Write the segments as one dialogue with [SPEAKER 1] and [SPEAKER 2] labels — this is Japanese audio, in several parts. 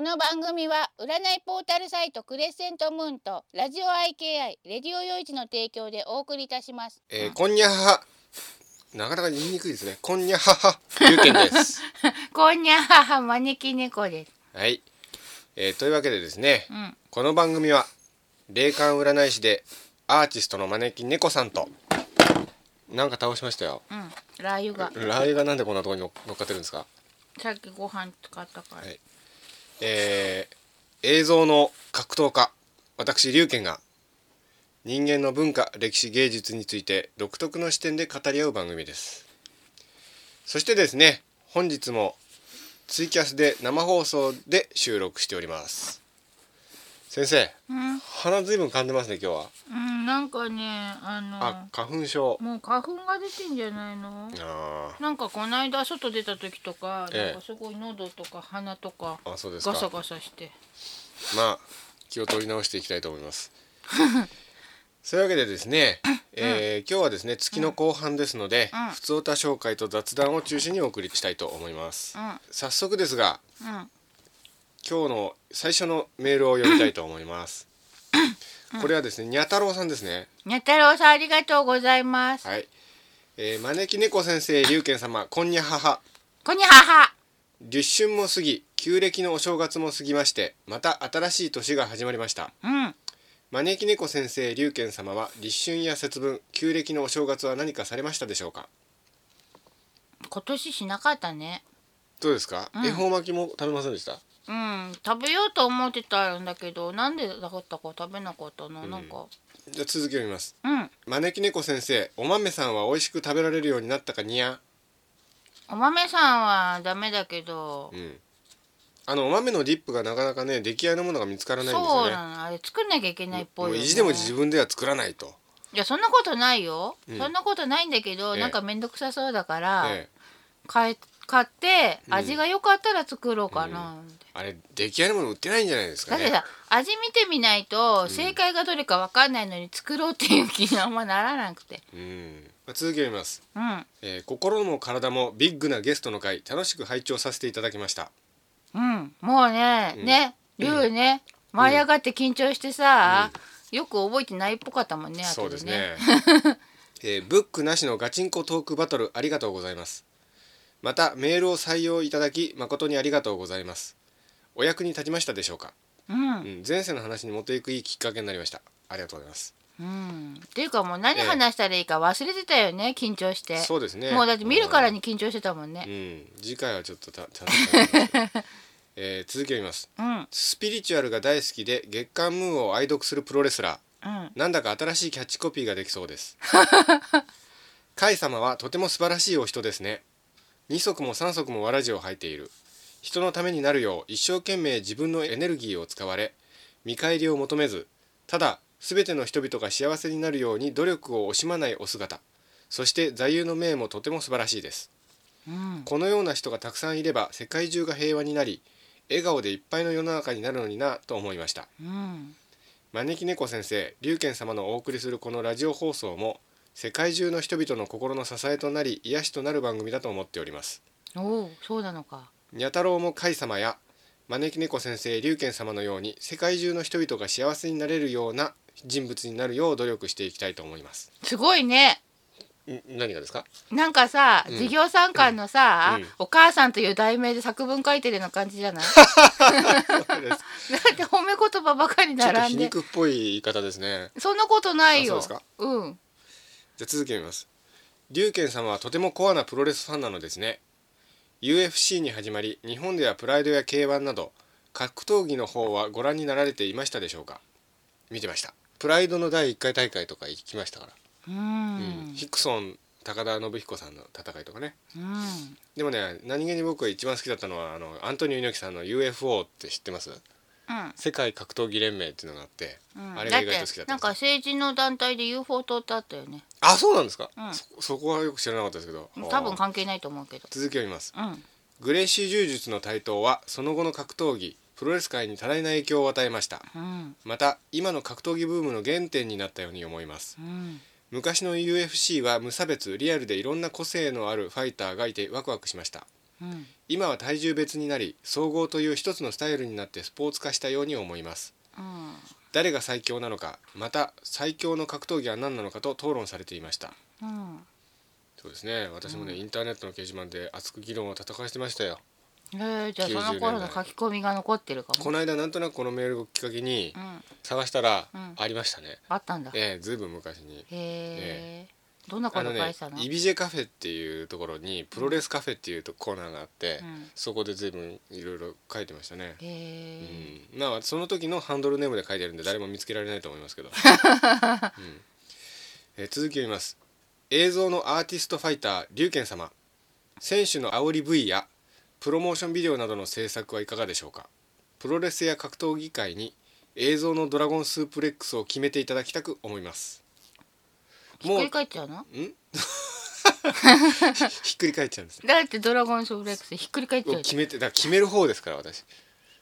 [SPEAKER 1] の番組は占いポータルサイトクレッセントムーンとラジオ IKI レディオヨイチの提供でお送りいたします
[SPEAKER 2] えー、こんにゃはなかなか言いにくいですねこんにゃははゆうけんです
[SPEAKER 1] こんにゃはは招き猫です
[SPEAKER 2] はい、えー、というわけでですね、
[SPEAKER 1] ん
[SPEAKER 2] この番組は霊感占い師でアーティストの招き猫さんとなんか倒しましたよ
[SPEAKER 1] うんラー油が
[SPEAKER 2] ラー油がなんでこんなところに乗っかってるんですか
[SPEAKER 1] さっきご飯使ったから、
[SPEAKER 2] はいえー映像の格闘家私龍賢が人間の文化歴史芸術について独特の視点で語り合う番組ですそしてですね本日もツイキャスで生放送で収録しております先生
[SPEAKER 1] うん
[SPEAKER 2] 鼻ずいぶん噛んでますね今日は
[SPEAKER 1] うんなんかねあの
[SPEAKER 2] あ花粉症
[SPEAKER 1] もう花粉が出てんじゃないの
[SPEAKER 2] あ
[SPEAKER 1] なんかこの間外出た時とか、
[SPEAKER 2] ええ
[SPEAKER 1] なんかすごい喉とか鼻とか
[SPEAKER 2] ーあそうですか
[SPEAKER 1] ガサガサして
[SPEAKER 2] まあ気を取り直していきたいと思い ます。そういうわけでですね、えー今日はですね月の後半ですので、
[SPEAKER 1] うん
[SPEAKER 2] 普通歌紹介と雑談を中心にお送りしたいと思います、
[SPEAKER 1] うん
[SPEAKER 2] 早速ですが
[SPEAKER 1] うん
[SPEAKER 2] 今日の最初のメールを読みたいと思います、これはですねにゃ太郎さんですね
[SPEAKER 1] にゃ太郎さんありがとうございます、
[SPEAKER 2] はい、えー招き猫先生龍賢様こんにゃはは
[SPEAKER 1] こんにゃはは
[SPEAKER 2] 立春も過ぎ旧暦のお正月も過ぎましてまた新しい年が始まりました
[SPEAKER 1] うん
[SPEAKER 2] 招き猫先生龍賢様は立春や節分旧暦のお正月は何かされましたでしょうか
[SPEAKER 1] 今年しなかったね
[SPEAKER 2] どうですか、恵方巻きも食べませんでした
[SPEAKER 1] うん食べようと思ってたんだけどなんでだったか食べなかったの、なんか
[SPEAKER 2] じゃあ続きを見ます
[SPEAKER 1] うん
[SPEAKER 2] 招き猫先生お豆さんは美味しく食べられるようになったかにゃ
[SPEAKER 1] お豆さんはダメだけど、
[SPEAKER 2] うんあのお豆のディップがなかなかね出来合いのものが見つからないんです
[SPEAKER 1] そ
[SPEAKER 2] よ
[SPEAKER 1] う
[SPEAKER 2] ね
[SPEAKER 1] なのあれ作んなきゃいけないっぽ
[SPEAKER 2] も
[SPEAKER 1] いよ、
[SPEAKER 2] う
[SPEAKER 1] ね、
[SPEAKER 2] 意地でも自分では作らないと、
[SPEAKER 1] いやそんなことないよ、
[SPEAKER 2] うん
[SPEAKER 1] そんなことないんだけど、
[SPEAKER 2] ええ
[SPEAKER 1] なんか面倒くさそうだから、
[SPEAKER 2] ええ、
[SPEAKER 1] 買え買って
[SPEAKER 2] ん
[SPEAKER 1] 味が良かったら作ろうかな、
[SPEAKER 2] あれ出来合いのもの売ってないんじゃないですか
[SPEAKER 1] だって
[SPEAKER 2] ね
[SPEAKER 1] さ味見てみないと正解がどれかわかんないのに作ろうっていう気にあんまならなくて
[SPEAKER 2] うん、まあ続きを見ます
[SPEAKER 1] うん
[SPEAKER 2] えー心も体もビッグなゲストの回楽しく拝聴させていただきました
[SPEAKER 1] うんもうね、ねルーね舞い上がって緊張してさ、よく覚えてないっぽかったもんね
[SPEAKER 2] そうです
[SPEAKER 1] 後
[SPEAKER 2] ね。えーブックなしのガチンコトークバトルありがとうございます。またメールを採用いただき誠にありがとうございます。お役に立ちましたでしょうか。
[SPEAKER 1] でね
[SPEAKER 2] うん、前世の話に持っていくいいきっかけになりました。ありがとうございます。
[SPEAKER 1] うん、うん、っていうかもう何話したらいいか忘れてたよね緊張して
[SPEAKER 2] そうですね。
[SPEAKER 1] もうだって見るから
[SPEAKER 2] に。
[SPEAKER 1] に緊張してたもん
[SPEAKER 2] う
[SPEAKER 1] ね
[SPEAKER 2] ん、次回はちょっとた楽しみにしてます えー続きを見ます。
[SPEAKER 1] うん
[SPEAKER 2] スピリチュアルが大好きで月刊ムーンを愛読するプロレスラー。
[SPEAKER 1] うん
[SPEAKER 2] なんだか新しいキャッチコピーができそう です。カイ様はとても素晴らしいお人ですね。二足も三足もわらじを履いている。人のためになるよう一生懸命自分のエネルギーを使われ、見返りを求めず、ただ全ての人々が幸せになるように努力を惜しまないお姿。そして座右の銘もとても素晴らしいです。
[SPEAKER 1] うん
[SPEAKER 2] このような人がたくさんいれば世界中が平和になり、笑顔でいっぱいの世の中になるのになと思いました。
[SPEAKER 1] うん
[SPEAKER 2] 招き猫先生龍賢様のお送りするこのラジオ放送も世界中の人々の心の支えとなり癒しとなる番組だと思っております
[SPEAKER 1] おおそうなのか
[SPEAKER 2] にゃ太郎も海様や招き猫先生龍賢様のように世界中の人々が幸せになれるような人物になるよう努力していきたいと思います
[SPEAKER 1] すごいね
[SPEAKER 2] ん何がです か
[SPEAKER 1] なんかさ、
[SPEAKER 2] うん
[SPEAKER 1] 授業参観のさ、
[SPEAKER 2] うん
[SPEAKER 1] お母さんという題名で作文書いてるような感じじゃない だって褒め言葉ばかり
[SPEAKER 2] ちょっと
[SPEAKER 1] 並
[SPEAKER 2] 皮
[SPEAKER 1] んで
[SPEAKER 2] 肉っぽい言い方ですね
[SPEAKER 1] そんなことないよ
[SPEAKER 2] あそうですか
[SPEAKER 1] うん
[SPEAKER 2] じゃあ続けます龍賢様はとてもコアなプロレスファンなのですね UFC に始まり日本ではプライドや K1 など格闘技の方はご覧になられていましたでしょうか見てましたプライドの第1回大会とか行きましたから、
[SPEAKER 1] うん
[SPEAKER 2] うんヒクソン高田信彦さんの戦いとかね
[SPEAKER 1] うん
[SPEAKER 2] でもね何気に僕が一番好きだったのはあのアントニオ猪木さんの UFO って知ってます
[SPEAKER 1] うん
[SPEAKER 2] 世界格闘技連盟っていうのがあって、
[SPEAKER 1] うん
[SPEAKER 2] あれが
[SPEAKER 1] だっ
[SPEAKER 2] 意
[SPEAKER 1] て
[SPEAKER 2] 外と好きだった
[SPEAKER 1] なん
[SPEAKER 2] です
[SPEAKER 1] か政治の団体で UFO 通ってあったよね
[SPEAKER 2] あそうなんですか、
[SPEAKER 1] うん
[SPEAKER 2] そそこはよく知らなかったですけど
[SPEAKER 1] 多分関係ないと思うけど
[SPEAKER 2] 続きを見ます
[SPEAKER 1] うん
[SPEAKER 2] グレイシー柔術の台頭はその後の格闘技プロレス界に多大な影響を与えました
[SPEAKER 1] うん
[SPEAKER 2] また今の格闘技ブームの原点になったように思います
[SPEAKER 1] うん
[SPEAKER 2] 昔の UFC は無差別リアルでいろんな個性のあるファイターがいてワクワクしました
[SPEAKER 1] うん
[SPEAKER 2] 今は体重別になり総合という一つのスタイルになってスポーツ化したように思います
[SPEAKER 1] うん
[SPEAKER 2] 誰が最強なのかまた最強の格闘技は何なのかと討論されていました
[SPEAKER 1] うん
[SPEAKER 2] そうですね私もね、インターネットの掲示板で熱く議論を戦わしてましたよ
[SPEAKER 1] えー、じゃあ
[SPEAKER 2] 90
[SPEAKER 1] その頃の書き込みが残ってるかも
[SPEAKER 2] この間なんとなくこのメールをきっかけに
[SPEAKER 1] うん
[SPEAKER 2] 探したら
[SPEAKER 1] うん
[SPEAKER 2] ありましたね、
[SPEAKER 1] あったんだへ
[SPEAKER 2] ええずいぶん昔に
[SPEAKER 1] えどんなこ
[SPEAKER 2] あ
[SPEAKER 1] と
[SPEAKER 2] の
[SPEAKER 1] 書い
[SPEAKER 2] ね
[SPEAKER 1] てたの
[SPEAKER 2] イビジェカフェっていうところにプロレスカフェっていうとコーナーがあって、
[SPEAKER 1] うん
[SPEAKER 2] そこでずいぶんいろいろ書いてましたね、
[SPEAKER 1] へえ
[SPEAKER 2] うんまあその時のハンドルネームで書いてるんで誰も見つけられないと思いますけ ど、うんえー続きを見ます映像のアーティストファイター龍拳様選手の煽り V やプロモーションビデオなどの制作はいかがでしょうかプロレスや格闘技界に映像のドラゴンスープレックスを決めていただきたく思います
[SPEAKER 1] ひっくり返っちゃうの
[SPEAKER 2] ひっくり返っちゃうんです
[SPEAKER 1] だってドラゴンソフレックスひっくり返っちゃうじ
[SPEAKER 2] 決めてだから決める方ですから私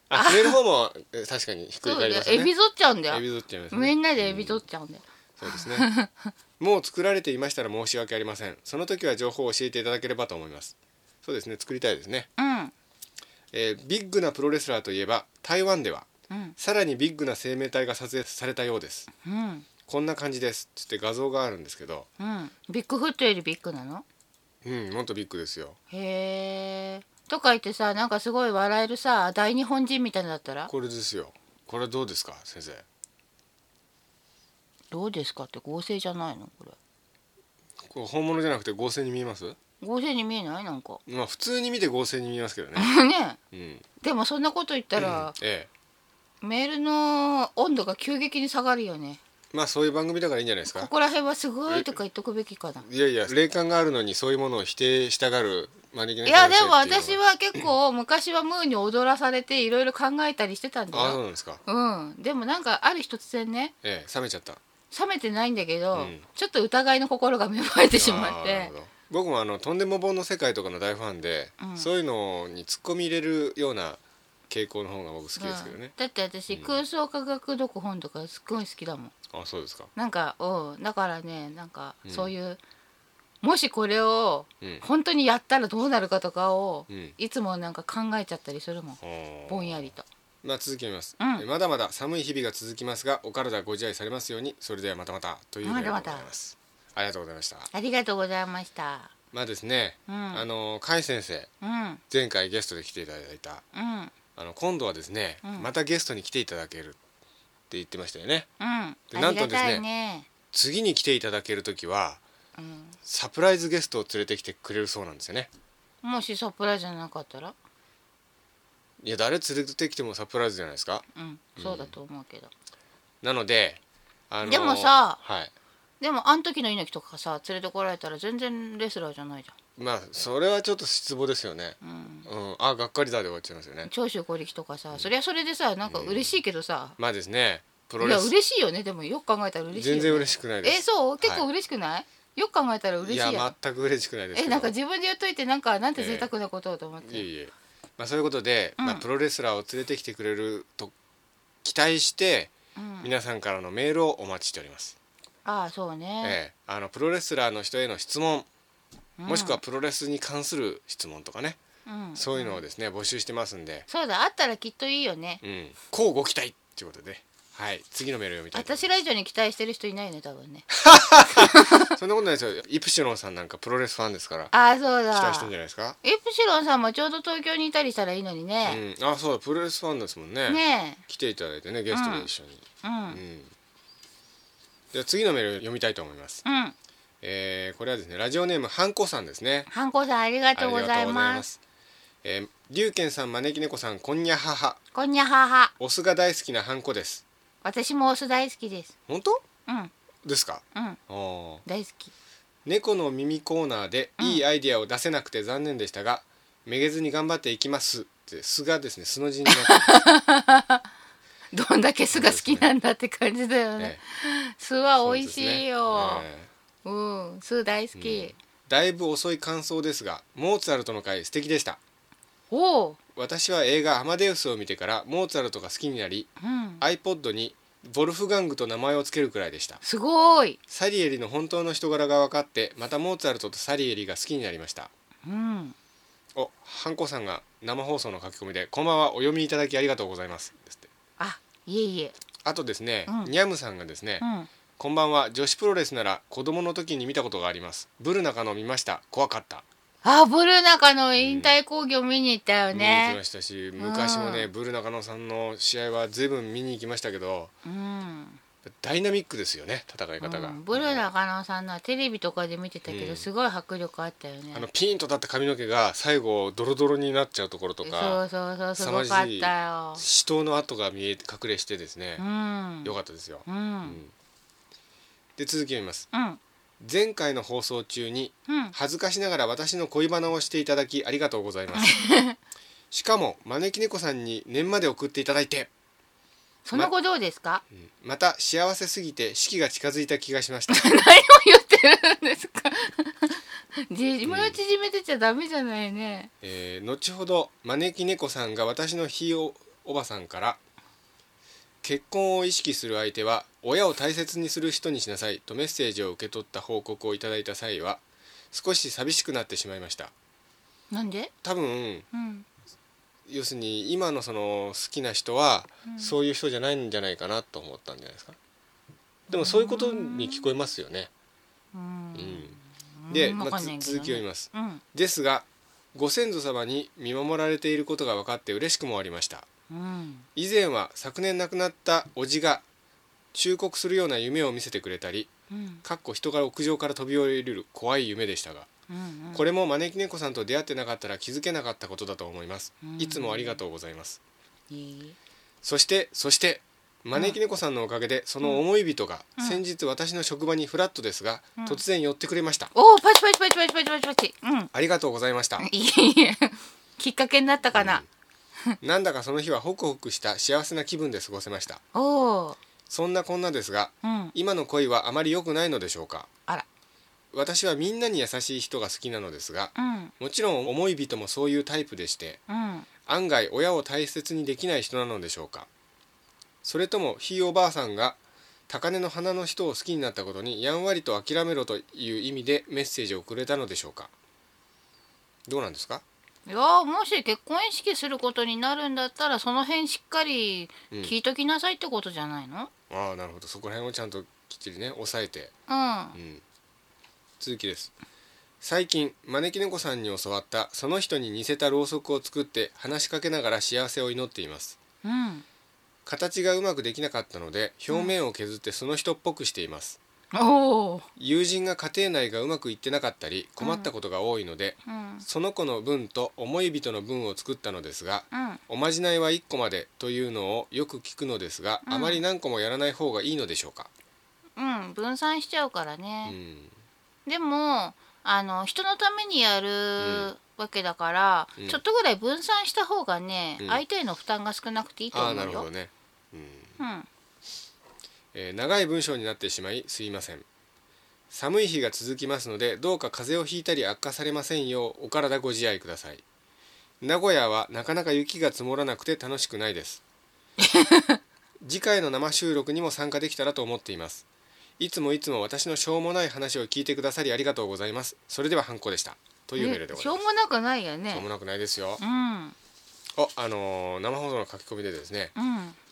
[SPEAKER 2] あ決める方もえ確かにひっく
[SPEAKER 1] ゃん
[SPEAKER 2] り返り
[SPEAKER 1] そうだよ
[SPEAKER 2] ますね
[SPEAKER 1] エビ取っちゃうんだ
[SPEAKER 2] エビ
[SPEAKER 1] よ
[SPEAKER 2] 取っちゃいますね
[SPEAKER 1] みんなでエビ取っちゃうんだよ
[SPEAKER 2] そうですね もう作られていましたら申し訳ありませんその時は情報を教えていただければと思いますそうですね作りたいですね、
[SPEAKER 1] うん
[SPEAKER 2] えービッグなプロレスラーといえば台湾では
[SPEAKER 1] うん
[SPEAKER 2] さらにビッグな生命体が撮影されたようです
[SPEAKER 1] うん
[SPEAKER 2] こんな感じですつって画像があるんですけど
[SPEAKER 1] うんビッグフットよりビッグなの
[SPEAKER 2] うんもっとビッグですよ
[SPEAKER 1] へえとか言ってさなんかすごい笑えるさ大日本人みたいなのだったら
[SPEAKER 2] これですよこれどうですか先生
[SPEAKER 1] どうですかって合成じゃないのこれ
[SPEAKER 2] これ本物じゃなくて合成に見えます
[SPEAKER 1] 合成に見えないな んか
[SPEAKER 2] まあ普通に見て合成に見えますけどね
[SPEAKER 1] ね
[SPEAKER 2] うん
[SPEAKER 1] でもそんなこと言ったら、
[SPEAKER 2] ええ
[SPEAKER 1] メールの温度が急激に下がるよね
[SPEAKER 2] まあそういう番組だからいいんじゃないです
[SPEAKER 1] こ
[SPEAKER 2] か
[SPEAKER 1] こら辺はすごいとか言っとくべきかない
[SPEAKER 2] やいや霊感があるのにそういうものを否定したがる招き
[SPEAKER 1] いやでも私は結構昔はムーに踊らされていろいろ考えたりしてたんだ
[SPEAKER 2] あそう
[SPEAKER 1] よ
[SPEAKER 2] なんですか
[SPEAKER 1] うんでもなんかある日突然ね
[SPEAKER 2] ええ冷めちゃった
[SPEAKER 1] 冷めてないんだけど、
[SPEAKER 2] うん
[SPEAKER 1] ちょっと疑いの心が芽生えてしまっ
[SPEAKER 2] あーな
[SPEAKER 1] て
[SPEAKER 2] るほど僕もあのとんでも本の世界とかの大ファンで、
[SPEAKER 1] うん
[SPEAKER 2] そういうのに突っ込み入れるような傾向の方が僕好きですけど
[SPEAKER 1] うん
[SPEAKER 2] ね、
[SPEAKER 1] だって私、
[SPEAKER 2] うん
[SPEAKER 1] 空想科学読本とかすっごい好きだもん
[SPEAKER 2] あそうですか
[SPEAKER 1] なんかうんだからねなんか
[SPEAKER 2] うん
[SPEAKER 1] そういう、もしこれを
[SPEAKER 2] うん
[SPEAKER 1] 本当にやったらどうなるかとかを、
[SPEAKER 2] うん
[SPEAKER 1] いつもなんか考えちゃったりするもん
[SPEAKER 2] あー
[SPEAKER 1] ぼんやりと
[SPEAKER 2] まあ続きます、
[SPEAKER 1] うん
[SPEAKER 2] えまだまだ寒い日々が続きますがお体ご自愛されますようにそれではまたまたという
[SPEAKER 1] まだ
[SPEAKER 2] メール
[SPEAKER 1] ま
[SPEAKER 2] で
[SPEAKER 1] た
[SPEAKER 2] ございますありがとうございました
[SPEAKER 1] ありがとうございました
[SPEAKER 2] まあですね、
[SPEAKER 1] うん
[SPEAKER 2] あの甲斐先生
[SPEAKER 1] うん
[SPEAKER 2] 前回ゲストで来ていただいた
[SPEAKER 1] うん
[SPEAKER 2] あの今度はですね、
[SPEAKER 1] うん
[SPEAKER 2] またゲストに来ていただけるって言ってましたよね
[SPEAKER 1] うんあ
[SPEAKER 2] で
[SPEAKER 1] り
[SPEAKER 2] な
[SPEAKER 1] が
[SPEAKER 2] んとですね
[SPEAKER 1] たいね
[SPEAKER 2] 次に来ていただける時は
[SPEAKER 1] うん
[SPEAKER 2] サプライズゲストを連れてきてくれるそうなんですよね
[SPEAKER 1] もしサプライズじゃなかったら
[SPEAKER 2] いや誰連れてきてもサプライズじゃないですか
[SPEAKER 1] うんそうだと思うけど、
[SPEAKER 2] なのであの
[SPEAKER 1] でもさ
[SPEAKER 2] はい
[SPEAKER 1] でもあん時の猪木とかさ連れてこられたら全然レスラーじゃないじ
[SPEAKER 2] まあそれはちょっと失望ですよね
[SPEAKER 1] ゃん、う
[SPEAKER 2] う
[SPEAKER 1] ん、
[SPEAKER 2] んあがっかりだで終わっちゃいますよね
[SPEAKER 1] 長州小力とかさそりゃそれでさなんか嬉しいけどさ、
[SPEAKER 2] まあですねプロ
[SPEAKER 1] い
[SPEAKER 2] レ
[SPEAKER 1] や
[SPEAKER 2] ス
[SPEAKER 1] 嬉しいよねでもよく考えたら嬉しいよ、
[SPEAKER 2] 全
[SPEAKER 1] ね、
[SPEAKER 2] 然嬉しくないです
[SPEAKER 1] えそう結構
[SPEAKER 2] は
[SPEAKER 1] 嬉しくない、よく考えたら嬉し
[SPEAKER 2] い
[SPEAKER 1] いや
[SPEAKER 2] や
[SPEAKER 1] ん
[SPEAKER 2] 全く嬉しくないですけ
[SPEAKER 1] え
[SPEAKER 2] ど
[SPEAKER 1] なんか自分で言っといてなんかなんて贅沢なことをと思って、
[SPEAKER 2] いえいえ、まあ、そういうことで、まあ、
[SPEAKER 1] うん
[SPEAKER 2] プロレスラーを連れてきてくれると期待して、
[SPEAKER 1] うん、
[SPEAKER 2] 皆さんからのメールをお待ちしております、
[SPEAKER 1] ああそうね、
[SPEAKER 2] ええあのプロレスラーの人への質問
[SPEAKER 1] うん
[SPEAKER 2] もしくはプロレスに関する質問とかね、
[SPEAKER 1] うん、
[SPEAKER 2] そういうのをですね募集してますんで、
[SPEAKER 1] そうだあったらきっといいよね
[SPEAKER 2] うん、こうご期待っていうことで、はい、次のメールを読みたいと思い
[SPEAKER 1] 私ら以上に期待してる人いないよね多分ね
[SPEAKER 2] ますそんなことないですよイプシロンさんなんかプロレスファンですから
[SPEAKER 1] ああそう
[SPEAKER 2] 期
[SPEAKER 1] だ
[SPEAKER 2] 待してんじゃないですか、
[SPEAKER 1] エプシロンさんもちょうど東京にいたりしたらいいのに
[SPEAKER 2] う
[SPEAKER 1] ね、
[SPEAKER 2] ん、あそうだプロレスファンですもんね
[SPEAKER 1] ね
[SPEAKER 2] 来ていただいてねゲストで一緒に、
[SPEAKER 1] えうん
[SPEAKER 2] うんじゃあ次のメール読みたいと思います
[SPEAKER 1] うん
[SPEAKER 2] えーこれはですねラジオネームハンコさんですね
[SPEAKER 1] ハンコさんありがとうございます
[SPEAKER 2] すえー、龍拳さん招き猫さんこんにゃはは
[SPEAKER 1] こんにゃはは
[SPEAKER 2] お酢が大好きなハンコです
[SPEAKER 1] 私もお酢大好きです
[SPEAKER 2] 本当
[SPEAKER 1] うん
[SPEAKER 2] ですか
[SPEAKER 1] うん
[SPEAKER 2] あー
[SPEAKER 1] 大好き
[SPEAKER 2] 猫の耳コーナーでいいアイディアを出せなくて残念でしたが、めげずに頑張っていきますって酢がですね酢の字にな って
[SPEAKER 1] どんだけ酢が好きなんだって感じだよ
[SPEAKER 2] ま
[SPEAKER 1] ね酢は美味しいようん酢大好き、
[SPEAKER 2] だいぶ遅い感想ですがモーツァルトの回素敵でした
[SPEAKER 1] おう
[SPEAKER 2] 私は映画「アマデウス」を見てからモーツァルトが好きになり
[SPEAKER 1] うん
[SPEAKER 2] iPod にボルフガングと名前を付けるくらいでした
[SPEAKER 1] すごい
[SPEAKER 2] サリエリの本当の人柄が分かってまたモーツァルトとサリエリが好きになりました
[SPEAKER 1] うん
[SPEAKER 2] おハンコさんが生放送の書き込みで「こんばんはお読みいただきありがとうございます」ですって
[SPEAKER 1] あいえいえ
[SPEAKER 2] あとですね、
[SPEAKER 1] うん
[SPEAKER 2] ニャムさんがですね、
[SPEAKER 1] うん
[SPEAKER 2] こんばんは女子プロレスなら子供の時に見たことがありますブル中の見ました怖かった
[SPEAKER 1] あブルーナカの引退興行見に行ったよ
[SPEAKER 2] 見に行き
[SPEAKER 1] ね
[SPEAKER 2] ましたし昔もね、
[SPEAKER 1] う
[SPEAKER 2] ブル中野さんの試合は随分見に行きましたけど
[SPEAKER 1] うん
[SPEAKER 2] ダイナミックですよね戦い方が、
[SPEAKER 1] うんブルー中野さんのはテレビとかで見てたけ
[SPEAKER 2] う
[SPEAKER 1] ど、
[SPEAKER 2] ん
[SPEAKER 1] すごい迫力あったよね
[SPEAKER 2] あのピーンと立った髪の毛が最後ドロドロになっちゃうところと
[SPEAKER 1] そ
[SPEAKER 2] か
[SPEAKER 1] うそうそうすごかったよ
[SPEAKER 2] 死闘の跡が見え隠れしてですね
[SPEAKER 1] う、ん
[SPEAKER 2] よかったですよ、
[SPEAKER 1] うんうん
[SPEAKER 2] で続き読みます
[SPEAKER 1] うん
[SPEAKER 2] 前回の放送中に
[SPEAKER 1] うん
[SPEAKER 2] 恥ずかしながら私の恋バナをしていただきありがとうございます しかも招き猫さんに年まで送っていただいて
[SPEAKER 1] その後どうですか、
[SPEAKER 2] うんまた幸せすぎて式が近づいた気がしました
[SPEAKER 1] 何を言ってるんですか自分を縮めてちゃダメじゃないね
[SPEAKER 2] えー後ほど招き猫さんが私のひいおおばさんから結婚を意識する相手は親を大切にする人にしなさいとメッセージを受け取った報告をいただいた際は少し寂しくなってしまいました
[SPEAKER 1] なんで
[SPEAKER 2] 多分
[SPEAKER 1] うん
[SPEAKER 2] 要するに今のその好きな人は
[SPEAKER 1] うん
[SPEAKER 2] そういう人じゃないんじゃないかなと思ったんじゃないですかでもそういうことに聞こえますよね、
[SPEAKER 1] う
[SPEAKER 2] うんん、で、
[SPEAKER 1] うん
[SPEAKER 2] ま
[SPEAKER 1] わか
[SPEAKER 2] あ、
[SPEAKER 1] ん
[SPEAKER 2] つ
[SPEAKER 1] ないけどね
[SPEAKER 2] 続きを読みます
[SPEAKER 1] うん
[SPEAKER 2] ですがご先祖様に見守られていることが分かって嬉しくもありました
[SPEAKER 1] うん
[SPEAKER 2] 以前は昨年亡くなった叔父が忠告するような夢を見せてくれたり
[SPEAKER 1] うん
[SPEAKER 2] かっこ人から屋上から飛び降りる怖い夢でしたが
[SPEAKER 1] うん
[SPEAKER 2] これも招き猫さんと出会ってなかったら気づけなかったことだと思います
[SPEAKER 1] うん
[SPEAKER 2] いつもありがとうございます
[SPEAKER 1] いい
[SPEAKER 2] そしてそして招き猫さんのおかげでその思い人が
[SPEAKER 1] うん
[SPEAKER 2] 先日私の職場にフラットですが
[SPEAKER 1] うん
[SPEAKER 2] 突然寄ってくれました
[SPEAKER 1] おおパチパチパチパチパチパチパチうん
[SPEAKER 2] ありがとうございました
[SPEAKER 1] いい えきっかけになったかな、
[SPEAKER 2] なんだかその日はホクホクした幸せな気分で過ごせました
[SPEAKER 1] おお
[SPEAKER 2] そんなこんなですが
[SPEAKER 1] うん
[SPEAKER 2] 今の恋はあまり良くないのでしょうか
[SPEAKER 1] あら
[SPEAKER 2] 私はみんなに優しい人が好きなのですが
[SPEAKER 1] うん
[SPEAKER 2] もちろん思い人もそういうタイプでして
[SPEAKER 1] うん
[SPEAKER 2] 案外親を大切にできない人なのでしょうかそれともひいおばあさんが高根の花の人を好きになったことにやんわりと諦めろという意味でメッセージをくれたのでしょうかどうなんですか、
[SPEAKER 1] いやーもし結婚意識することになるんだったらその辺しっかり
[SPEAKER 2] うん
[SPEAKER 1] 聞いときなさいってことじゃないの
[SPEAKER 2] ああなるほどそこら辺をちゃんときっちりね抑えて
[SPEAKER 1] うん
[SPEAKER 2] うん続きです最近招き猫さんに教わったその人に似せたろうそくを作って話しかけながら幸せを祈っています
[SPEAKER 1] うん
[SPEAKER 2] 形がうまくできなかったので表面を削ってその人っぽくしています、
[SPEAKER 1] おお
[SPEAKER 2] 友人が家庭内がうまくいってなかったり困ったことが多いので、
[SPEAKER 1] うん
[SPEAKER 2] その子の分と思い人の分を作ったのですが
[SPEAKER 1] うん
[SPEAKER 2] おまじないは1個までというのをよく聞くのですが、あまり何個もやらない方がいいのでしょうか、
[SPEAKER 1] うん分散しちゃうから
[SPEAKER 2] う
[SPEAKER 1] ね、
[SPEAKER 2] ん
[SPEAKER 1] でもあの人のためにやる
[SPEAKER 2] ん
[SPEAKER 1] わけだから、
[SPEAKER 2] うん
[SPEAKER 1] ちょっとぐらい分散した方がね、
[SPEAKER 2] うん
[SPEAKER 1] 相手への負担が少なくていいと
[SPEAKER 2] あ
[SPEAKER 1] 思
[SPEAKER 2] あ
[SPEAKER 1] うよ
[SPEAKER 2] なるほどね、うん
[SPEAKER 1] うん
[SPEAKER 2] えー長い文章になってしまいすいません寒い日が続きますのでどうか風邪をひいたり悪化されませんようお体ご自愛ください名古屋はなかなか雪が積もらなくて楽しくないです 次回の生収録にも参加できたらと思っていますいつもいつも私のしょうもない話を聞いてくださりありがとうございますそれではハンコでしたというメールで
[SPEAKER 1] え
[SPEAKER 2] ご
[SPEAKER 1] し
[SPEAKER 2] ざい
[SPEAKER 1] ょう
[SPEAKER 2] ます
[SPEAKER 1] もなくないよ
[SPEAKER 2] しょうも
[SPEAKER 1] ね
[SPEAKER 2] なくないですよ
[SPEAKER 1] うんうん
[SPEAKER 2] ああのー生放送の書き込みでですね、えー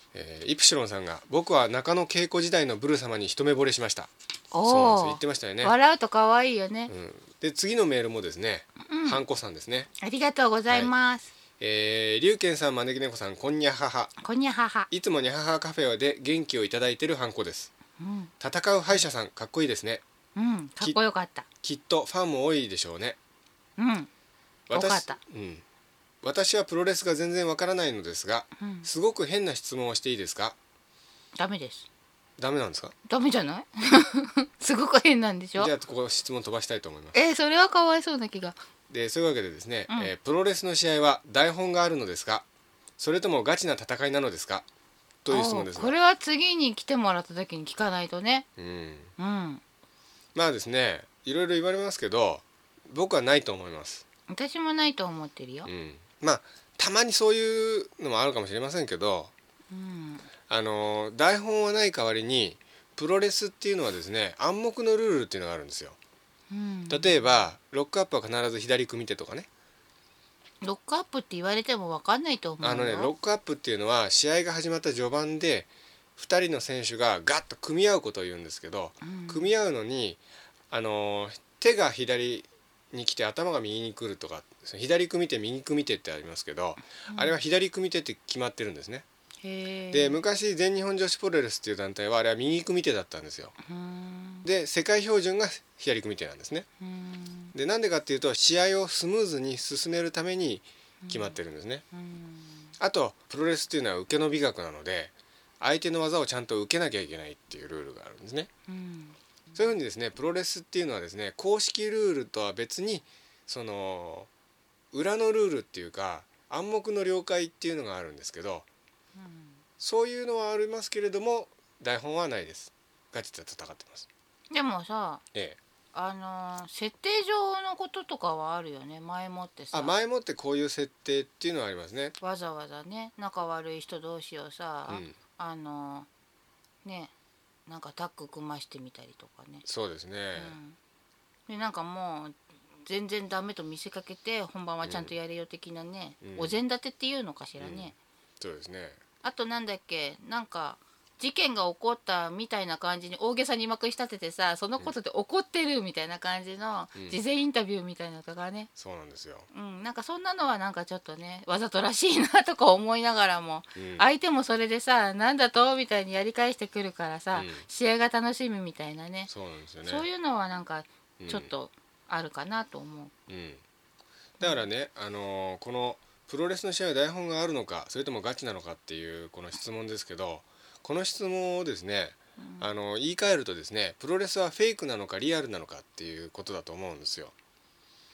[SPEAKER 2] イプシロンさんが僕は中野恵子時代のブル様に一目惚れしましたそうなんですよ
[SPEAKER 1] お
[SPEAKER 2] 言
[SPEAKER 1] お
[SPEAKER 2] ってましたよね、
[SPEAKER 1] 笑うと可愛いよね
[SPEAKER 2] う、ん、で次のメールもですね、ハンコさんですね
[SPEAKER 1] ありがとうございます、
[SPEAKER 2] えー、龍賢さん招き猫さんこんにゃはは
[SPEAKER 1] こんにゃははい
[SPEAKER 2] つもにゃははカフェで元気をいただいてるハンコです
[SPEAKER 1] うん、
[SPEAKER 2] 戦う歯医者さんかっこいいですね
[SPEAKER 1] うん、かっこよかった
[SPEAKER 2] きっとファンも多いでしょうね
[SPEAKER 1] うん多かった
[SPEAKER 2] うん、私はプロレスが全然わからないのですが
[SPEAKER 1] うん
[SPEAKER 2] すごく変な質問をしていいですか
[SPEAKER 1] ダメです
[SPEAKER 2] ダメなんですか
[SPEAKER 1] ダメじゃない すごく変なんでし
[SPEAKER 2] じ
[SPEAKER 1] ょ
[SPEAKER 2] ゃあここ質問飛ばしたいと思います
[SPEAKER 1] えそれはかわいそうな気が
[SPEAKER 2] でそういうわけでですね、
[SPEAKER 1] うん
[SPEAKER 2] えープロレスの試合は台本があるのですかそれともガチな戦いなのですかという質問です
[SPEAKER 1] おうこ
[SPEAKER 2] が、
[SPEAKER 1] れは次に来てもらった時に聞かないとね
[SPEAKER 2] うん、
[SPEAKER 1] うん
[SPEAKER 2] まあですねいろいろ言われますけど僕はないと思います、
[SPEAKER 1] 私もないと思ってるよ
[SPEAKER 2] うん、まあたまにそういうのもあるかもしれませんけど
[SPEAKER 1] うん
[SPEAKER 2] あのー台本はない代わりにプロレスっていうのはですね暗黙のルールっていうのがあるんですよ
[SPEAKER 1] うん
[SPEAKER 2] 例えばロックアップは必ず左組み手とかね
[SPEAKER 1] ロックアップって言われても分かんないと思うよ
[SPEAKER 2] あのねロックアップっていうのは試合が始まった序盤で2人の選手がガッと組み合うことを言うんですけど、
[SPEAKER 1] うん
[SPEAKER 2] 組み合うのにあのー手が左に来て頭が右に来るとかその左組み手右組み手ってありますけど、あれは左組み手って決まってるんですね。
[SPEAKER 1] へえ
[SPEAKER 2] で昔全日本女子プロレスっていう団体はあれは右組み手だったんですよ。
[SPEAKER 1] うん
[SPEAKER 2] で世界標準が左組み手なんですね。
[SPEAKER 1] うん
[SPEAKER 2] でなんでかっていうと試合をスムーズに進めるために決まってるんですね。
[SPEAKER 1] うん
[SPEAKER 2] あとプロレスっていうのは受けの美学なので相手の技をちゃんと受けなきゃいけないっていうルールがあるんですね。
[SPEAKER 1] うん
[SPEAKER 2] そういうふうにですねプロレスっていうのはですね公式ルールとは別にその裏のルールっていうか暗黙の了解っていうのがあるんですけどそういうのはありますけれども台本はないです。ガチで戦ってます。
[SPEAKER 1] でもさ
[SPEAKER 2] ええ、
[SPEAKER 1] あのー設定上のこととかはあるよね前もってさ
[SPEAKER 2] あ前もってこういう設定っていうのはありますね。
[SPEAKER 1] わざわざね仲悪い人同士をさ、
[SPEAKER 2] うん、
[SPEAKER 1] あのーねなんかタッグ組ましてみたりとかね、
[SPEAKER 2] そうですね。
[SPEAKER 1] うん、でなんかもう全然ダメと見せかけて本番はちゃんとやれよ的なね、
[SPEAKER 2] うん
[SPEAKER 1] お膳立てっていうのかしらね、
[SPEAKER 2] うんそうですね。
[SPEAKER 1] あとなんだっけなんか事件が起こったみたいな感じに大げさにまくし立ててさそのことで怒ってるみたいな感じの
[SPEAKER 2] うん
[SPEAKER 1] 事前インタビューみたいなのとかね、
[SPEAKER 2] そうなんですよ。
[SPEAKER 1] うん、なんかそんなのはなんかちょっとねわざとらしいなとか思いながらも、
[SPEAKER 2] うん
[SPEAKER 1] 相手もそれでさなんだとみたいにやり返してくるから
[SPEAKER 2] う
[SPEAKER 1] さ、
[SPEAKER 2] ん
[SPEAKER 1] 試合が楽しみみたいなね
[SPEAKER 2] そうなんですよね。
[SPEAKER 1] そういうのはなんか
[SPEAKER 2] うん
[SPEAKER 1] ちょっとあるかなと思
[SPEAKER 2] う
[SPEAKER 1] う。
[SPEAKER 2] ん、だからね、あのーこのプロレスの試合は台本があるのかそれともガチなのかっていうこの質問ですけどこの質問をですね、あのー言い換えるとですねプロレスはフェイクなのかリアルなのかっていうことだと思うんですよ。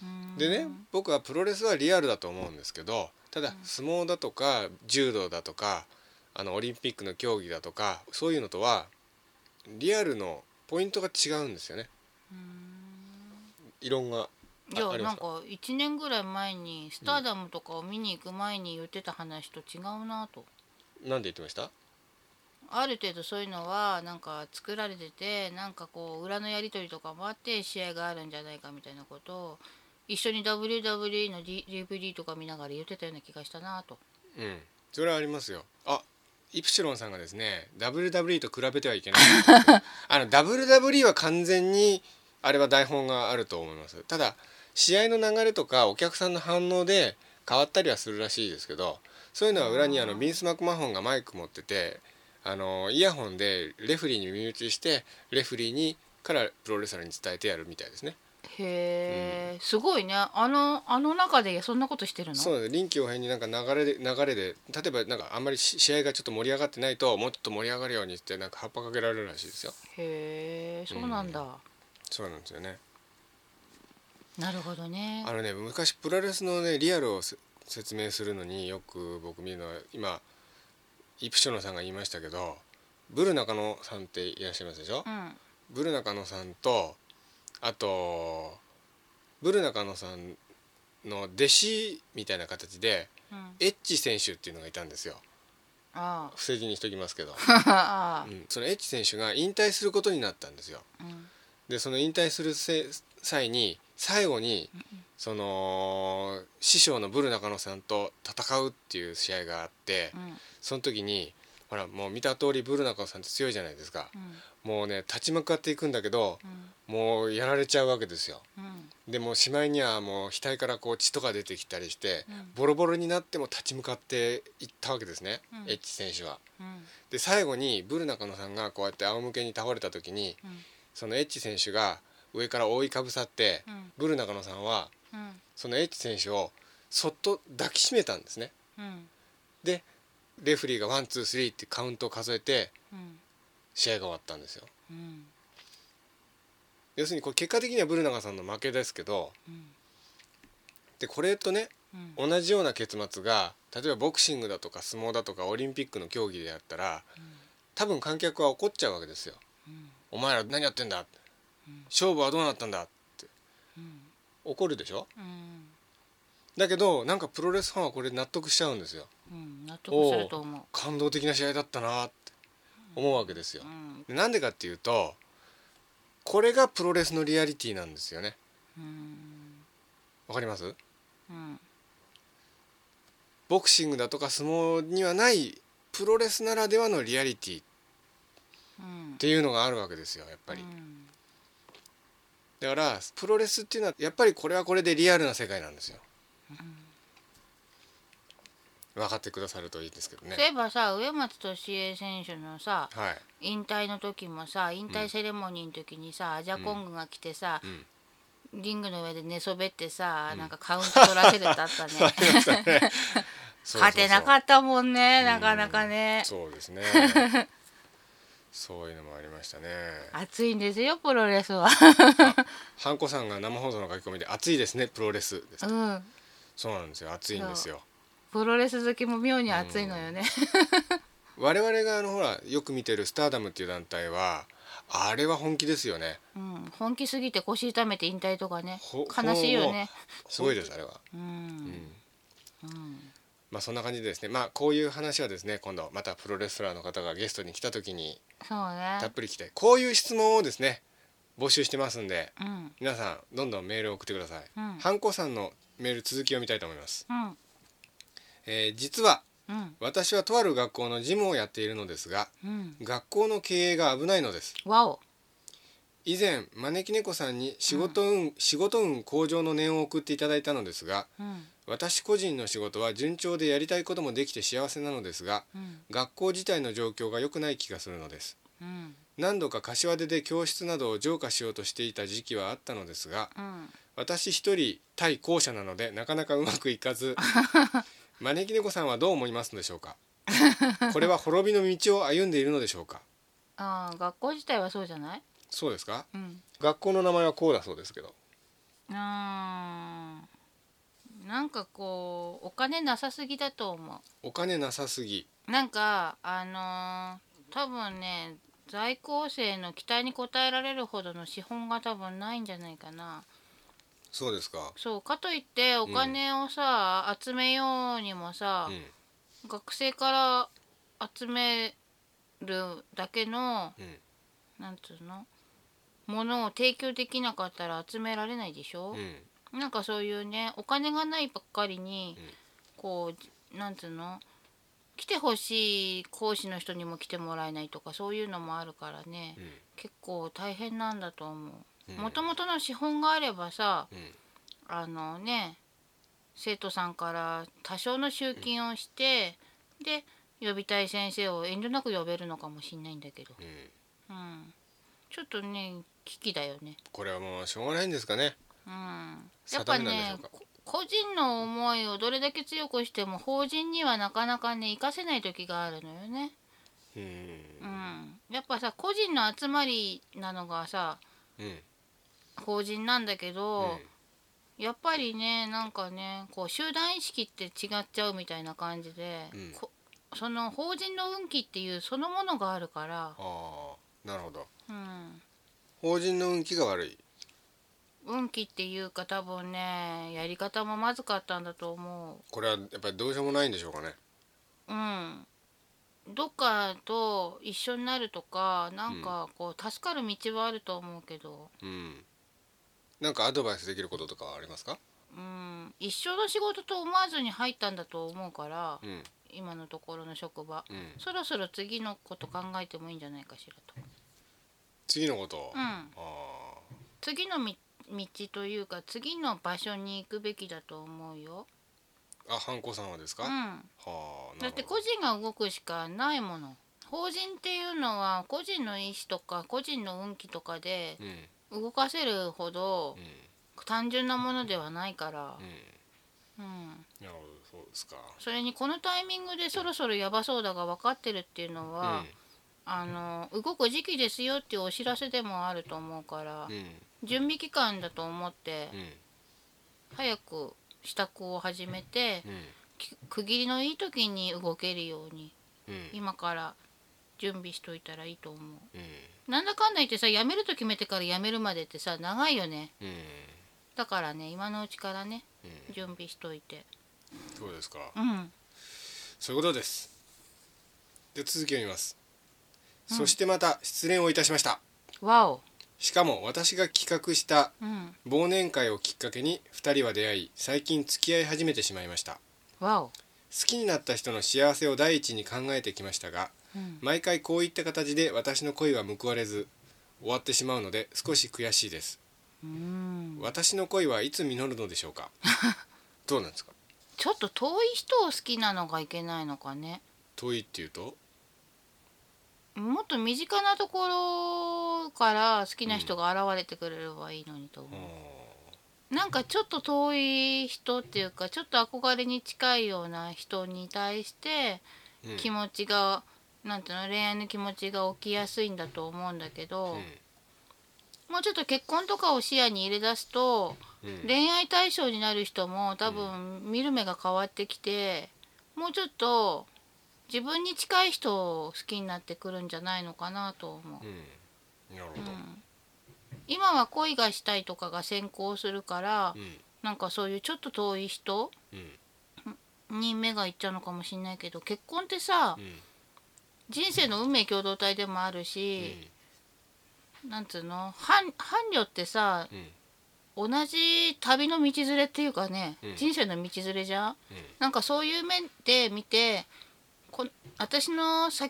[SPEAKER 1] うん
[SPEAKER 2] でね僕はプロレスはリアルだと思うんですけどただ相撲だとか柔道だとかあのオリンピックの競技だとかそういうのとはリアルのポイントが違うんですよね。異論が
[SPEAKER 1] いや
[SPEAKER 2] あありま
[SPEAKER 1] なん
[SPEAKER 2] すか
[SPEAKER 1] か1年ぐらい前にスターダムとかを見に行く前に言ってた話と違うなと。
[SPEAKER 2] なんで言ってました
[SPEAKER 1] ある程度そういうのはなんか作られててなんかこう裏のやり取りとかもあって試合があるんじゃないかみたいなことを一緒に WWE の D- DVD とか見ながら言ってたような気がしたなと。
[SPEAKER 2] うん、それはありますよ。あ、イプシロンさんがですね、WWE と比べてはい けないって言ってます。あの WWE は完全にあれは台本があると思います。ただ試合の流れとかお客さんの反応で変わったりはするらしいですけど、そういうのは裏にあのビンスマクマホンがマイク持ってて、あのイヤホンでレフェリーに耳打ちしてレフェリーにからプロレスラーに伝えてやるみたいですね。
[SPEAKER 1] へえ、すごいねあのあの中でそんなことしてるの
[SPEAKER 2] そうです臨機応変になんか流れで流れで例えばなんかあんまりし試合がちょっと盛り上がってないともっと盛り上がるようにってなんか葉っぱかけられるらしいですよ
[SPEAKER 1] へえそうなんだ、
[SPEAKER 2] そうなんですよね
[SPEAKER 1] なるほどね
[SPEAKER 2] あのね昔プロレスのねリアルをせ説明するのによく僕見るのは今イプショノさんが言いましたけどブル中野さんっていらっしゃいますでしょ、
[SPEAKER 1] うん
[SPEAKER 2] ブル中野さんとあとブル中野さんの弟子みたいな形で
[SPEAKER 1] うん
[SPEAKER 2] エッチ選手っていうのがいたんですよ
[SPEAKER 1] あ
[SPEAKER 2] 不正字にしときますけど
[SPEAKER 1] あああ
[SPEAKER 2] うんそのエッチ選手が引退することになったんですよ。
[SPEAKER 1] うん
[SPEAKER 2] でその引退するせ際に最後にその師匠のブル中野さんと戦うっていう試合があって
[SPEAKER 1] うん
[SPEAKER 2] その時にほらもう見た通りブル中野さんって強いじゃないですか
[SPEAKER 1] うん
[SPEAKER 2] もうね立ち向かっていくんだけど
[SPEAKER 1] うん
[SPEAKER 2] もうやられちゃうわけですよ。
[SPEAKER 1] うん
[SPEAKER 2] でもうしまいにはもう額からこう血とか出てきたりして
[SPEAKER 1] うん
[SPEAKER 2] ボロボロになっても立ち向かっていったわけですね、
[SPEAKER 1] うん
[SPEAKER 2] エッチ選手は。
[SPEAKER 1] うん
[SPEAKER 2] で最後にブル中野さんがこうやって仰向けに倒れた時に
[SPEAKER 1] うん
[SPEAKER 2] そのエッチ選手が上から覆いかぶさって、
[SPEAKER 1] うん
[SPEAKER 2] ブル中野さんは
[SPEAKER 1] うん
[SPEAKER 2] そのエッチ選手をそっと抱きしめたんですね
[SPEAKER 1] うん
[SPEAKER 2] でレフェリーがワンツースリーってカウントを数えて
[SPEAKER 1] うん
[SPEAKER 2] 試合が終わったんですよ
[SPEAKER 1] うん
[SPEAKER 2] 要するにこれ結果的にはブル中野さんの負けですけど
[SPEAKER 1] うん
[SPEAKER 2] でこれとね
[SPEAKER 1] うん
[SPEAKER 2] 同じような結末が例えばボクシングだとか相撲だとかオリンピックの競技でやったら多分観客は怒っちゃうわけですよ
[SPEAKER 1] うん
[SPEAKER 2] 「お前ら何やってんだ勝負はどうなったんだ」って
[SPEAKER 1] うん
[SPEAKER 2] 怒るでしょ
[SPEAKER 1] うん
[SPEAKER 2] だけどなんかプロレスファンはこれ納得しちゃうんですよ
[SPEAKER 1] うん納得すると思う。
[SPEAKER 2] 感動的な試合だったなって思うわけですよ
[SPEAKER 1] うん
[SPEAKER 2] でなんでかっていうとこれがプロレスのリアリティなんですよね
[SPEAKER 1] うん
[SPEAKER 2] わかります
[SPEAKER 1] うん
[SPEAKER 2] ボクシングだとか相撲にはないプロレスならではのリアリティっ
[SPEAKER 1] うん
[SPEAKER 2] ていうのがあるわけですよやっぱり、
[SPEAKER 1] うん
[SPEAKER 2] だからプロレスっていうのはやっぱりこれはこれでリアルな世界なんですよ、分かってくださるといいんですけど
[SPEAKER 1] そうい
[SPEAKER 2] ね
[SPEAKER 1] えばさ植松俊恵選手のさ
[SPEAKER 2] はい
[SPEAKER 1] 引退の時もさ引退セレモニーの時にさ、アジャコングが来てさ、リングの上で寝そべってさ、なんかカウント取らせる ってあったね勝てなか
[SPEAKER 2] っ
[SPEAKER 1] ったもんねなかなかね
[SPEAKER 2] そうですね そういうのもありましたね
[SPEAKER 1] 熱いんですよプロレス は
[SPEAKER 2] ハンコさんが生放送の書き込みで「熱いですねプロレス」です
[SPEAKER 1] うん
[SPEAKER 2] そうなんですよ熱いんですよ
[SPEAKER 1] プロレス好きも妙に熱いのよね、
[SPEAKER 2] 我々があのほらよく見てるスターダムっていう団体はあれは本気ですよね
[SPEAKER 1] うん、本気すぎて腰痛めて引退とかね
[SPEAKER 2] ほ
[SPEAKER 1] 悲しいよね
[SPEAKER 2] すごいですあれは
[SPEAKER 1] うん、うん
[SPEAKER 2] まあそんな感じでですねまあこういう話はですね今度またプロレスラーの方がゲストに来た時に
[SPEAKER 1] そうね
[SPEAKER 2] たっぷり来てこういう質問をですね募集してますんで
[SPEAKER 1] うん
[SPEAKER 2] 皆さんどんどんメールを送ってください、
[SPEAKER 1] うん
[SPEAKER 2] ハンコさんのメール続きを見たいと思います、
[SPEAKER 1] うん
[SPEAKER 2] えー実は
[SPEAKER 1] うん
[SPEAKER 2] 私はとある学校の事務をやっているのですが
[SPEAKER 1] うん
[SPEAKER 2] 学校の経営が危ないのです
[SPEAKER 1] わお
[SPEAKER 2] 以前招き猫さんに仕事運、仕事運向上の念を送っていただいたのですが
[SPEAKER 1] うん
[SPEAKER 2] 私個人の仕事は順調でやりたいこともできて幸せなのですが
[SPEAKER 1] うん
[SPEAKER 2] 学校自体の状況が良くない気がするのです
[SPEAKER 1] うん
[SPEAKER 2] 何度か柏出で教室などを浄化しようとしていた時期はあったのですが
[SPEAKER 1] うん
[SPEAKER 2] 私一人対後者なのでなかなかうまくいか ず招き猫さんはどう思いますのでしょうかこれは滅びの道を歩んでいるのでしょうか
[SPEAKER 1] ああ学校自体はそうじゃない
[SPEAKER 2] そうですか
[SPEAKER 1] うん
[SPEAKER 2] 学校の名前はこうだそうですけど
[SPEAKER 1] あーなんかこうお金なさすぎだと思
[SPEAKER 2] お金なさすぎ
[SPEAKER 1] うなんかあのー多分ね在校生の期待に応えられるほどの資本が多分ないんじゃないかな
[SPEAKER 2] そうですか
[SPEAKER 1] そうかといってお金をさ、集めようにもさ
[SPEAKER 2] う、ん
[SPEAKER 1] 学生から集めるだけの
[SPEAKER 2] うん
[SPEAKER 1] なんつうのものを提供できなかったら集められないでしょ
[SPEAKER 2] う、ん
[SPEAKER 1] なんかそういうねお金がないばっかりに、
[SPEAKER 2] うん
[SPEAKER 1] こうなんつうの来てほしい講師の人にも来てもらえないとかそういうのもあるからね、
[SPEAKER 2] うん
[SPEAKER 1] 結構大変なんだと思
[SPEAKER 2] う
[SPEAKER 1] う。
[SPEAKER 2] ん
[SPEAKER 1] もともとの資本があればさ
[SPEAKER 2] うん
[SPEAKER 1] あのね生徒さんから多少の集金をして、で呼びたい先生を遠慮なく呼べるのかもしんないんだけど、
[SPEAKER 2] うん
[SPEAKER 1] うん、ちょっとね危機だよね。
[SPEAKER 2] これはもうしょうがないんですかね
[SPEAKER 1] うんやっ
[SPEAKER 2] 定
[SPEAKER 1] ぱ
[SPEAKER 2] めなんでしょ
[SPEAKER 1] ね
[SPEAKER 2] うか
[SPEAKER 1] こ個人の思いをどれだけ強くしても法人にはなかなかね活かせない時があるのよね、
[SPEAKER 2] うん
[SPEAKER 1] うん、やっぱさ個人の集まりなのがさ
[SPEAKER 2] うん
[SPEAKER 1] 法人なんだけ
[SPEAKER 2] う
[SPEAKER 1] ど
[SPEAKER 2] ん、
[SPEAKER 1] やっぱりねなんかねこう集団意識って違っちゃうみたいな感じで、
[SPEAKER 2] うん
[SPEAKER 1] こその法人の運気っていうそのものがあるから、
[SPEAKER 2] ああなるほど
[SPEAKER 1] うん、
[SPEAKER 2] 法人の運気が悪い
[SPEAKER 1] 運気っていうか多分ねやり方もまずかったんだと思う。
[SPEAKER 2] これはやっぱりどうしようもないんでしょうかね
[SPEAKER 1] うん、どっかと一緒になるとかなんかこう助かる道はあると思うけど、
[SPEAKER 2] うんなんかアドバイスできることとかはありますか
[SPEAKER 1] うん、一緒の仕事と思わずに入ったんだと思うから
[SPEAKER 2] うん
[SPEAKER 1] 今のところの職場
[SPEAKER 2] うん
[SPEAKER 1] そろそろ次のこと考えてもいいんじゃないかしらと。
[SPEAKER 2] 次のことを
[SPEAKER 1] うん
[SPEAKER 2] ああ
[SPEAKER 1] 次のみ道というか次の場所に行くべきだと思うよ。
[SPEAKER 2] あ、ハンコさんはですか。
[SPEAKER 1] う
[SPEAKER 2] は
[SPEAKER 1] ん、
[SPEAKER 2] あ、なる
[SPEAKER 1] だ
[SPEAKER 2] ほ
[SPEAKER 1] って
[SPEAKER 2] ど
[SPEAKER 1] 個人が動くしかないもの。法人っていうのは個人の意思とか個人の運気とかで
[SPEAKER 2] うん、
[SPEAKER 1] 動かせるほど、
[SPEAKER 2] うん、
[SPEAKER 1] 単純なものではないから
[SPEAKER 2] う、ん、
[SPEAKER 1] うん、
[SPEAKER 2] なるほど、そうですか。
[SPEAKER 1] それにこのタイミングでそろそろやばそうだが分かってるっていうのは、あの動く時期ですよっていうお知らせでもあると思うから
[SPEAKER 2] うん、、うん、
[SPEAKER 1] 準備期間だと思って
[SPEAKER 2] うん、
[SPEAKER 1] 早く支度を始めて
[SPEAKER 2] うん、
[SPEAKER 1] き区切りのいい時に動けるように
[SPEAKER 2] うん、
[SPEAKER 1] 今から準備しといたらいいと思う。
[SPEAKER 2] うん、
[SPEAKER 1] なんだかんだ言ってさ辞めると決めてから辞めるまでってさ長いよね
[SPEAKER 2] うん、
[SPEAKER 1] だからね今のうちからね
[SPEAKER 2] うん、
[SPEAKER 1] 準備しといて
[SPEAKER 2] そうですか。
[SPEAKER 1] うん
[SPEAKER 2] そういうことです。で、続きを見ます。そしてまた失恋をいたしました。
[SPEAKER 1] わお
[SPEAKER 2] しかも私が企画した
[SPEAKER 1] うん
[SPEAKER 2] 忘年会をきっかけに二人は出会い最近付き合い始めてしまいました
[SPEAKER 1] わお
[SPEAKER 2] 好きになった人の幸せを第一に考えてきましたが
[SPEAKER 1] うん
[SPEAKER 2] 毎回こういった形で私の恋は報われず終わってしまうので少し悔しいです
[SPEAKER 1] うん
[SPEAKER 2] 私の恋はいつ実るのでしょうかどうなんですか
[SPEAKER 1] ちょっと遠い人を好きなのがいけないのかね
[SPEAKER 2] 遠いっていうと
[SPEAKER 1] もっと身近なところから好きな人が現れてくれればいいのにと思
[SPEAKER 2] う
[SPEAKER 1] う、
[SPEAKER 2] ん
[SPEAKER 1] なんかちょっと遠い人っていうかちょっと憧れに近いような人に対して
[SPEAKER 2] うん
[SPEAKER 1] 気持ちが、なんていうの恋愛の気持ちが起きやすいんだと思うんだけど、もうちょっと結婚とかを視野に入れ出すと
[SPEAKER 2] うんうん
[SPEAKER 1] 恋愛対象になる人も多分見る目が変わってきてもうちょっと自分に近い人を好きになってくるんじゃないのかなと思う。
[SPEAKER 2] うんなるほ
[SPEAKER 1] う
[SPEAKER 2] ど
[SPEAKER 1] ん今は恋がしたいとかが先行するから、
[SPEAKER 2] うん
[SPEAKER 1] なんかそういうちょっと遠い人
[SPEAKER 2] うん
[SPEAKER 1] に目がいっちゃうのかもしんないけど結婚ってさ、
[SPEAKER 2] うん
[SPEAKER 1] 人生の運命共同体でもあるし、なんつうの伴伴侶ってさ
[SPEAKER 2] うん
[SPEAKER 1] 同じ旅の道連れっていうかね、
[SPEAKER 2] うん
[SPEAKER 1] 人生の道連れじゃん
[SPEAKER 2] うん
[SPEAKER 1] なんかそういう面で見てこ私のさ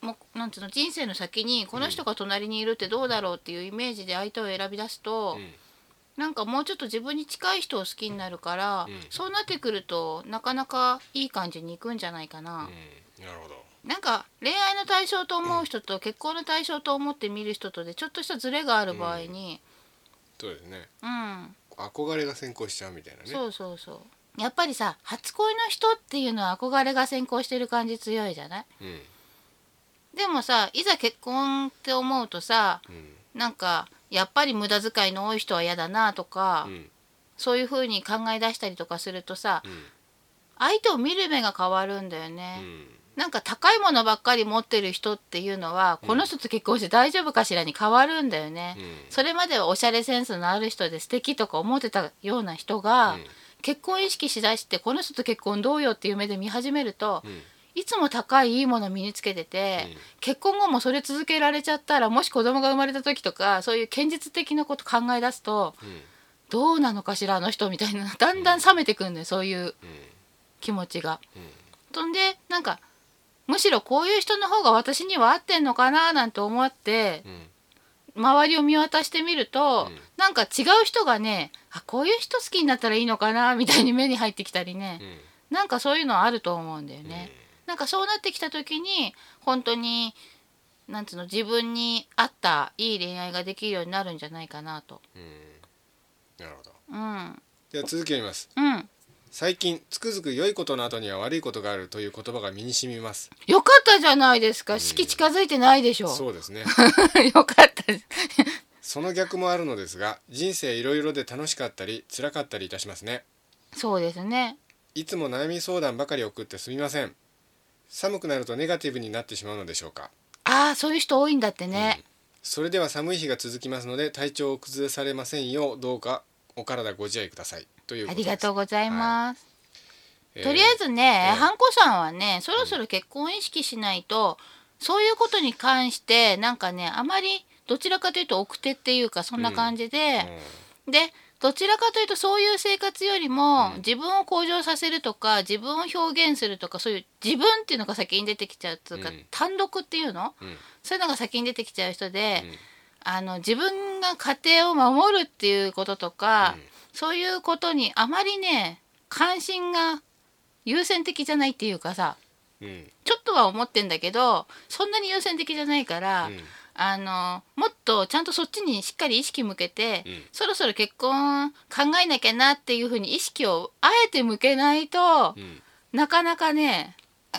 [SPEAKER 1] もなんつうの人生の先にこの人が隣にいるってどうだろうっていうイメージで相手を選び出すと、
[SPEAKER 2] うん
[SPEAKER 1] なんかもうちょっと自分に近い人を好きになるから、
[SPEAKER 2] うん
[SPEAKER 1] そうなってくるとなかなかいい感じにいくんじゃないかな、
[SPEAKER 2] うんなるほど
[SPEAKER 1] なんか恋愛の対象と思う人と結婚の対象と思って見る人とでちょっとしたズレがある場合に
[SPEAKER 2] そうですね
[SPEAKER 1] うん、
[SPEAKER 2] 憧れが先行しちゃうみたいなね
[SPEAKER 1] そうそうそうやっぱりさ初恋の人っていうのは憧れが先行してる感じ強いじゃない
[SPEAKER 2] うん
[SPEAKER 1] でもさいざ結婚って思うとさ
[SPEAKER 2] うん
[SPEAKER 1] なんかやっぱり無駄遣いの多い人は嫌だなとか、
[SPEAKER 2] うん
[SPEAKER 1] そういう風に考え出したりとかするとさ、
[SPEAKER 2] うん
[SPEAKER 1] 相手を見る目が変わるんだよ
[SPEAKER 2] う
[SPEAKER 1] ね、
[SPEAKER 2] ん
[SPEAKER 1] なんか高いものばっかり持ってる人っていうのは、
[SPEAKER 2] うん
[SPEAKER 1] この人と結婚して大丈夫かしらに変わるんだよね、
[SPEAKER 2] うん
[SPEAKER 1] それまではおしゃれセンスのある人で素敵とか思ってたような人が、
[SPEAKER 2] うん
[SPEAKER 1] 結婚意識しだしてこの人と結婚どうよっていう目で見始めると、
[SPEAKER 2] うん
[SPEAKER 1] いつも高いいいもの身につけてて、
[SPEAKER 2] うん
[SPEAKER 1] 結婚後もそれ続けられちゃったらもし子供が生まれた時とかそういう堅実的なこと考え出すと
[SPEAKER 2] うん
[SPEAKER 1] どうなのかしらあの人みたいな だんだん冷めてくんだよそういう
[SPEAKER 2] う
[SPEAKER 1] 気持ちが。
[SPEAKER 2] んうん
[SPEAKER 1] そんでなんかむしろこういう人の方が私には合ってんのかななんて思って
[SPEAKER 2] うん
[SPEAKER 1] 周りを見渡してみると、
[SPEAKER 2] うん
[SPEAKER 1] なんか違う人がねあこういう人好きになったらいいのかなみたいに目に入ってきたりね、
[SPEAKER 2] うん
[SPEAKER 1] なんかそういうのあると思うんだよね。なんかそうなってきた時に本当になんつうの自分に合ったいい恋愛ができるようになるんじゃないかなと。
[SPEAKER 2] うんなるほど
[SPEAKER 1] うん、
[SPEAKER 2] では続きを読みます
[SPEAKER 1] うん
[SPEAKER 2] 最近つくづく良いことの後には悪いことがあるという言葉が身に染みます
[SPEAKER 1] よかったじゃないですか。式近づいてないでしょ。
[SPEAKER 2] そうですね
[SPEAKER 1] よかった。
[SPEAKER 2] その逆もあるのですが人生いろいろで楽しかったり辛かったりいたしますね
[SPEAKER 1] そうですね。
[SPEAKER 2] いつも悩み相談ばかり送ってすみません寒くなるとネガティブになってしまうのでしょうか
[SPEAKER 1] ああそういう人多いんだってね、
[SPEAKER 2] それでは寒い日が続きますので体調を崩されませんようどうかお体ご自愛くださいという
[SPEAKER 1] あ
[SPEAKER 2] ことで
[SPEAKER 1] り
[SPEAKER 2] す
[SPEAKER 1] がとうございます、
[SPEAKER 2] えー
[SPEAKER 1] とりあえずね、
[SPEAKER 2] えー
[SPEAKER 1] ハンコさんはねそろそろ結婚意識しないと、そういうことに関してなんかねあまりどちらかというと奥手っていうかそんな感じで、でどちらかというとそういう生活よりも、
[SPEAKER 2] うん
[SPEAKER 1] 自分を向上させるとか自分を表現するとかそういう自分っていうのが先に出てきちゃうというか、
[SPEAKER 2] うん
[SPEAKER 1] 単独っていうの
[SPEAKER 2] うんうん
[SPEAKER 1] そういうのが先に出てきちゃう人で、
[SPEAKER 2] うん
[SPEAKER 1] あの自分が家庭を守るっていうこととか、
[SPEAKER 2] うん
[SPEAKER 1] そういうことにあまりね関心が優先的じゃないっていうかさ
[SPEAKER 2] うん
[SPEAKER 1] ちょっとは思ってんだけどそんなに優先的じゃないから、
[SPEAKER 2] うん
[SPEAKER 1] あのもっとちゃんとそっちにしっかり意識向けて、
[SPEAKER 2] うん
[SPEAKER 1] そろそろ結婚考えなきゃなっていうふうに意識をあえて向けないと、
[SPEAKER 2] うん
[SPEAKER 1] なかなかね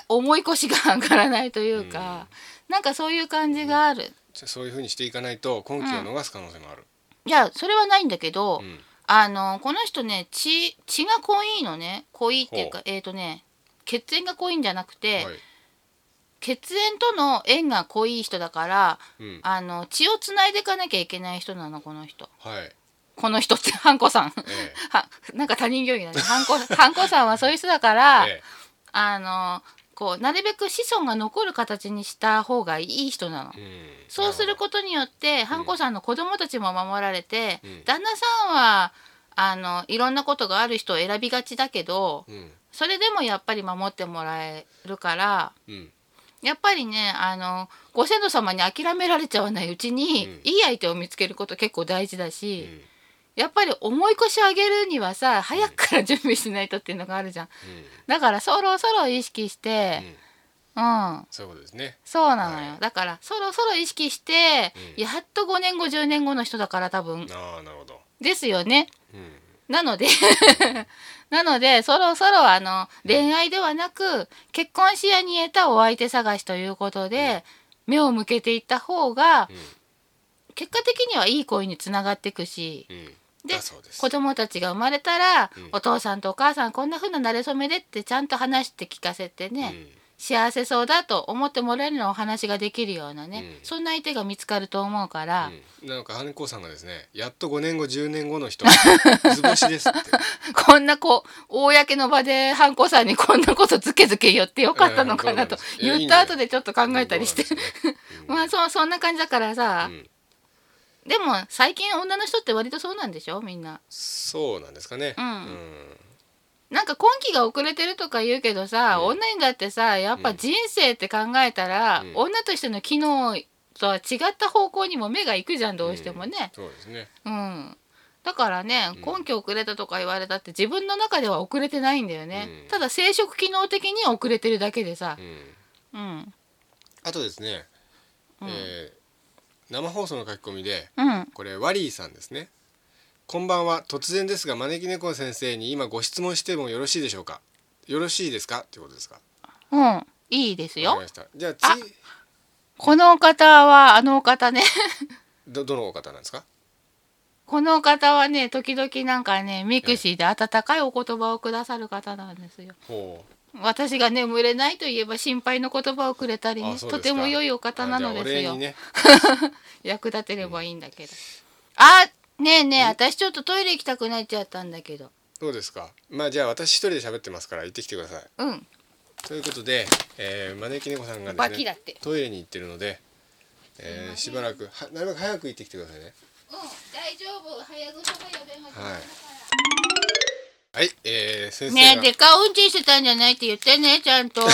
[SPEAKER 1] 重い腰が上がらないというか、なんかそういう感じがある。
[SPEAKER 2] じゃあそういうふうにしていかないと今期を逃す可能性もある、
[SPEAKER 1] いやそれはないんだけど、
[SPEAKER 2] うん
[SPEAKER 1] あのこの人ね血血が濃いのね濃いっていうか
[SPEAKER 2] ほ
[SPEAKER 1] えっ、とね血縁が濃いんじゃなくて、
[SPEAKER 2] はい
[SPEAKER 1] 血縁との縁が濃い人だから
[SPEAKER 2] うん
[SPEAKER 1] あの血をつないでいかなきゃいけない人なのこの人
[SPEAKER 2] はい
[SPEAKER 1] この人ってハンコさん
[SPEAKER 2] え
[SPEAKER 1] はなんか他人行儀だねハンコ ハンコさんはそういう人だから、
[SPEAKER 2] ええ
[SPEAKER 1] あのこうなるべく子孫が残る形にした方がいい人なの
[SPEAKER 2] えうん
[SPEAKER 1] そうすることによって、ハンコさんの子供たちも守られて、
[SPEAKER 2] うん
[SPEAKER 1] 旦那さんはあのいろんなことがある人を選びがちだけど、
[SPEAKER 2] うん
[SPEAKER 1] それでもやっぱり守ってもらえるから
[SPEAKER 2] うん
[SPEAKER 1] やっぱりねあのご先祖様に諦められちゃわないうちに、
[SPEAKER 2] うん
[SPEAKER 1] いい相手を見つけること結構大事だ
[SPEAKER 2] う
[SPEAKER 1] し、
[SPEAKER 2] ん
[SPEAKER 1] やっぱり重い腰上げるにはさ早くから準備しないとっていうのがあるじゃん
[SPEAKER 2] うん
[SPEAKER 1] だからそろそろ意識し
[SPEAKER 2] う
[SPEAKER 1] て
[SPEAKER 2] ん
[SPEAKER 1] うん、
[SPEAKER 2] そういうことですね
[SPEAKER 1] そうなのよ、
[SPEAKER 2] は
[SPEAKER 1] だからそろそろ意識して、
[SPEAKER 2] うん
[SPEAKER 1] やっと5年後10年後の人だから多分
[SPEAKER 2] ああなるほど
[SPEAKER 1] ですよね
[SPEAKER 2] うん
[SPEAKER 1] なのでなのでそろそろあの恋愛ではなく結婚視野に得たお相手探しということで、目を向けていった方が結果的にはいい恋につながっていくし、
[SPEAKER 2] うんうん
[SPEAKER 1] で
[SPEAKER 2] だそうです
[SPEAKER 1] 子供たちが生まれたら、
[SPEAKER 2] うん
[SPEAKER 1] お父さんとお母さんこんな風な馴れ初めでってちゃんと話して聞かせてね、幸せそうだと思ってもらえるようなお話ができるようなね、
[SPEAKER 2] うん
[SPEAKER 1] そんな相手が見つかると思うから、
[SPEAKER 2] うん、なんか羽子さんがですねやっと5年後10年後の人図星ですって
[SPEAKER 1] こんなこう公の場でハンコさんにこんなことずけずけ言ってよかったのかなと
[SPEAKER 2] うんうん
[SPEAKER 1] 言った後でちょっ と考えたりして
[SPEAKER 2] どうなんですかね
[SPEAKER 1] まあそそんな感じだからさ、
[SPEAKER 2] うん
[SPEAKER 1] でも最近女の人って割とそうなんでしょみんな。
[SPEAKER 2] そうなんですかね
[SPEAKER 1] うん
[SPEAKER 2] うん
[SPEAKER 1] なんか今期が遅れてるとか言うけどさ、
[SPEAKER 2] うん
[SPEAKER 1] 女にだってさやっぱ人生って考えたら、
[SPEAKER 2] うん
[SPEAKER 1] 女としての機能とは違った方向にも目が行くじゃんどうしてもね。
[SPEAKER 2] そうですね
[SPEAKER 1] うん、だからね
[SPEAKER 2] うん
[SPEAKER 1] 根拠遅れたとか言われたって自分の中では遅れてないんだよね、
[SPEAKER 2] うん
[SPEAKER 1] ただ生殖機能的には遅れてるだけでさ
[SPEAKER 2] う、ん
[SPEAKER 1] うん、
[SPEAKER 2] あとですね、
[SPEAKER 1] うん
[SPEAKER 2] えー生放送の書き込みで
[SPEAKER 1] うん
[SPEAKER 2] これワリーさんですねこんばんは突然ですが招き猫先生に今ご質問してもよろしいでしょうかよろしいですかということですか
[SPEAKER 1] うんいいです
[SPEAKER 2] わか
[SPEAKER 1] よ
[SPEAKER 2] りましたじゃあ次
[SPEAKER 1] このお方はあのお方ね
[SPEAKER 2] どどのお方なんですか
[SPEAKER 1] このお方はね時々なんかねミクシーで温かいお言葉をくださる方なんですよ
[SPEAKER 2] ほう
[SPEAKER 1] 私が眠れないといえば心配の言葉をくれたりね
[SPEAKER 2] あそうです
[SPEAKER 1] と
[SPEAKER 2] か
[SPEAKER 1] ても良いお方なの
[SPEAKER 2] あじゃあ
[SPEAKER 1] で
[SPEAKER 2] お
[SPEAKER 1] す
[SPEAKER 2] 礼
[SPEAKER 1] よ、
[SPEAKER 2] にね
[SPEAKER 1] 役立てればいいんだけど、あねえねえ私ちょっとトイレ行きたくなっちゃったんだけど
[SPEAKER 2] どうですかまあじゃあ私一人で喋ってますから行ってきてください
[SPEAKER 1] うん
[SPEAKER 2] ということで、えー、招き猫さんが
[SPEAKER 1] バ
[SPEAKER 2] です
[SPEAKER 1] キだ
[SPEAKER 2] ね
[SPEAKER 1] って。
[SPEAKER 2] トイレに行ってるので、えー、しばらくはなるべく早く行ってきてくださいね
[SPEAKER 1] うん、大丈夫。早草が呼べま
[SPEAKER 2] はい、えー、先
[SPEAKER 1] ね
[SPEAKER 2] 生が
[SPEAKER 1] え、でかうんちしてたんじゃないって言ってね、ちゃんと。ゆう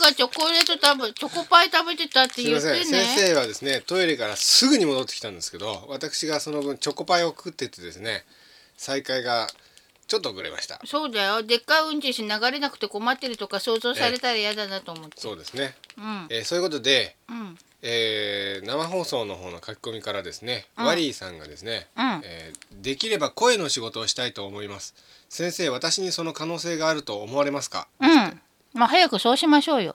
[SPEAKER 1] がチョコレート食べ、チョコパイ食べてたって
[SPEAKER 2] すい
[SPEAKER 1] 言
[SPEAKER 2] ま
[SPEAKER 1] っ
[SPEAKER 2] せん
[SPEAKER 1] て
[SPEAKER 2] 先
[SPEAKER 1] ね。
[SPEAKER 2] 生はですねトイレからすぐに戻ってきたんですけど私がその分チョコパイを食っててですね再開がちょっと遅れました
[SPEAKER 1] そうだよ。でっかいうんちし流れなくて困ってるとか想像されたら嫌だなと思って。
[SPEAKER 2] そうですね、
[SPEAKER 1] うん。
[SPEAKER 2] えー、そういうことで、
[SPEAKER 1] うん。
[SPEAKER 2] えー、生放送の方の書き込みからですね、
[SPEAKER 1] うん
[SPEAKER 2] ワリーさんがですね、
[SPEAKER 1] うん
[SPEAKER 2] えーできれば声の仕事をしたいと思います先生私にその可能性があると思われますか
[SPEAKER 1] うん。まあ早くそうしましょうよ。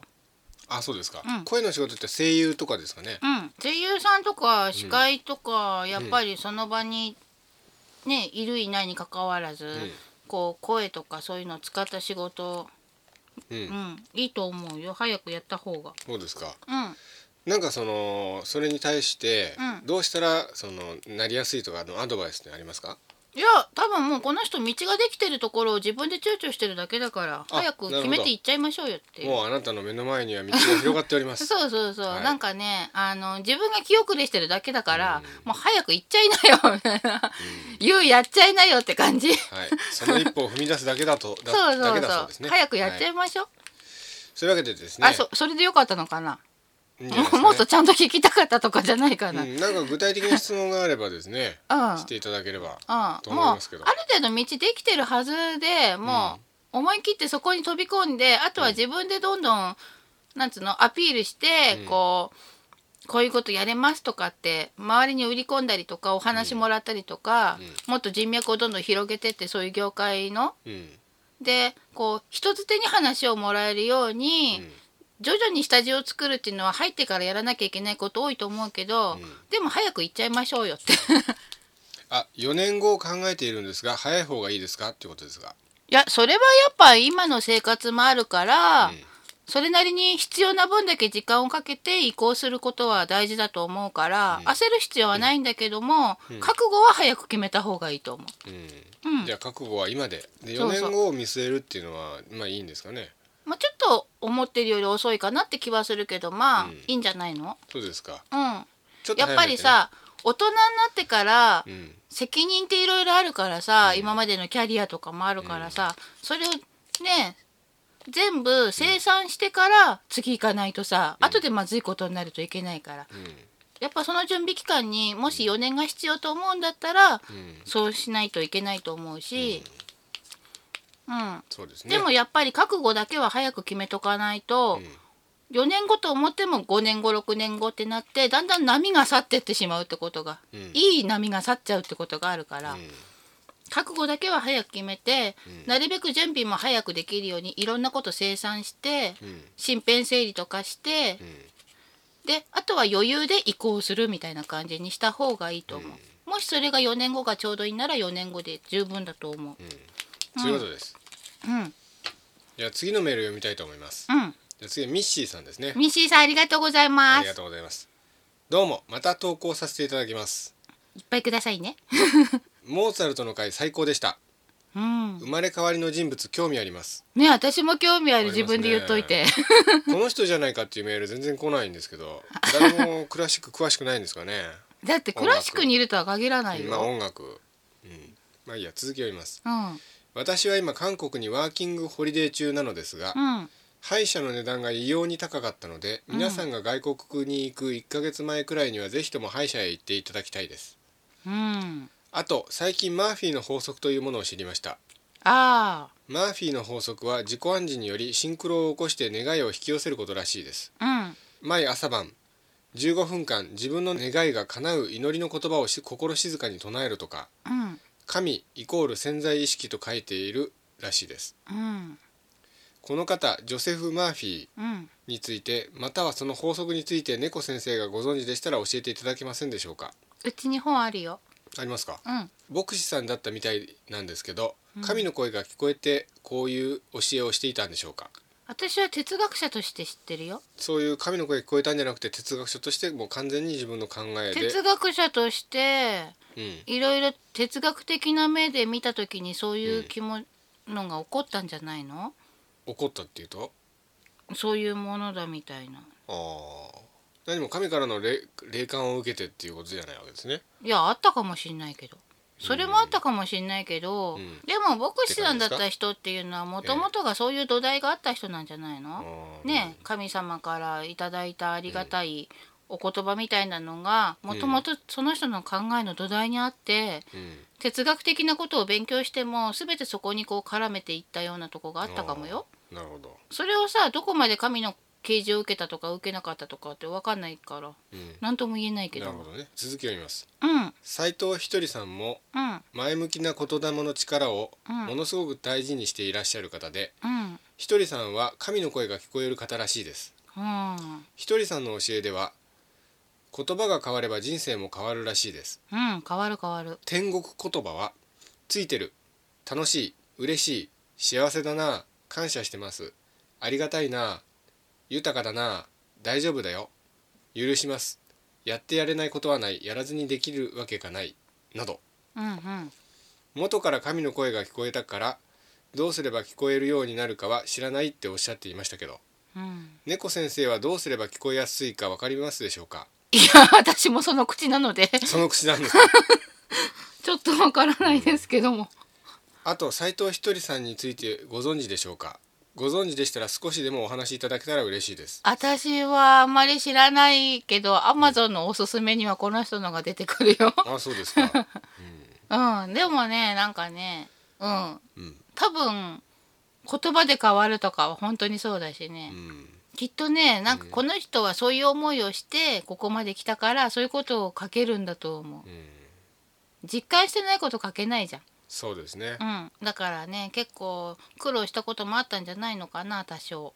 [SPEAKER 2] あそうですか、
[SPEAKER 1] うん
[SPEAKER 2] 声の仕事って声優とかですかね
[SPEAKER 1] うん。声優さんとか司会とか、やっぱりその場に、ね、いるいないにかかわらず、
[SPEAKER 2] ん
[SPEAKER 1] こう声とかそういうのを使った仕事、
[SPEAKER 2] うん、
[SPEAKER 1] うん、いいと思うよ。早くやった方が。
[SPEAKER 2] そうですか
[SPEAKER 1] うん。
[SPEAKER 2] なんかそのそれに対して
[SPEAKER 1] うん
[SPEAKER 2] どうしたらそのなりやすいとかのアドバイスってありますか
[SPEAKER 1] いや多分もうこの人道ができてるところを自分で躊躇してるだけだから
[SPEAKER 2] あ
[SPEAKER 1] 早く決めていっちゃいましょうよっていう
[SPEAKER 2] もうあなたの目の前には道が広がっており ます
[SPEAKER 1] そうそうそう、
[SPEAKER 2] はい
[SPEAKER 1] なんかねあの自分が気遅れしてるだけだから、もう早く行っちゃいなよみたいな言うやっちゃいなよって感じ、
[SPEAKER 2] はい、その一歩を踏み出すだけだとだ
[SPEAKER 1] そうそう
[SPEAKER 2] だ
[SPEAKER 1] そ
[SPEAKER 2] け
[SPEAKER 1] う
[SPEAKER 2] だそうですね
[SPEAKER 1] 早くやっちゃ
[SPEAKER 2] はい
[SPEAKER 1] ましょう、
[SPEAKER 2] そういうわけでですね
[SPEAKER 1] あそそれでよかったのかな、
[SPEAKER 2] いいんじゃないですかね
[SPEAKER 1] もっとちゃんと聞きたかったとかじゃないかな、
[SPEAKER 2] うん、なんか具体的な質問があればですね
[SPEAKER 1] うん
[SPEAKER 2] していただければと思
[SPEAKER 1] うん、
[SPEAKER 2] い
[SPEAKER 1] もうある
[SPEAKER 2] ますけど
[SPEAKER 1] 程度道できてるはずでもう思い切ってそこに飛び込んであとは自分でどんどんなんつうのアピールして、
[SPEAKER 2] うん
[SPEAKER 1] こうこういうことやれますとかって周りに売り込んだりとかお話もらったりとか、
[SPEAKER 2] う
[SPEAKER 1] もっと人脈をどんどん広げてってそういう業界の。
[SPEAKER 2] うん
[SPEAKER 1] でこう人づてに話をもらえるように、徐々に下地を作るっていうのは入ってからやらなきゃいけないこと多いと思うけど、
[SPEAKER 2] うん
[SPEAKER 1] でも早く行っちゃいましょうよって。
[SPEAKER 2] あ4年後を考えているんですが早い方がいいですかっていうことですが、
[SPEAKER 1] いやそれはやっぱ今の生活もあるから、
[SPEAKER 2] うん
[SPEAKER 1] それなりに必要な分だけ時間をかけて移行することは大事だと思うから、
[SPEAKER 2] うん
[SPEAKER 1] 焦る必要はないんだけども、
[SPEAKER 2] うん
[SPEAKER 1] 覚悟は早く決めた方がいいと思う。
[SPEAKER 2] うん
[SPEAKER 1] うん
[SPEAKER 2] じゃあ覚悟は今でで
[SPEAKER 1] そ
[SPEAKER 2] 4
[SPEAKER 1] うそ
[SPEAKER 2] 年
[SPEAKER 1] う
[SPEAKER 2] 後を見据えるっていうのはまあいいんですかね
[SPEAKER 1] まあ、ちょっと思ってるより遅いかなって気はするけどまあ、
[SPEAKER 2] うん
[SPEAKER 1] いいんじゃないの、
[SPEAKER 2] そうですか
[SPEAKER 1] うん、や
[SPEAKER 2] ちょっと早
[SPEAKER 1] っ
[SPEAKER 2] め
[SPEAKER 1] ぱ
[SPEAKER 2] てね
[SPEAKER 1] りさ大人になってから、
[SPEAKER 2] うん
[SPEAKER 1] 責任っていろいろあるからさ、今までのキャリアとかもあるからさ、それをね全部生産してから次行かないとさ、後でまずいことになるといけないからやっぱその準備期間にもし4年が必要と思うんだった
[SPEAKER 2] う
[SPEAKER 1] ら
[SPEAKER 2] んうん
[SPEAKER 1] そうしないといけないと思うし、うん、
[SPEAKER 2] そうですね
[SPEAKER 1] でもやっぱり覚悟だけは早く決めとかないと、
[SPEAKER 2] う
[SPEAKER 1] 4年後と思っても5年後6年後ってなってだんだん波が去ってってしまうってことが、
[SPEAKER 2] んうん
[SPEAKER 1] いい波が去っちゃうってことがあるから、
[SPEAKER 2] うん
[SPEAKER 1] 覚悟だけは早く決めて、
[SPEAKER 2] うん
[SPEAKER 1] なるべく準備も早くできるようにいろんなこと生産して
[SPEAKER 2] うん
[SPEAKER 1] 身辺整理とかして
[SPEAKER 2] うん
[SPEAKER 1] であとは余裕で移行するみたいな感じにした方がいいと思う、もしそれが4年後がちょうどいいなら4年後で十分だと思う
[SPEAKER 2] うんそういうことです
[SPEAKER 1] うん
[SPEAKER 2] じゃあ次のメール読みたいと思います
[SPEAKER 1] うん
[SPEAKER 2] じゃあ次はミッシーさんですね
[SPEAKER 1] ミッシーさんありがとうござい
[SPEAKER 2] あ
[SPEAKER 1] ま
[SPEAKER 2] りが
[SPEAKER 1] す
[SPEAKER 2] とうございますどうもまた投稿させていただきます
[SPEAKER 1] いっぱいくださいね
[SPEAKER 2] モーツァルトの回最高でした
[SPEAKER 1] うん
[SPEAKER 2] 生まれ変わりの人物興味あります
[SPEAKER 1] ね私も興味ある
[SPEAKER 2] あり
[SPEAKER 1] 自
[SPEAKER 2] ますね
[SPEAKER 1] 分で言っと いて
[SPEAKER 2] この人じゃないかっていうメール全然来ないんですけ ど誰もクラシック詳しくないんですかね
[SPEAKER 1] だってクラシックにいるとは限らない
[SPEAKER 2] まあ
[SPEAKER 1] よ
[SPEAKER 2] 音楽、うん、まあいいや続き読みます
[SPEAKER 1] うん
[SPEAKER 2] 私は今韓国にワーキングホリデー中なのですが、
[SPEAKER 1] うん
[SPEAKER 2] 歯医者の値段が異様に高かったので
[SPEAKER 1] うん
[SPEAKER 2] 皆さんが外国に行く1ヶ月前くらいにはぜひとも歯医者へ行っていただきたいです
[SPEAKER 1] うん
[SPEAKER 2] あと最近マーフィーの法則というものを知りました
[SPEAKER 1] あ
[SPEAKER 2] マーフィーの法則は自己暗示によりシンクロを起こして願いを引き寄せることらしいです
[SPEAKER 1] あうん
[SPEAKER 2] 毎朝晩15分間自分の願いが叶う祈りの言葉をし心静かに唱えるとか
[SPEAKER 1] うん
[SPEAKER 2] 神イコール潜在意識と書いているらしいです
[SPEAKER 1] うん
[SPEAKER 2] この方ジョセフ・マーフィー
[SPEAKER 1] うん
[SPEAKER 2] についてまたはその法則について猫先生がご存知でしたら教えていただけませんでしょうか
[SPEAKER 1] うちに本あるよ
[SPEAKER 2] ありますか
[SPEAKER 1] うん
[SPEAKER 2] 牧師さんだったみたいなんですけど
[SPEAKER 1] うん
[SPEAKER 2] 神の声が聞こえてこういう教えをしていたんでしょうか
[SPEAKER 1] 私は哲学者として知ってるよ
[SPEAKER 2] そういう神の声が聞こえたんじゃなくて哲学者としてもう完全に自分の考えで、
[SPEAKER 1] 哲学者として
[SPEAKER 2] うん、
[SPEAKER 1] いろいろ哲学的な目で見た時にそういう気ものが起こったんじゃないの、
[SPEAKER 2] 怒ったっていうと
[SPEAKER 1] そういうものだみたいな
[SPEAKER 2] あー何も神からの霊霊感を受けてっていうことじゃないわけですね。
[SPEAKER 1] いやあったかもしんないけどそれもあったかもしんないけど、
[SPEAKER 2] うん
[SPEAKER 1] でも牧師さんだった人っていうのはもともとがそういう土台があった人なんじゃないの、ねえ神様からいただいたありがたいお言葉みたいなのがもともとその人の考えの土台にあって
[SPEAKER 2] うん、うん
[SPEAKER 1] 哲学的なことを勉強しても全てそこにこう絡めていったようなとこがあったかもよ。
[SPEAKER 2] なるほど。
[SPEAKER 1] それをさどこまで神の啓示を受けたとか受けなかったとかって分かんないから
[SPEAKER 2] うん、
[SPEAKER 1] 何とも言えないけ
[SPEAKER 2] な
[SPEAKER 1] ど
[SPEAKER 2] るほどね。続き読みます。
[SPEAKER 1] うんうん
[SPEAKER 2] 斉藤ひとりさんも
[SPEAKER 1] うん
[SPEAKER 2] 前向きな言霊の力を
[SPEAKER 1] うん
[SPEAKER 2] ものすごく大事にしていらっしゃる方で、
[SPEAKER 1] うん
[SPEAKER 2] ひとりさんは神の声が聞こえる方らしいです。ひとりさんの教えでは、言葉が変われば人生も変わるらしいです。
[SPEAKER 1] うん変わる変わる
[SPEAKER 2] 天国言葉はついてる楽しい嬉しい幸せだな感謝してますありがたいな豊かだな大丈夫だよ許しますやってやれないことはないやらずにできるわけがないなど
[SPEAKER 1] うんうん
[SPEAKER 2] 元から神の声が聞こえたからどうすれば聞こえるようになるかは知らないっておっしゃっていましたけど
[SPEAKER 1] うん
[SPEAKER 2] 猫先生はどうすれば聞こえやすいかわかりますでしょうか
[SPEAKER 1] いや私もその口なので
[SPEAKER 2] その口なんですか
[SPEAKER 1] ちょっと分からないですけども
[SPEAKER 2] あと斉藤ひとりさんについてご存知でしょうかご存知でしたら少しでもお話しいただけたら嬉しいです
[SPEAKER 1] 私はあまり知らないけどアマゾンのおすすめにはこの人のが出てくるよ
[SPEAKER 2] あそうです か
[SPEAKER 1] うんでもねなんかねうん
[SPEAKER 2] うん
[SPEAKER 1] 多分言葉で変わるとかは本当にそうだし
[SPEAKER 2] う
[SPEAKER 1] ね、
[SPEAKER 2] ん
[SPEAKER 1] きっとねなんかこの人はそういう思いをしてここまで来たからそういうことを書けるんだと思う
[SPEAKER 2] うん
[SPEAKER 1] 実感してないこと書けないじゃん
[SPEAKER 2] そうですね
[SPEAKER 1] うん、だからね結構苦労したこともあったんじゃないのかな多少。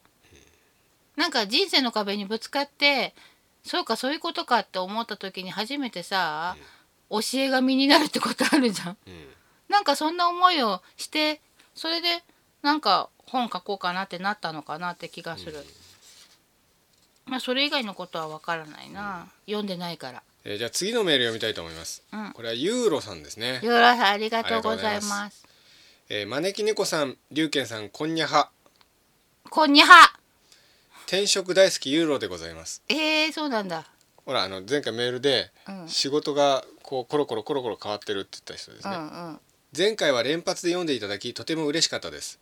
[SPEAKER 1] なんか人生の壁にぶつかってそうかそういうことかって思った時に初めてさ、教えが身になるってことあるじゃん。
[SPEAKER 2] うん
[SPEAKER 1] なんかそんな思いをしてそれでなんか本書こうかなってなったのかなって気がする。まあそれ以外のことはわからないな、読んでないから。
[SPEAKER 2] えーじゃあ次のメール読みたいと思います、
[SPEAKER 1] うん
[SPEAKER 2] これはユーロさんですね、
[SPEAKER 1] よろさんありがとう
[SPEAKER 2] あ
[SPEAKER 1] ござ
[SPEAKER 2] りがとうござい
[SPEAKER 1] い
[SPEAKER 2] ま
[SPEAKER 1] ます。
[SPEAKER 2] えー招き猫さん龍賢さんこんにゃは
[SPEAKER 1] こんにゃは。
[SPEAKER 2] 転職大好きユーロでございます
[SPEAKER 1] えー、そうなんだ。
[SPEAKER 2] ほらあの前回メールで
[SPEAKER 1] うん。
[SPEAKER 2] 仕事がこうコロコロコロコロ変わってるって言った人です
[SPEAKER 1] う
[SPEAKER 2] ね、
[SPEAKER 1] んうん。
[SPEAKER 2] 前回は連発で読んでいただきとても嬉しかったです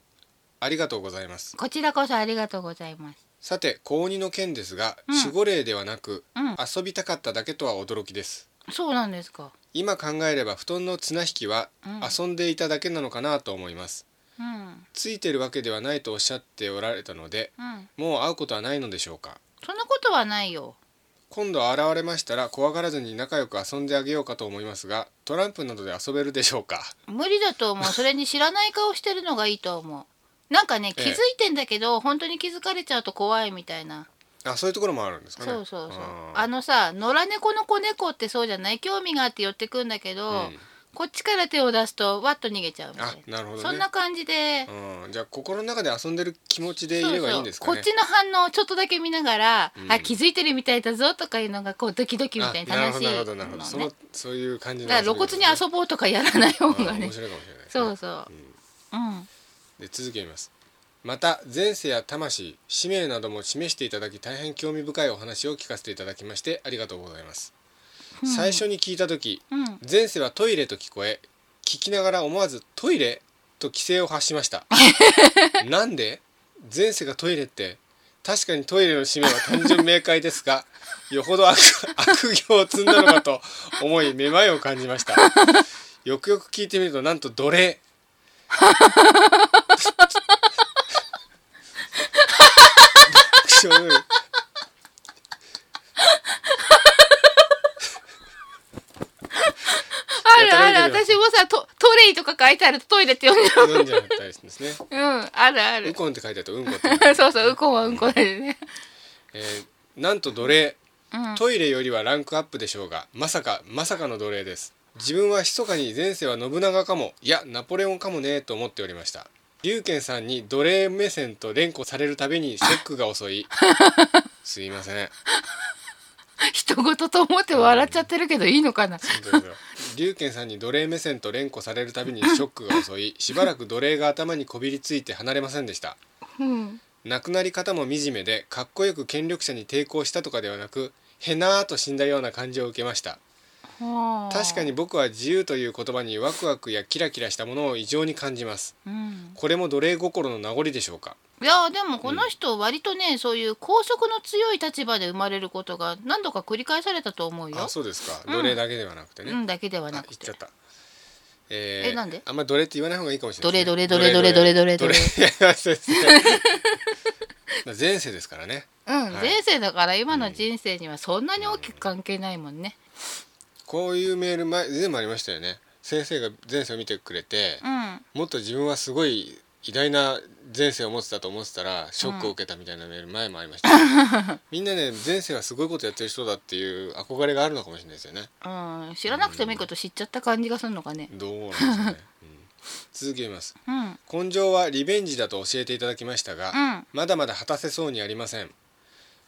[SPEAKER 2] ありがとうございます
[SPEAKER 1] こちらこそありがとうございます
[SPEAKER 2] さて高2の件ですが、
[SPEAKER 1] うん
[SPEAKER 2] 守護霊ではなく、
[SPEAKER 1] うん
[SPEAKER 2] 遊びたかっただけとは驚きです
[SPEAKER 1] そうなんですか
[SPEAKER 2] 今考えれば布団の綱引きは
[SPEAKER 1] うん
[SPEAKER 2] 遊んでいただけなのかなと思います、
[SPEAKER 1] うん
[SPEAKER 2] ついてるわけではないとおっしゃっておられたので
[SPEAKER 1] うん
[SPEAKER 2] もう会うことはないのでしょうか
[SPEAKER 1] そんなことはないよ
[SPEAKER 2] 今度現れましたら怖がらずに仲良く遊んであげようかと思いますがトランプなどで遊べるでしょうか
[SPEAKER 1] 無理だと思うそれに知らない顔してるのがいいと思うなんかね
[SPEAKER 2] ええ
[SPEAKER 1] 気づいてんだけど、本当に気づかれちゃうと怖いみたいな、
[SPEAKER 2] あそういうところもあるんですかね
[SPEAKER 1] そうそうそう
[SPEAKER 2] あ
[SPEAKER 1] あのさ野良猫の子猫ってそうじゃない興味があって寄ってくんだけど、
[SPEAKER 2] ーうん
[SPEAKER 1] こっちから手を出すとわっと逃げちゃうみたい
[SPEAKER 2] あなるほ
[SPEAKER 1] な、
[SPEAKER 2] どね
[SPEAKER 1] そんな感じで、
[SPEAKER 2] うん、じゃあ心の中で遊んでる気持ちでいればいいんですか
[SPEAKER 1] こ
[SPEAKER 2] ね
[SPEAKER 1] っちの反応をちょっとだけ見ながら、
[SPEAKER 2] うん
[SPEAKER 1] あ気づいてるみたいだぞとかいうのがこうドキドキみたいな
[SPEAKER 2] あなる
[SPEAKER 1] 楽
[SPEAKER 2] ほ
[SPEAKER 1] し
[SPEAKER 2] ど
[SPEAKER 1] いの
[SPEAKER 2] なるほどなるほ
[SPEAKER 1] ね
[SPEAKER 2] どそ
[SPEAKER 1] だ
[SPEAKER 2] のそういう感じの
[SPEAKER 1] から露骨に
[SPEAKER 2] ぶ
[SPEAKER 1] 遊ぼうとかやらない方がね
[SPEAKER 2] 面白いかもしれないですね
[SPEAKER 1] そうそううん
[SPEAKER 2] で続きを見ますまた前世や魂使命なども示していただき大変興味深いお話を聞かせていただきましてありがとうございます、
[SPEAKER 1] うん
[SPEAKER 2] 最初に聞いた時
[SPEAKER 1] うん
[SPEAKER 2] 前世はトイレと聞こえ聞きながら思わずトイレと規制を発しましたなんで前世がトイレって確かにトイレの使命は単純明快ですがよほど悪悪行を積んだのかと思いめまいを感じましたよくよく聞いてみるとなんと奴隷 爆笑の夜
[SPEAKER 1] あるあ
[SPEAKER 2] や
[SPEAKER 1] る
[SPEAKER 2] たら出て
[SPEAKER 1] 私もさトトレイとか書いてあるとトイレって読んじゃう
[SPEAKER 2] 飲んじゃったりするんですね
[SPEAKER 1] うんあるあ
[SPEAKER 2] ウ
[SPEAKER 1] る
[SPEAKER 2] コンって書いてあるとうんこって言う
[SPEAKER 1] そうそううんこはうんこだよね
[SPEAKER 2] えーなんと奴隷
[SPEAKER 1] うん
[SPEAKER 2] トイレよりはランクアップでしょうがまさかまさかの奴隷です自分は密かに前世は信長かもいやナポレオンかもねと思っておりました龍賢さんに奴隷目線と連呼されるたびにシェックが遅いすいません
[SPEAKER 1] 人事と思って笑っちゃってるけどいいのかな
[SPEAKER 2] 龍賢さんに奴隷目線と連呼されるたびにショックが 襲いしばらく奴隷が頭にこびりついて離れませんでした
[SPEAKER 1] うん
[SPEAKER 2] 亡くなり方も惨めでかっこよく権力者に抵抗したとかではなくへなーと死んだような感じを受けました確かに僕は自由という言葉にワクワクやキラキラしたものを異常に感じます
[SPEAKER 1] うん
[SPEAKER 2] これも奴隷心の名残でしょうか
[SPEAKER 1] いやでもこの人割とねそういう拘束の強い立場で生まれることが何度か繰り返されたと思うよ
[SPEAKER 2] あそうですか、
[SPEAKER 1] うん
[SPEAKER 2] 奴隷だけではなくてね、
[SPEAKER 1] うんだけでは
[SPEAKER 2] あ言
[SPEAKER 1] な
[SPEAKER 2] っ
[SPEAKER 1] く
[SPEAKER 2] ち
[SPEAKER 1] て
[SPEAKER 2] ゃったえー
[SPEAKER 1] えなんで
[SPEAKER 2] あんま奴隷って言わない方がいいかもしれないですね、
[SPEAKER 1] 奴隷奴隷奴隷奴隷奴隷
[SPEAKER 2] 奴隷奴 隷そうですね前世ですからね
[SPEAKER 1] うん
[SPEAKER 2] はい
[SPEAKER 1] 前世だから今の人生にはそんなに大きく関係ないもんね
[SPEAKER 2] こういうメール前前もありましたよね先生が前世を見てくれて
[SPEAKER 1] う、ん
[SPEAKER 2] もっと自分はすごい偉大な前世を持ってたと思ってたらショックを受けたみたいなメール前もありました、 みんなね前世はすごいことやってる人だっていう憧れがあるのかもしれないですよね
[SPEAKER 1] うん知らなくてもいいこと知っちゃった感じがするのかね
[SPEAKER 2] どうなんですかね、うん続きます
[SPEAKER 1] うん
[SPEAKER 2] 根性はリベンジだと教えていただきましたが、
[SPEAKER 1] うん
[SPEAKER 2] まだまだ果たせそうにありません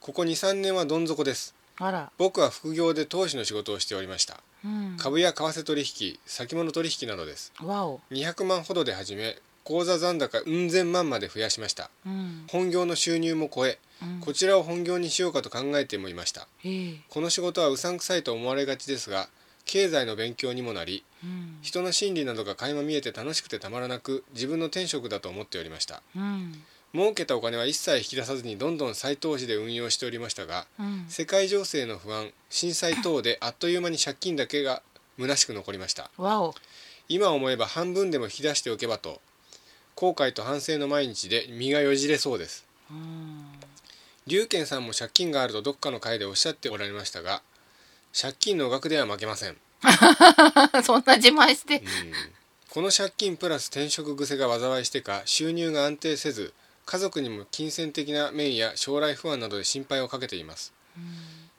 [SPEAKER 2] ここ23年はどん底です
[SPEAKER 1] あら
[SPEAKER 2] 僕は副業で投資の仕事をしておりました
[SPEAKER 1] うん
[SPEAKER 2] 株や為替取引先物取引などです
[SPEAKER 1] わお
[SPEAKER 2] 200万ほどで始め口座残高うん千万まで増やしました
[SPEAKER 1] うん
[SPEAKER 2] 本業の収入も超え
[SPEAKER 1] うん
[SPEAKER 2] こちらを本業にしようかと考えてもいました
[SPEAKER 1] ええ
[SPEAKER 2] この仕事はうさんくさいと思われがちですが経済の勉強にもなり
[SPEAKER 1] うん
[SPEAKER 2] 人の心理などが垣間見えて楽しくてたまらなく自分の転職だと思っておりました
[SPEAKER 1] うん
[SPEAKER 2] 儲けたお金は一切引き出さずにどんどん再投資で運用しておりましたが
[SPEAKER 1] うん
[SPEAKER 2] 世界情勢の不安震災等であっという間に借金だけが虚しく残りました
[SPEAKER 1] わお
[SPEAKER 2] 今思えば半分でも引き出しておけばと後悔と反省の毎日で身がよじれそうです
[SPEAKER 1] うん
[SPEAKER 2] 龍賢さんも借金があるとどっかの会でおっしゃっておられましたが借金の額では負けません、
[SPEAKER 1] そんな自慢して
[SPEAKER 2] うん、この借金プラス転職癖が災いしてか収入が安定せず家族にも金銭的な面や将来不安などで心配をかけています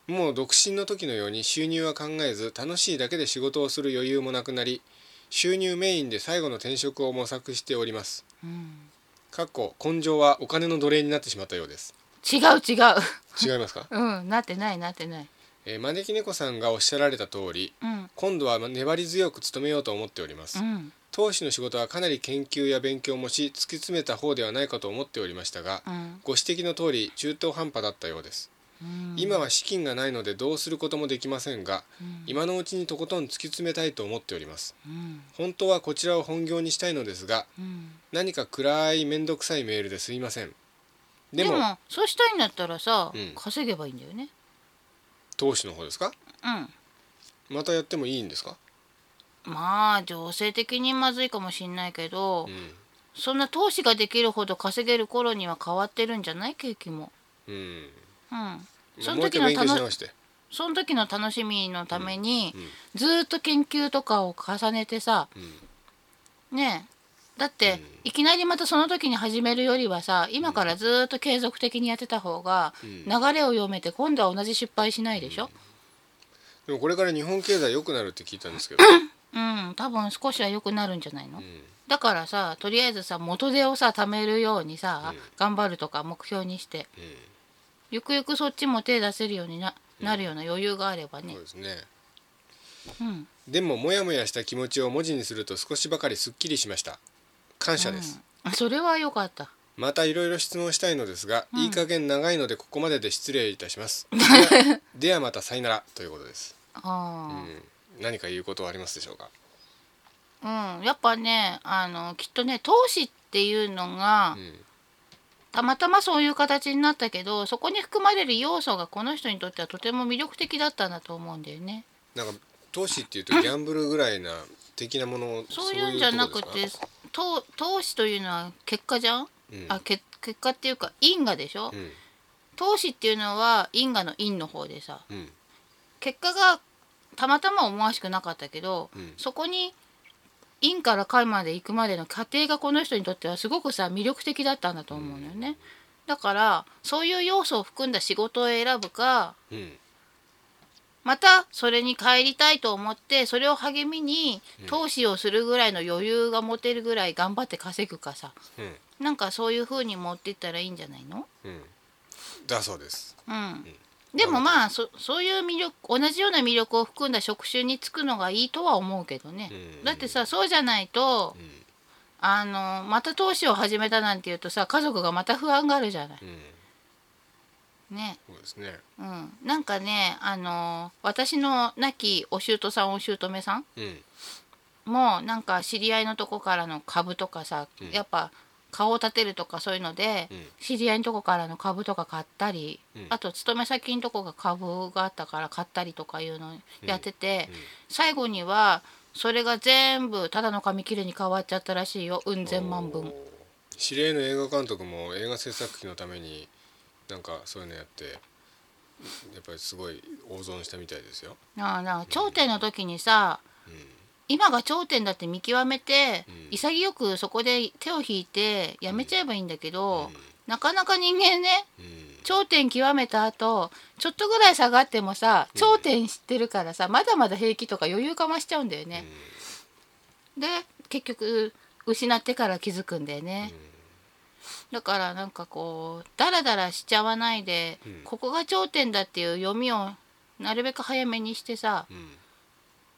[SPEAKER 2] もう独身の時のように収入は考えず楽しいだけで仕事をする余裕もなくなり収入メインで最後の転職を模索しております
[SPEAKER 1] うん
[SPEAKER 2] かっこ根性はお金の奴隷になってしまったようです
[SPEAKER 1] 違う違う、
[SPEAKER 2] 違いますか
[SPEAKER 1] うんなってないなってない
[SPEAKER 2] えー招き猫さんがおっしゃられた通り
[SPEAKER 1] うん
[SPEAKER 2] 今度は粘り強く努めようと思っておりま
[SPEAKER 1] う
[SPEAKER 2] す
[SPEAKER 1] ん
[SPEAKER 2] 投資の仕事はかなり研究や勉強もし突き詰めた方ではないかと思っておりましたが
[SPEAKER 1] うん
[SPEAKER 2] ご指摘の通り中途半端だったようです
[SPEAKER 1] うん
[SPEAKER 2] 今は資金がないのでどうすることもできませんが
[SPEAKER 1] うん
[SPEAKER 2] 今のうちにとことん突き詰めたいと思っております
[SPEAKER 1] うん
[SPEAKER 2] 本当はこちらを本業にしたいのですが
[SPEAKER 1] うん
[SPEAKER 2] 何か暗い面倒くさいメールですいませんで
[SPEAKER 1] で
[SPEAKER 2] も
[SPEAKER 1] もそうしたいんだったらさ、
[SPEAKER 2] うん
[SPEAKER 1] 稼げばいいんだよね
[SPEAKER 2] 投資の方ですか
[SPEAKER 1] う
[SPEAKER 2] またやってもいいんですか、
[SPEAKER 1] んまあ情勢的にまずいかもしんないけど、
[SPEAKER 2] う
[SPEAKER 1] そんな投資ができるほど稼げる頃には変わってるんじゃない景気も
[SPEAKER 2] んうん、
[SPEAKER 1] うんそ
[SPEAKER 2] も
[SPEAKER 1] の
[SPEAKER 2] う一
[SPEAKER 1] 時
[SPEAKER 2] 回
[SPEAKER 1] の
[SPEAKER 2] 勉強し
[SPEAKER 1] 楽
[SPEAKER 2] 直して
[SPEAKER 1] その時の楽しみのために、
[SPEAKER 2] うんうん
[SPEAKER 1] ずーっと研究とかを重ねてさ
[SPEAKER 2] うん
[SPEAKER 1] ねえだって、
[SPEAKER 2] うん
[SPEAKER 1] いきなりまたその時に始めるよりはさ今からずーっと継続的にやってた方が、
[SPEAKER 2] うん
[SPEAKER 1] 流れを読めて今度は同じ失敗しないでしょ、
[SPEAKER 2] でもこれから日本経済良くなるって聞いたんですけど、
[SPEAKER 1] うん、多分少しは良くなるんじゃないの、
[SPEAKER 2] うん
[SPEAKER 1] だからさとりあえずさ元手をさ貯めるようにさ、
[SPEAKER 2] うん
[SPEAKER 1] 頑張るとか目標にして
[SPEAKER 2] うん
[SPEAKER 1] ゆくゆくそっちも手出せるようにななるような余裕があればね
[SPEAKER 2] そうですね
[SPEAKER 1] うん
[SPEAKER 2] でもモヤモヤした気持ちを文字にすると少しばかりすっきりしました感謝です、
[SPEAKER 1] うんそれは良かった
[SPEAKER 2] またいろいろ質問したいのですが、いい加減長いのでここまでで失礼いたします ではではまたさよならということです、う
[SPEAKER 1] あ
[SPEAKER 2] ん、何か言うことはありますでしょうか
[SPEAKER 1] ー、うん、やっぱねあのきっとね投資っていうのが、
[SPEAKER 2] ん
[SPEAKER 1] たまたまそういう形になったけどそこに含まれる要素がこの人にとってはとても魅力的だったんだと思うんだよね。
[SPEAKER 2] なんか投資っていうとギャンブルぐらいな的なもの
[SPEAKER 1] そういうんじゃなく
[SPEAKER 2] そういうと
[SPEAKER 1] て
[SPEAKER 2] こですか
[SPEAKER 1] 投投資というのは結果じゃん、
[SPEAKER 2] うん
[SPEAKER 1] あけ結果っていうか因果でしょ、
[SPEAKER 2] うん
[SPEAKER 1] 投資っていうのは因果の因の方でさ
[SPEAKER 2] うん
[SPEAKER 1] 結果がたまたま思わしくなかったけど、
[SPEAKER 2] うん
[SPEAKER 1] そこに因から解まで行くまでの過程がこの人にとってはすごくさ魅力的だったんだと思うのよね、だからそういう要素を含んだ仕事を選ぶか
[SPEAKER 2] うん
[SPEAKER 1] またそれに帰りたいと思ってそれを励みに投資をするぐらいの余裕が持てるぐらい頑張って稼ぐかさ
[SPEAKER 2] うん
[SPEAKER 1] なんかそういう風に持っていったらいいんじゃないの
[SPEAKER 2] うんだそうです
[SPEAKER 1] うんでもまあそそういう魅力同じような魅力を含んだ職種に就くのがいいとは思うけどね、
[SPEAKER 2] うん
[SPEAKER 1] だってさそうじゃないと、
[SPEAKER 2] ん
[SPEAKER 1] あのまた投資を始めたなんて言うとさ家族がまた不安があるじゃない
[SPEAKER 2] うん
[SPEAKER 1] ね
[SPEAKER 2] そうですね
[SPEAKER 1] うんなんかねあの私の亡きお姑さんお姑さん
[SPEAKER 2] うん
[SPEAKER 1] もなんか知り合いのとこからの株とかさ、
[SPEAKER 2] うん
[SPEAKER 1] やっぱ顔を立てるとかそういうので、
[SPEAKER 2] うん
[SPEAKER 1] 知り合いのとこからの株とか買ったり、
[SPEAKER 2] うん
[SPEAKER 1] あと勤め先のとこが株があったから買ったりとかいうのやってて、
[SPEAKER 2] うんうん
[SPEAKER 1] 最後にはそれが全部ただの紙切れに変わっちゃったらしいようん千万
[SPEAKER 2] お
[SPEAKER 1] 分
[SPEAKER 2] ー。知り合いの映画監督も映画制作費のためになんかそういうのやってやっぱりすごい大損したみたいですよ。
[SPEAKER 1] なあなあ頂点の時にさ
[SPEAKER 2] うん
[SPEAKER 1] 今が頂点だって見極めて、
[SPEAKER 2] うん
[SPEAKER 1] 潔くそこで手を引いてやめちゃえばいいんだけど、
[SPEAKER 2] うん
[SPEAKER 1] なかなか人間ね
[SPEAKER 2] うん
[SPEAKER 1] 頂点極めた後ちょっとぐらい下がってもさ
[SPEAKER 2] ん
[SPEAKER 1] 頂点知ってるからさまだまだ平気とか余裕かましちゃうんだよね、で結局失ってから気づくんだよね、だからなんかこうダラダラしちゃわないで、
[SPEAKER 2] うん
[SPEAKER 1] ここが頂点だっていう読みをなるべく早めにしてさ
[SPEAKER 2] うん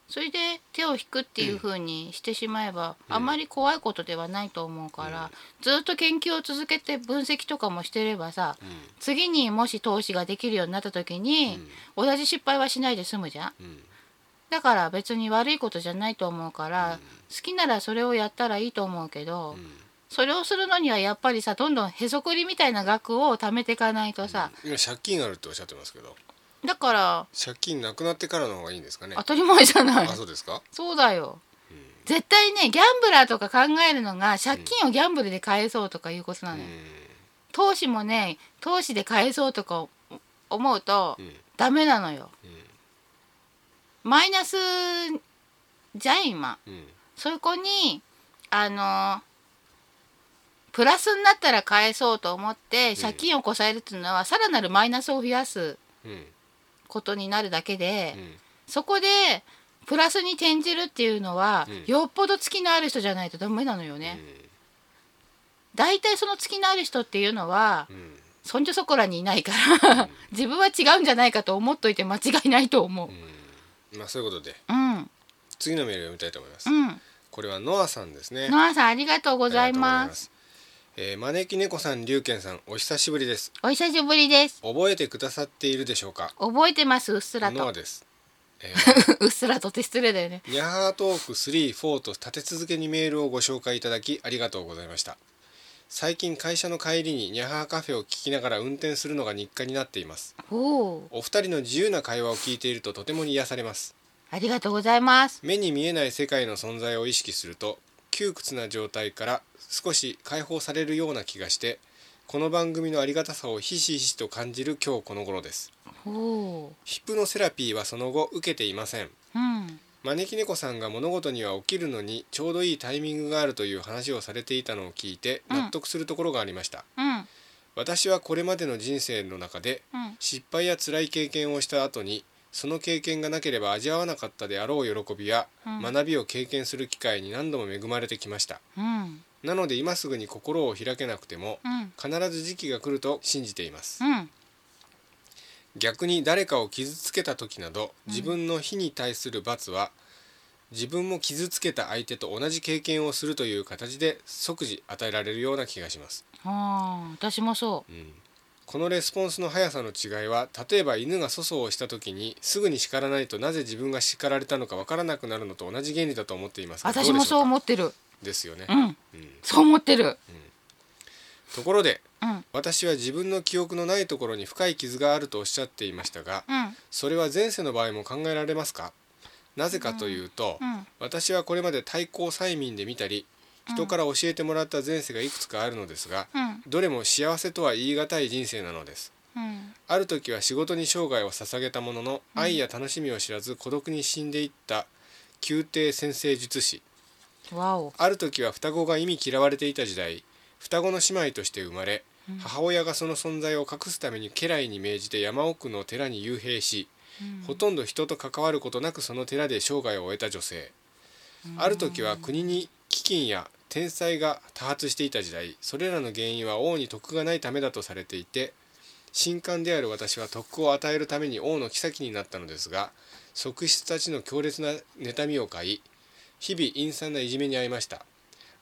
[SPEAKER 1] それで手を引くっていう風にしてしまえば、あんまり怖いことではないと思うから、ずっと研究を続けて分析とかもしてればさ、
[SPEAKER 2] う
[SPEAKER 1] 次にもし投資ができるようになった時に、同じ失敗はしないで済むじゃん
[SPEAKER 2] んうん
[SPEAKER 1] だから別に悪いことじゃないと思うから、好きならそれをやったらいいと思うけど、
[SPEAKER 2] ん
[SPEAKER 1] それをするのにはやっぱりさどんどんへそくりみたいな額を貯めていかないとさ、
[SPEAKER 2] 今借金あるっておっしゃってますけど
[SPEAKER 1] だから
[SPEAKER 2] 借金なくなってからの方がいいんですかね
[SPEAKER 1] 当たり前じゃない
[SPEAKER 2] あそうですか
[SPEAKER 1] そうだよ
[SPEAKER 2] うん
[SPEAKER 1] 絶対ねギャンブラーとか考えるのが借金をギャンブルで返そうとかいうことなのよ、投資もね投資で返そうとか思うと
[SPEAKER 2] うんうん
[SPEAKER 1] ダメなのよ
[SPEAKER 2] うん
[SPEAKER 1] マイナスじゃん今
[SPEAKER 2] うん
[SPEAKER 1] そこにあのプラスになったら返そうと思って借金をこさえるっていうのはさらなるマイナスを増やす
[SPEAKER 2] うん
[SPEAKER 1] ことになるだけで、
[SPEAKER 2] うん
[SPEAKER 1] そこでプラスに転じるっていうのは、
[SPEAKER 2] うん
[SPEAKER 1] よっぽど月のある人じゃないとダメなのよね。大体その月のある人っていうのは
[SPEAKER 2] うんうん
[SPEAKER 1] そんじょそこらにいないから、 自分は違うんじゃないかと思っといて間違いないと思う。
[SPEAKER 2] うんまあそういうことで
[SPEAKER 1] うん、
[SPEAKER 2] 次のメールを読みたいと思います
[SPEAKER 1] うん、
[SPEAKER 2] これはノアさんですね
[SPEAKER 1] ノアさんありがとうございます。
[SPEAKER 2] す。えー招き猫さん龍賢さんお久しぶりです
[SPEAKER 1] お久しぶりです
[SPEAKER 2] 覚えてくださっているでしょうか
[SPEAKER 1] 覚えてますうっすら
[SPEAKER 2] ノア
[SPEAKER 1] と
[SPEAKER 2] です、え
[SPEAKER 1] うっすらとって失礼だよね
[SPEAKER 2] ーニャハートーク34と立て続けにメールをご紹介いただきありがとうございました最近会社の帰りにニャハーカフェを聞きながら運転するのが日課になっています
[SPEAKER 1] おお
[SPEAKER 2] お二人の自由な会話を聞いているととてもに癒されます
[SPEAKER 1] ありがとうございます
[SPEAKER 2] 目に見えない世界の存在を意識すると窮屈な状態から少し解放されるような気がしてこの番組のありがたさをひしひしと感じる今日この頃です
[SPEAKER 1] おお
[SPEAKER 2] ヒプノセラピーはその後受けていません
[SPEAKER 1] うん
[SPEAKER 2] 招き猫さんが物事には起きるのにちょうどいいタイミングがあるという話をされていたのを聞いて
[SPEAKER 1] うん
[SPEAKER 2] 納得するところがありました、
[SPEAKER 1] うん
[SPEAKER 2] 私はこれまでの人生の中で
[SPEAKER 1] うん
[SPEAKER 2] 失敗や辛い経験をした後にその経験がなければ味わわなかったであろう喜びや、
[SPEAKER 1] うん
[SPEAKER 2] 学びを経験する機会に何度も恵まれてきました
[SPEAKER 1] うん
[SPEAKER 2] なので今すぐに心を開けなくても
[SPEAKER 1] うん
[SPEAKER 2] 必ず時期が来ると信じています
[SPEAKER 1] うん
[SPEAKER 2] 逆に誰かを傷つけた時など自分の非に対する罰は自分も傷つけた相手と同じ経験をするという形で即時与えられるような気がします
[SPEAKER 1] ああ私もそ
[SPEAKER 2] うんこのレスポンスの速さの違いは例えば犬が粗相をした時にすぐに叱らないとなぜ自分が叱られたのかわからなくなるのと同じ原理だと思っています
[SPEAKER 1] う
[SPEAKER 2] が
[SPEAKER 1] 私も
[SPEAKER 2] どでしょ
[SPEAKER 1] そう思ってる
[SPEAKER 2] うかですよね、
[SPEAKER 1] うん
[SPEAKER 2] うん
[SPEAKER 1] そう思ってる
[SPEAKER 2] ところで
[SPEAKER 1] うん
[SPEAKER 2] 私は自分の記憶のないところに深い傷があるとおっしゃっていましたが
[SPEAKER 1] うん
[SPEAKER 2] それは前世の場合も考えられますかなぜかというと、
[SPEAKER 1] うん
[SPEAKER 2] 私はこれまで対抗催眠で見たり人から教えてもらった前世がいくつかあるのですが、
[SPEAKER 1] うん
[SPEAKER 2] どれも幸せとは言い難い人生なのです
[SPEAKER 1] うん
[SPEAKER 2] ある時は仕事に生涯を捧げたものの愛や楽しみを知らず孤独に死んでいった宮廷先生術師
[SPEAKER 1] わお
[SPEAKER 2] ある時は双子が忌み嫌われていた時代双子の姉妹として生まれ母親がその存在を隠すために家来に命じて山奥の寺に幽閉し、ほとんど人と関わることなくその寺で生涯を終えた女性、ある時は国に飢饉や天災が多発していた時代それらの原因は王に徳がないためだとされていて神官である私は徳を与えるために王の妃になったのですが側室たちの強烈な妬みを買い日々陰惨ないじめに遭いました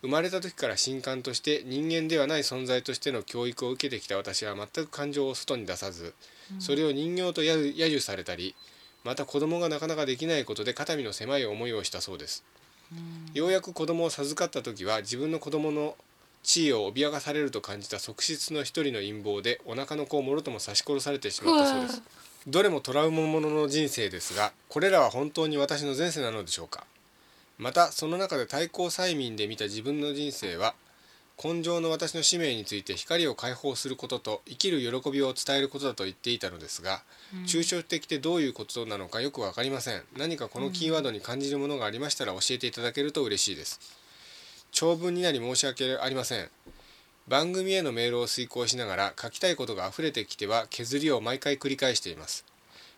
[SPEAKER 2] 生まれた時から神官として人間ではない存在としての教育を受けてきた私は全く感情を外に出さず、それを人形と揶揄揶揄されたりまた子供がなかなかできないことで肩身の狭い思いをしたそうです、ようやく子供を授かった時は自分の子供の地位を脅かされると感じた側室の一人の陰謀でお腹の子をもろとも刺し殺されてしまったそうで
[SPEAKER 1] う
[SPEAKER 2] す
[SPEAKER 1] わ
[SPEAKER 2] どれもトラウマものの人生ですがこれらは本当に私の前世なのでしょうかまたその中で対抗催眠で見た自分の人生は根性の私の使命について光を解放することと生きる喜びを伝えることだと言っていたのですが、抽象的でどういうことなのかよく分かりません何かこのキーワードに感じるものがありましたら教えていただけると嬉しいです長文になり申し訳ありません番組へのメールを遂行しながら書きたいことが溢れてきては削りを毎回繰り返しています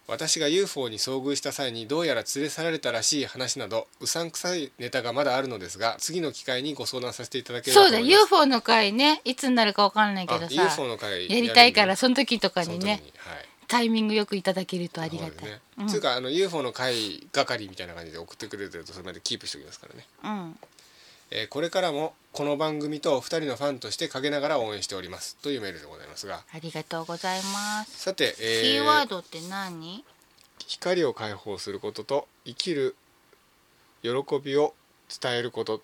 [SPEAKER 2] 私が UFO に遭遇した際にどうやら連れ去られたらしい話などうさんくさいネタがまだあるのですが次の機会にご相談させていただければ
[SPEAKER 1] そう
[SPEAKER 2] と
[SPEAKER 1] だ
[SPEAKER 2] 思います
[SPEAKER 1] UFO の回ねいつになるかわかんないけど
[SPEAKER 2] あ
[SPEAKER 1] さ
[SPEAKER 2] UFO の回
[SPEAKER 1] やりたいから
[SPEAKER 2] そ
[SPEAKER 1] その時とか
[SPEAKER 2] の時
[SPEAKER 1] に
[SPEAKER 2] に
[SPEAKER 1] ね
[SPEAKER 2] はい
[SPEAKER 1] タイミングよくいただけるとありが
[SPEAKER 2] そうです
[SPEAKER 1] たい
[SPEAKER 2] ね。つうかあの UFO の会係みたいな感じで送ってくれてるとそれまでキープしておきますからね。
[SPEAKER 1] うん
[SPEAKER 2] えーこれからもこの番組とお二人のファンとして陰ながら応援しておりますというメールでございますが、
[SPEAKER 1] ありがとうございます
[SPEAKER 2] さて、え
[SPEAKER 1] キ
[SPEAKER 2] ー
[SPEAKER 1] ーワードって何
[SPEAKER 2] 光を解放することと生きる喜びを伝えること、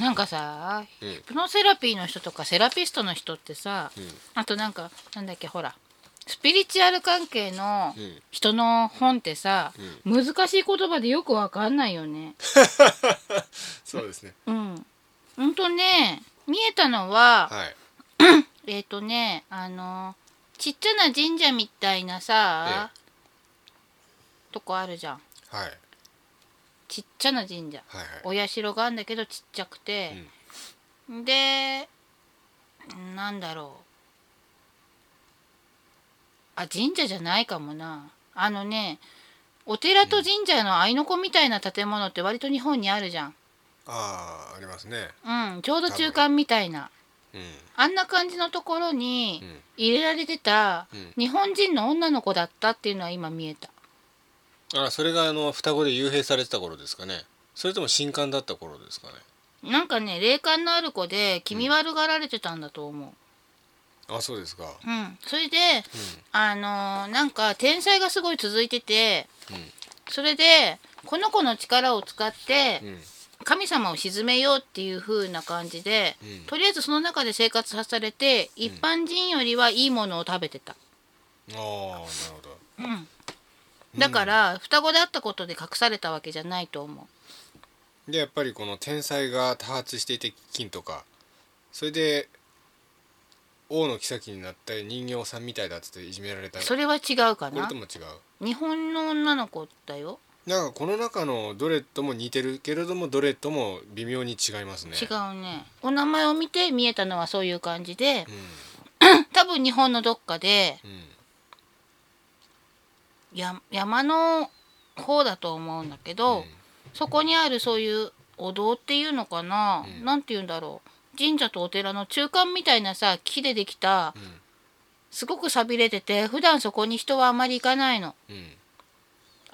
[SPEAKER 1] なんかさ
[SPEAKER 2] うん
[SPEAKER 1] ヒプノセラピーの人とかセラピストの人ってさ、
[SPEAKER 2] うん
[SPEAKER 1] あとなんかなんだっけほらスピリチュアル関係の
[SPEAKER 2] うん
[SPEAKER 1] 人の本ってさ、難しい言葉でよくわかんないよね。
[SPEAKER 2] そうですね。
[SPEAKER 1] うん、ほんとね見えたのは、
[SPEAKER 2] はい。
[SPEAKER 1] えっ、とねあのちっちゃな神社みたいなさ、とこあるじゃん
[SPEAKER 2] はいはい
[SPEAKER 1] ちっちゃな神社。
[SPEAKER 2] はい。
[SPEAKER 1] お社があるんだけどちっちゃくて、でなんだろうあ神社じゃないかもなあのねお寺と神社の合いの子みたいな建物って割と日本にあるじゃん
[SPEAKER 2] ああありますね。
[SPEAKER 1] うんちょうど中間みたいな
[SPEAKER 2] うん
[SPEAKER 1] あんな感じのところに
[SPEAKER 2] うん
[SPEAKER 1] 入れられてた
[SPEAKER 2] うん
[SPEAKER 1] 日本人の女の子だったっていうのは今見えた。
[SPEAKER 2] あそれがあの双子で幽閉されてた頃ですかね。それとも新刊だった頃ですかね。
[SPEAKER 1] なんかね霊感のある子で気味悪がられてたんだと思う。
[SPEAKER 2] あそうですか
[SPEAKER 1] うん、それで、あのーなんか天才がすごい続いてて、それでこの子の力を使って
[SPEAKER 2] うん
[SPEAKER 1] 神様を鎮めようっていう風な感じで、
[SPEAKER 2] うん
[SPEAKER 1] とりあえずその中で生活させられて一般人よりはいいものを食べてた、
[SPEAKER 2] ああなるほど
[SPEAKER 1] うん、だから双子であったことで隠されたわけじゃないと思う
[SPEAKER 2] でやっぱりこの天才が多発していて金とかそれで王の妃になったり人形さんみたいだっつっていじめられた
[SPEAKER 1] そ
[SPEAKER 2] こ
[SPEAKER 1] れは違うか
[SPEAKER 2] れ
[SPEAKER 1] な
[SPEAKER 2] とも違う
[SPEAKER 1] 日本の女の子だよ、
[SPEAKER 2] なんかこの中のどれとも似てるけれどもどれとも微妙に違いますね
[SPEAKER 1] 違うねお名前を見て見えたのはそういう感じで
[SPEAKER 2] うん
[SPEAKER 1] 多分日本のどっかで
[SPEAKER 2] うん
[SPEAKER 1] や山の方だと思うんだけ
[SPEAKER 2] う
[SPEAKER 1] ど、
[SPEAKER 2] ん
[SPEAKER 1] そこにあるそういうお堂っていうのかな、
[SPEAKER 2] うん
[SPEAKER 1] なんて言うんだろう神社とお寺の中間みたいなさ木でできたすごく寂れてて普段そこに人はあまり行かないの。
[SPEAKER 2] うんうん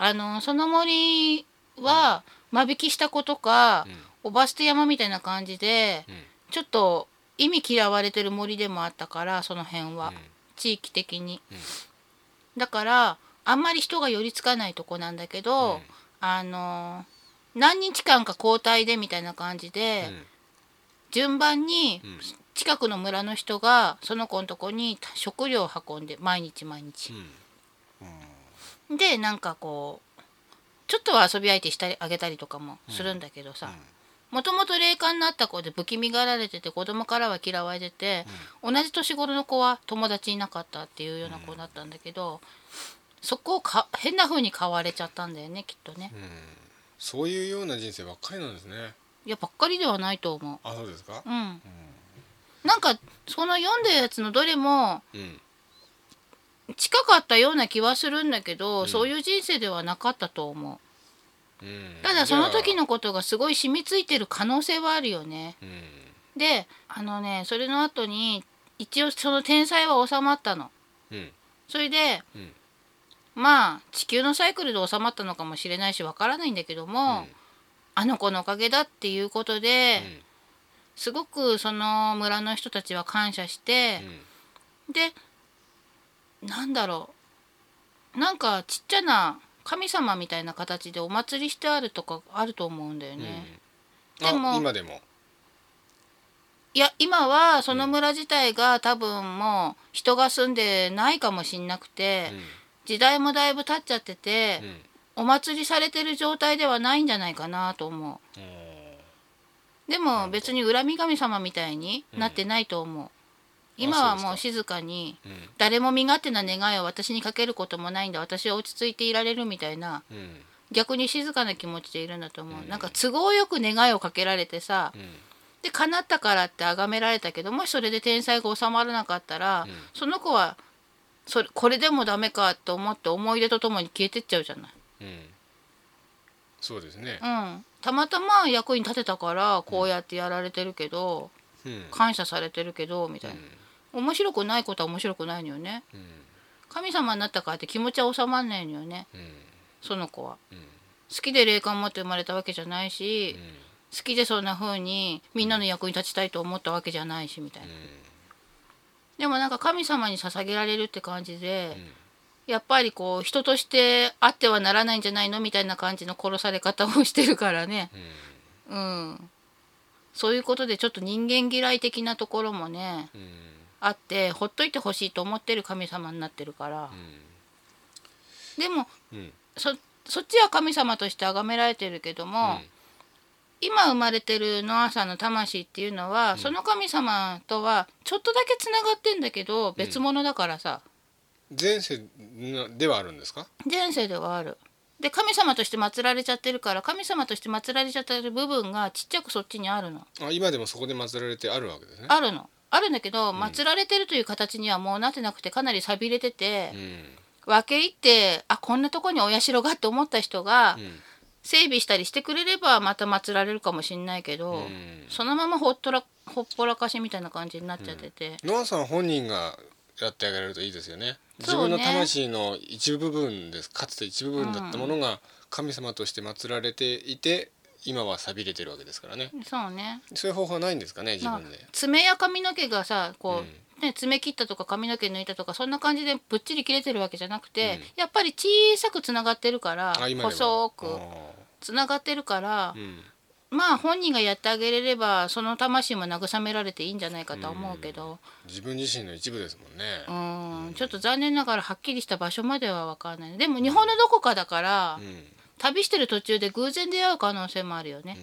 [SPEAKER 1] あのその森は間引きした子とか、おば捨て山みたいな感じで
[SPEAKER 2] うん
[SPEAKER 1] ちょっと意味嫌われてる森でもあったからその辺は、
[SPEAKER 2] うん
[SPEAKER 1] 地域的に、
[SPEAKER 2] うん
[SPEAKER 1] だからあんまり人が寄りつかないとこなんだけ
[SPEAKER 2] う
[SPEAKER 1] ど、
[SPEAKER 2] ん
[SPEAKER 1] あのー何日間か交代でみたいな感じで、順番に
[SPEAKER 2] うん
[SPEAKER 1] 近くの村の人がその子のとこに食料を運んで毎日毎日
[SPEAKER 2] う、ん
[SPEAKER 1] でなんかこうちょっとは遊び相手したりあげたりとかもするんだけどさ、もともと霊感のあった子で不気味がられてて子供からは嫌われてて、同じ年頃の子は友達いなかったっていうような子だったんだけど、そこをか変な風に買われちゃったんだよねきっとね。
[SPEAKER 2] うんそういうような人生ばっかりなんですね
[SPEAKER 1] いやばっかりではないと思
[SPEAKER 2] あそうですか
[SPEAKER 1] う。うん、なんかその読んでるやつのどれも
[SPEAKER 2] うん
[SPEAKER 1] 近かったような気はするんだけど、
[SPEAKER 2] ん
[SPEAKER 1] そういう人生ではなかったと思
[SPEAKER 2] うん
[SPEAKER 1] う。ただその
[SPEAKER 2] じ
[SPEAKER 1] 時
[SPEAKER 2] ゃあ
[SPEAKER 1] のことがすごい染みついてる可能性はあるよね。
[SPEAKER 2] うん
[SPEAKER 1] であのねそれの後に一応その天才は収まったの。
[SPEAKER 2] うん
[SPEAKER 1] それで、
[SPEAKER 2] うん
[SPEAKER 1] まあ地球のサイクルで収まったのかもしれないしわからないんだけども、
[SPEAKER 2] うん
[SPEAKER 1] あの子のおかげだっていうことで、すごくその村の人たちは感謝して
[SPEAKER 2] う、ん
[SPEAKER 1] でなんだろうなんかちっちゃな神様みたいな形でお祭りしてあるとかあると思うんだよ
[SPEAKER 2] うん
[SPEAKER 1] ね。
[SPEAKER 2] うん
[SPEAKER 1] でも
[SPEAKER 2] あ今でも
[SPEAKER 1] いや今はその村自体が多分もう人が住んでないかもしんなくて、時代もだいぶ経っちゃってて、
[SPEAKER 2] うん
[SPEAKER 1] お祭りされてる状態ではないんじゃないかなと思うでも別に恨み神様みたいになってないと思う、今はもう静かに
[SPEAKER 2] うん
[SPEAKER 1] 誰も身勝手な願いを私にかけることもないんだ私は落ち着いていられるみたいな
[SPEAKER 2] うん
[SPEAKER 1] 逆に静かな気持ちでいるんだと思う、
[SPEAKER 2] うん
[SPEAKER 1] なんか都合よく願いをかけられてさ
[SPEAKER 2] うん
[SPEAKER 1] で叶ったからって崇められたけどもしそれで天才が収まらなかったら、
[SPEAKER 2] うん
[SPEAKER 1] その子はそれこれでもダメかと思って思い出とともに消えてっちゃうじゃない。
[SPEAKER 2] うんそうですね
[SPEAKER 1] うん、たまたま役に立てたからこうやってやられてるけど、
[SPEAKER 2] うん
[SPEAKER 1] 感謝されてるけどみたいな、面白くないことは面白くないのよね
[SPEAKER 2] うん
[SPEAKER 1] 神様になったからって気持ちは収まんないのよね
[SPEAKER 2] うん
[SPEAKER 1] その子は
[SPEAKER 2] うん
[SPEAKER 1] 好きで霊感持って生まれたわけじゃないし、
[SPEAKER 2] うん
[SPEAKER 1] 好きでそんな風にみんなの役に立ちたいと思ったわけじゃないしみたいな、でもなんか神様に捧げられるって感じで、
[SPEAKER 2] ん
[SPEAKER 1] やっぱりこう人としてあってはならないんじゃないのみたいな感じの殺され方をしてるからね、
[SPEAKER 2] うん
[SPEAKER 1] うん、そういうことでちょっと人間嫌い的なところもね
[SPEAKER 2] うん
[SPEAKER 1] あってほっといてほしいと思ってる神様になってるからでも
[SPEAKER 2] うん
[SPEAKER 1] そそっちは神様として崇められてるけども、
[SPEAKER 2] うん
[SPEAKER 1] 今生まれてるノアさんの魂っていうのは、その神様とはちょっとだけつながってんだけど別物だからさ、
[SPEAKER 2] 前世なではあるんですか
[SPEAKER 1] 前世ではある。で神様として祀られちゃってるから神様として祀られちゃってる部分がちっちゃくそっちにあるの。
[SPEAKER 2] あ今でもそこで祀られてあるわけですね
[SPEAKER 1] あるのあるんだけど祀られてるという形にはもうなってなくてかなり寂れてて、
[SPEAKER 2] うん
[SPEAKER 1] 分け入ってあこんなとこにお社がって思った人が
[SPEAKER 2] うん
[SPEAKER 1] 整備したりしてくれればまた祀られるかもしんないけど、
[SPEAKER 2] うん
[SPEAKER 1] そのままほっとらほっぽらかしみたいな感じになっちゃってて、
[SPEAKER 2] ノアさん本人がやってあげられるといいですよね自
[SPEAKER 1] そうね
[SPEAKER 2] 分の魂の一部分ですかつて一部分だったものが神様として祀られていて、今は錆びれてるわけですからね
[SPEAKER 1] そうね
[SPEAKER 2] そういう方法はないんですかね自
[SPEAKER 1] まあ
[SPEAKER 2] 分で
[SPEAKER 1] 爪や髪の毛がさこう、
[SPEAKER 2] うん
[SPEAKER 1] ね、爪切ったとか髪の毛抜いたとかそんな感じでぶっちり切れてるわけじゃなくて、
[SPEAKER 2] うん
[SPEAKER 1] やっぱり小さくつながってるから
[SPEAKER 2] あ今でも
[SPEAKER 1] 細く
[SPEAKER 2] あ
[SPEAKER 1] つながってるから
[SPEAKER 2] ー、うん
[SPEAKER 1] まあ本人がやってあげれればその魂も慰められていいんじゃないかとは思うけど
[SPEAKER 2] 自分自身の一部ですもんね
[SPEAKER 1] うーんちょっと残念ながらはっきりした場所までは分かんないでも日本のどこかだから、
[SPEAKER 2] うん、うん
[SPEAKER 1] 旅してる途中で偶然出会う可能性もあるよね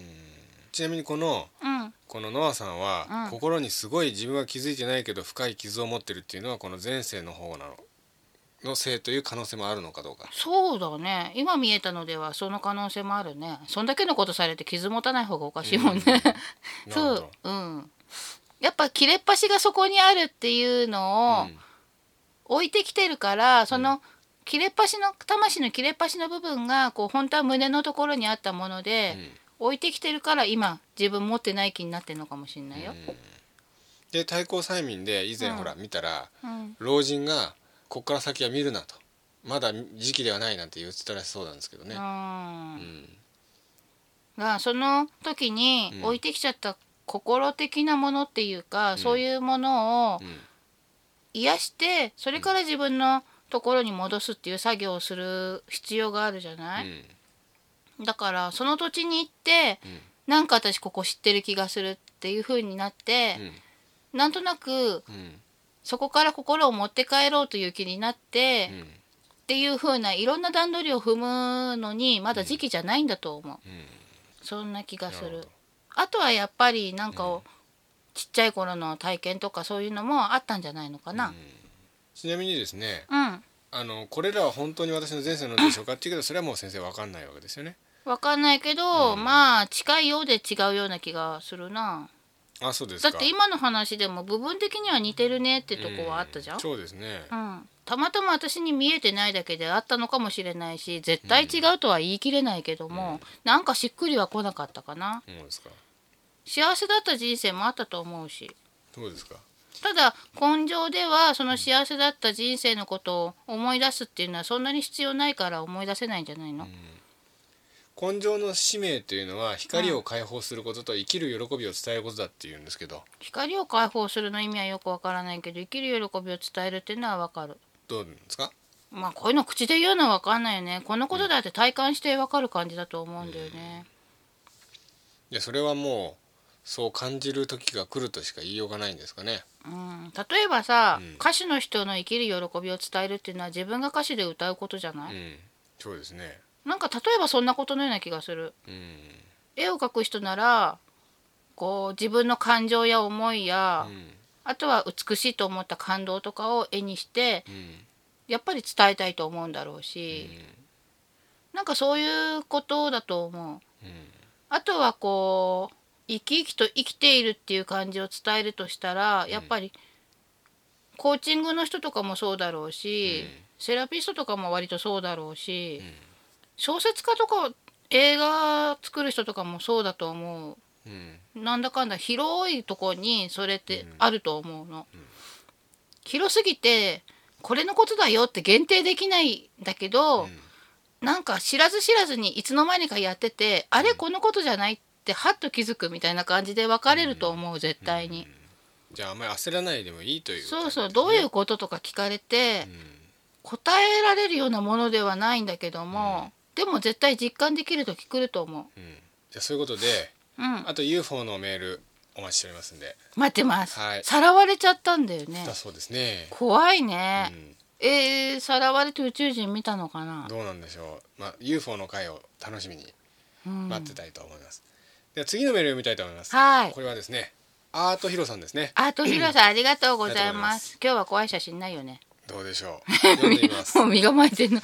[SPEAKER 2] ちなみにこの
[SPEAKER 1] うん、
[SPEAKER 2] このノアさんは、
[SPEAKER 1] うん
[SPEAKER 2] 心にすごい自分は気づいてないけど深い傷を持ってるっていうのはこの前世の方なののせいという可能性もあるのかどうか
[SPEAKER 1] そうだね今見えたのではその可能性もあるねそんだけのことされて傷持たない方がおかしいもんね、
[SPEAKER 2] うんな
[SPEAKER 1] そ
[SPEAKER 2] る
[SPEAKER 1] う
[SPEAKER 2] ほ
[SPEAKER 1] うんやっぱ切れっ端がそこにあるっていうのを
[SPEAKER 2] うん
[SPEAKER 1] 置いてきてるから、その切れっ端の魂の切れっ端の部分がこう本当は胸のところにあったもので、置いてきてるから今自分持ってない気になってるのかもしれないよ、
[SPEAKER 2] で対抗催眠で以前
[SPEAKER 1] うん
[SPEAKER 2] ほら見たら、
[SPEAKER 1] うん
[SPEAKER 2] 老人が「こっから先は見るな」と「まだ時期ではない」なんて言ってたらしそうなんですけど
[SPEAKER 1] う
[SPEAKER 2] ね。
[SPEAKER 1] ん
[SPEAKER 2] うん
[SPEAKER 1] がその時に
[SPEAKER 2] うん
[SPEAKER 1] 置いてきちゃった心的なものっていうか、そういうものを
[SPEAKER 2] うん
[SPEAKER 1] 癒してそれから自分のところに戻すっていう作業をする必要があるじゃ
[SPEAKER 2] う
[SPEAKER 1] ない、
[SPEAKER 2] ん
[SPEAKER 1] だからその土地に行って
[SPEAKER 2] うん
[SPEAKER 1] なんか私ここ知ってる気がするっていう風になって
[SPEAKER 2] う、ん
[SPEAKER 1] なんとなく
[SPEAKER 2] うん
[SPEAKER 1] そこから心を持って帰ろうという気になって、
[SPEAKER 2] うん
[SPEAKER 1] っていう風ないろんな段取りを踏むのにまだ時期じゃないんだと思う、
[SPEAKER 2] うん
[SPEAKER 1] そんな気がす
[SPEAKER 2] なる
[SPEAKER 1] る
[SPEAKER 2] ほど
[SPEAKER 1] あとはやっぱりなんか
[SPEAKER 2] う
[SPEAKER 1] を、ちっちゃい頃の体験とかそういうのもあったんじゃないのかな
[SPEAKER 2] ちなみにですね
[SPEAKER 1] うん、
[SPEAKER 2] あのこれらは本当に私の前世なんでしょうかっていうけどそれはもう先生わかんないわけですよね。
[SPEAKER 1] わかんないけど、
[SPEAKER 2] うん
[SPEAKER 1] まあ近いようで違うような気がするな
[SPEAKER 2] あそうです
[SPEAKER 1] だっ
[SPEAKER 2] か
[SPEAKER 1] て今の話でも部分的には似てるねってとこはあったじゃん、
[SPEAKER 2] うそうですね。
[SPEAKER 1] うん、たまたま私に見えてないだけであったのかもしれないし絶対違うとは言い切れないけども、なんかしっくりは来なかったかな
[SPEAKER 2] そうですか
[SPEAKER 1] 幸せだった人生もあったと思うし
[SPEAKER 2] そうですか。
[SPEAKER 1] ただ根性ではその幸せだった人生のことを思い出すっていうのはそんなに必要ないから思い出せないんじゃないの、
[SPEAKER 2] 根性の使命というのは光を解放することと生きる喜びを伝えることだっていうんですけど
[SPEAKER 1] 光を解放するの意味はよくわからないけど生きる喜びを伝えるっていうのはわかる
[SPEAKER 2] どうなんですか
[SPEAKER 1] まあこういうの口で言うのはわかんないよねこのことだって体感してわかる感じだと思うんだよね、
[SPEAKER 2] いやそれはもうそう感じる時が来るとしか言いようがないんですかね。
[SPEAKER 1] うん、例えばさ、
[SPEAKER 2] うん
[SPEAKER 1] 歌手の人の生きる喜びを伝えるっていうのは自分が歌手で歌うことじゃ
[SPEAKER 2] う
[SPEAKER 1] ない、
[SPEAKER 2] ん、そうですね。
[SPEAKER 1] なんか例えばそんなことのような気がする
[SPEAKER 2] うん、
[SPEAKER 1] 絵を描く人ならこう自分の感情や思いや、
[SPEAKER 2] うん、
[SPEAKER 1] あとは美しいと思った感動とかを絵にして
[SPEAKER 2] うん、
[SPEAKER 1] やっぱり伝えたいと思うんだろうし、なんかそういうことだと思う。
[SPEAKER 2] うん、
[SPEAKER 1] あとはこう生き生きと生きているっていう感じを伝えるとしたらやっぱりコーチングの人とかもそうだろうし、
[SPEAKER 2] うん
[SPEAKER 1] セラピストとかも割とそうだろうし、小説家とか映画作る人とかもそうだと思う。
[SPEAKER 2] うん、
[SPEAKER 1] なんだかんだ広いとこにそれってあると思うの、広すぎてこれのことだよって限定できないんだけど、
[SPEAKER 2] うん
[SPEAKER 1] なんか知らず知らずにいつの間にかやっててあれこのことじゃないってはっと気づくみたいな感じで分かれると思う絶対に、
[SPEAKER 2] じゃああんまり焦らないでもいいという。
[SPEAKER 1] そうそうどういうこととか聞かれて、
[SPEAKER 2] うん、
[SPEAKER 1] 答えられるようなものではないんだけども、でも絶対実感できる時来ると思
[SPEAKER 2] うん、じゃあそういうことで、
[SPEAKER 1] ううん
[SPEAKER 2] あと UFO のメールお待ちしておりますんで。
[SPEAKER 1] 待ってます、
[SPEAKER 2] はい
[SPEAKER 1] さらわれちゃったんだよね
[SPEAKER 2] だそうですね。
[SPEAKER 1] 怖いうね、
[SPEAKER 2] ん、
[SPEAKER 1] えー、さらわれて宇宙人見たのかな
[SPEAKER 2] どうなんでしょう。まあ UFO の回を楽しみに
[SPEAKER 1] うん
[SPEAKER 2] 待ってたいと思います。では次のメールを見たいと思います。
[SPEAKER 1] はい
[SPEAKER 2] これはですね、アートヒロさんですね。
[SPEAKER 1] あとひろさんありがとうご
[SPEAKER 2] あ
[SPEAKER 1] ざ
[SPEAKER 2] りが
[SPEAKER 1] い
[SPEAKER 2] とうございま
[SPEAKER 1] ます今日は怖い写真ないよね
[SPEAKER 2] どうでしょ う。読んでみます
[SPEAKER 1] も。う身構えてんの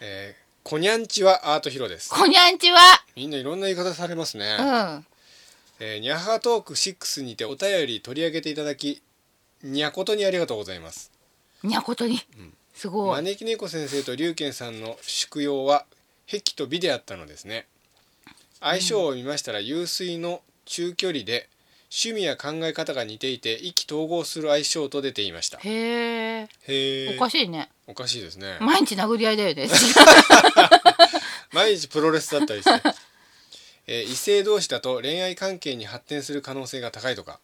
[SPEAKER 2] えーこにゃんちはアートヒロです。
[SPEAKER 1] こにゃんちは
[SPEAKER 2] みんないろんな言い方されますね。
[SPEAKER 1] うん
[SPEAKER 2] えー、ニャハトーク6にてお便り取り上げていただき、にゃことにありがとうございます。
[SPEAKER 1] にゃことに、すごい
[SPEAKER 2] 招き猫先生と龍賢さんの宿用は壁と美であったのですね。相性を見ましたら有水の中距離で趣味や考え方が似ていて意気投合する相性と出ていました。へ
[SPEAKER 1] へえ
[SPEAKER 2] え。
[SPEAKER 1] おかしいね
[SPEAKER 2] おかしいですね。
[SPEAKER 1] 毎日殴り合いだよね
[SPEAKER 2] 毎日プロレスだったりして、 えー異性同士だと恋愛関係に発展する可能性が高いとか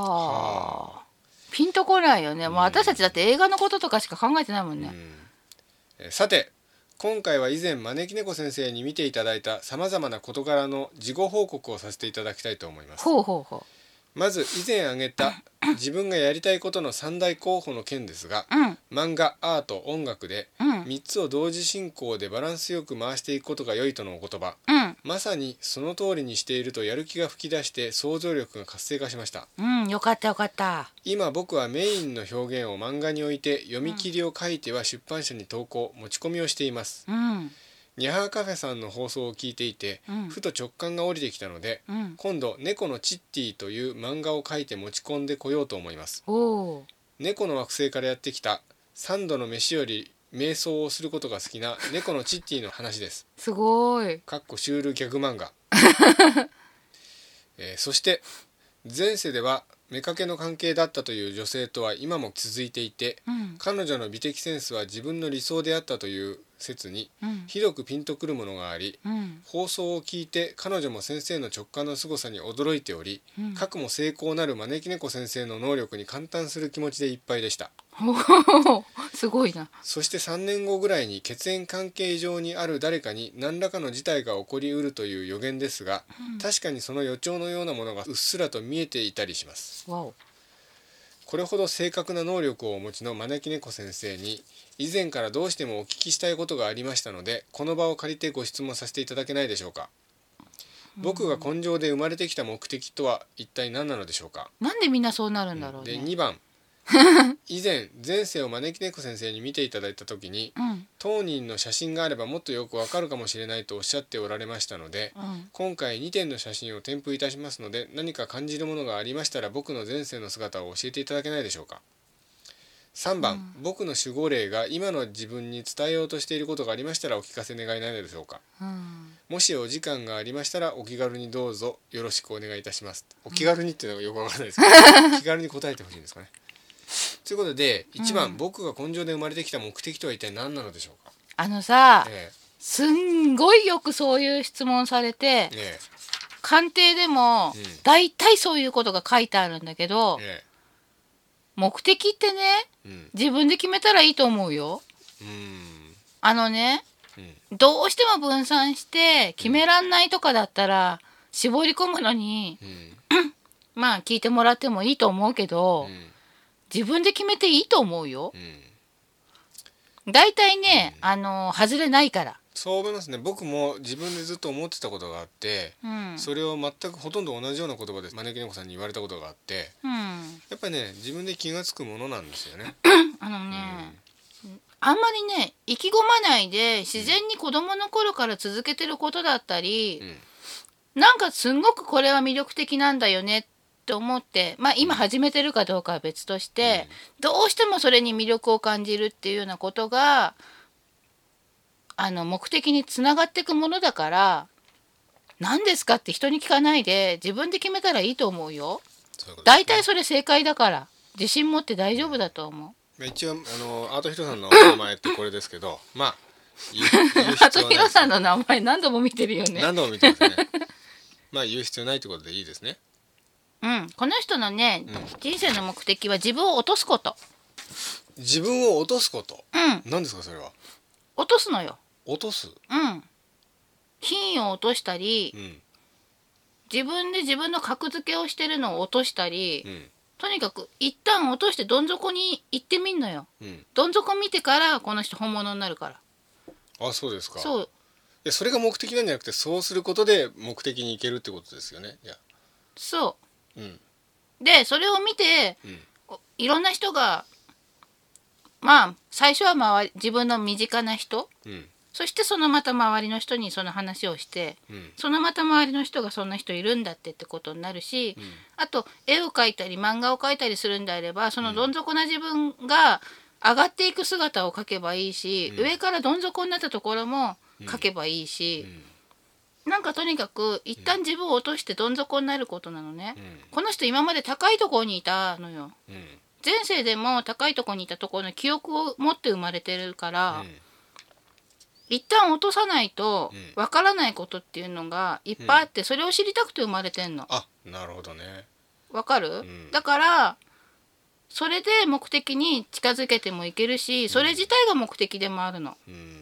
[SPEAKER 1] はあピンとこないよね、まあ、私たちだって映画のこととかしか考えてないもんね、
[SPEAKER 2] えーさて今回は以前招き猫先生に見ていただいたさまざまな事柄の事後報告をさせていただきたいと思います
[SPEAKER 1] ほうほうほ
[SPEAKER 2] まず以前挙げ た自分がやりたいことの三大候補の件ですが
[SPEAKER 1] ううん
[SPEAKER 2] 漫画アート音楽で
[SPEAKER 1] うん
[SPEAKER 2] 3つを同時進行でバランスよく回していくことが良いとのお言葉
[SPEAKER 1] うん
[SPEAKER 2] まさにその通りにしているとやる気が吹き出して想像力が活性化しました
[SPEAKER 1] うんよかったよかった
[SPEAKER 2] 今僕はメインの表現を漫画に置いて読み切りを書いては出版社に投稿持ち込みをしています
[SPEAKER 1] うん
[SPEAKER 2] ニャハーカフェさんの放送を聞いていて、
[SPEAKER 1] うん
[SPEAKER 2] ふと直感が降りてきたので
[SPEAKER 1] うん
[SPEAKER 2] 今度「猫のチッティ」という漫画を書いて持ち込んでこようと思います
[SPEAKER 1] おお
[SPEAKER 2] 猫の惑星からやってきた3度の飯より瞑想をすることが好きな猫のチッティの話です
[SPEAKER 1] すごい
[SPEAKER 2] かっこシュールギャグ 漫画、えーそして前世では妾の関係だったという女性とは今も続いていて
[SPEAKER 1] うん
[SPEAKER 2] 彼女の美的センスは自分の理想であったという説に
[SPEAKER 1] うん
[SPEAKER 2] ひどくピンとくるものがあり
[SPEAKER 1] うん
[SPEAKER 2] 放送を聞いて彼女も先生の直感の凄さに驚いており、
[SPEAKER 1] うん
[SPEAKER 2] 過去も成功なる招き猫先生の能力に感嘆する気持ちでいっぱいでした
[SPEAKER 1] おーすごいな
[SPEAKER 2] そして3年後ぐらいに血縁関係上にある誰かに何らかの事態が起こりうるという予言ですが、確かにその予兆のようなものがうっすらと見えていたりします
[SPEAKER 1] わお
[SPEAKER 2] これほど正確な能力をお持ちの招き猫先生に以前からどうしてもお聞きしたいことがありましたのでこの場を借りてご質問させていただけないでしょうか僕が根性で生まれてきた目的とは一体何なのでしょうか
[SPEAKER 1] なんでみんなそうなるんだろう
[SPEAKER 2] で
[SPEAKER 1] ね
[SPEAKER 2] 2番 以前前世を招き猫先生に見ていただいた時に
[SPEAKER 1] うん
[SPEAKER 2] 当人の写真があればもっとよくわかるかもしれないとおっしゃっておられましたので
[SPEAKER 1] うん
[SPEAKER 2] 今回2点の写真を添付いたしますので何か感じるものがありましたら僕の前世の姿を教えていただけないでしょうか3番、僕の守護霊が今の自分に伝えようとしていることがありましたらお聞かせ願いないでしょうか
[SPEAKER 1] うん
[SPEAKER 2] もしお時間がありましたらお気軽にどうぞよろしくお願いいたしますお気軽にっていうのがよくわからないですけど気軽に答えてほしいんですかねということで1番、僕が根性で生まれてきた目的とは一体何なのでしょうか
[SPEAKER 1] あのさ
[SPEAKER 2] え
[SPEAKER 1] すんごいよくそういう質問されて
[SPEAKER 2] ええ
[SPEAKER 1] 鑑定でも
[SPEAKER 2] うん
[SPEAKER 1] 大体そういうことが書いてあるんだけど
[SPEAKER 2] ええ
[SPEAKER 1] 目的ってね
[SPEAKER 2] えうん
[SPEAKER 1] 自分で決めたらいいと思うよ
[SPEAKER 2] うん
[SPEAKER 1] あのね
[SPEAKER 2] うん
[SPEAKER 1] どうしても分散して決めらんないとかだったら絞り込むのに
[SPEAKER 2] うん
[SPEAKER 1] まあ聞いてもらってもいいと思うけど
[SPEAKER 2] うん
[SPEAKER 1] 自分で決めていいと思うよ
[SPEAKER 2] うん
[SPEAKER 1] 大体ねあの外れないから
[SPEAKER 2] そう思いますね僕も自分でずっと思ってたことがあって、
[SPEAKER 1] うん
[SPEAKER 2] それを全くほとんど同じような言葉で招き猫さんに言われたことがあって
[SPEAKER 1] うん
[SPEAKER 2] やっぱりね自分で気が付くものなんですよね。
[SPEAKER 1] あのね、あんまりね意気込まないで自然に子供の頃から続けてることだったり
[SPEAKER 2] う、ん
[SPEAKER 1] なんかすんごくこれは魅力的なんだよねって思ってまあ今始めてるかどうかは別として、どうしてもそれに魅力を感じるっていうようなことがあの目的につながっていくものだから何ですかって人に聞かないで自分で決めたらいいと思うよ。
[SPEAKER 2] そういうことです
[SPEAKER 1] 大体それ正解だから自信持って大丈夫だと思う。
[SPEAKER 2] まあ一応あのアートヒロさんの名前ってこれですけどまあ言う言う
[SPEAKER 1] あ
[SPEAKER 2] 必
[SPEAKER 1] と
[SPEAKER 2] 要は
[SPEAKER 1] ヒ
[SPEAKER 2] ない
[SPEAKER 1] ロさんの名前何度も見てるよね。
[SPEAKER 2] 何度も見てますね。まあ言う必要ないってことでいいですね。
[SPEAKER 1] うん、この人のね、
[SPEAKER 2] ん
[SPEAKER 1] 人生の目的は自分を落とすこと。
[SPEAKER 2] 自分を落とすこと
[SPEAKER 1] うん、
[SPEAKER 2] 何ですかそれは
[SPEAKER 1] 落とすのよ。
[SPEAKER 2] 落とす、
[SPEAKER 1] うん。品位を落としたり
[SPEAKER 2] う、ん
[SPEAKER 1] 自分で自分の格付けをしてるのを落としたり、
[SPEAKER 2] うん
[SPEAKER 1] とにかく一旦落としてどん底に行ってみんのよ。
[SPEAKER 2] うん、
[SPEAKER 1] どん底見てからこの人本物になるから。
[SPEAKER 2] あそうですかい
[SPEAKER 1] そう、
[SPEAKER 2] やそれが目的なんじゃなくてそうすることで目的に行けるってことですよねいや
[SPEAKER 1] そ
[SPEAKER 2] うん
[SPEAKER 1] う。で、それを見て、
[SPEAKER 2] うん
[SPEAKER 1] おいろんな人が、まあ、最初は周り自分の身近な人、
[SPEAKER 2] うん
[SPEAKER 1] そしてそのまた周りの人にその話をして
[SPEAKER 2] うん
[SPEAKER 1] そのまた周りの人がそんな人いるんだってってことになるし、
[SPEAKER 2] うん
[SPEAKER 1] あと絵を描いたり漫画を描いたりするんであればそのどん底な自分が上がっていく姿を描けばいいし、
[SPEAKER 2] うん
[SPEAKER 1] 上からどん底になったところも描けばいいし、なんかとにかく一旦自分を落としてどん底になることなのね。
[SPEAKER 2] うん
[SPEAKER 1] この人今まで高いところにいたのよ。
[SPEAKER 2] うんうん
[SPEAKER 1] 前世でも高いところにいたところの記憶を持って生まれてるから、一旦落とさないと
[SPEAKER 2] うん
[SPEAKER 1] わからないことっていうのがいっぱいあって、それを知りたくて生まれてんの
[SPEAKER 2] あなるほどね
[SPEAKER 1] わかる、
[SPEAKER 2] ん
[SPEAKER 1] だからそれで目的に近づけてもいけるしそれ自体が目的でもあるの
[SPEAKER 2] うん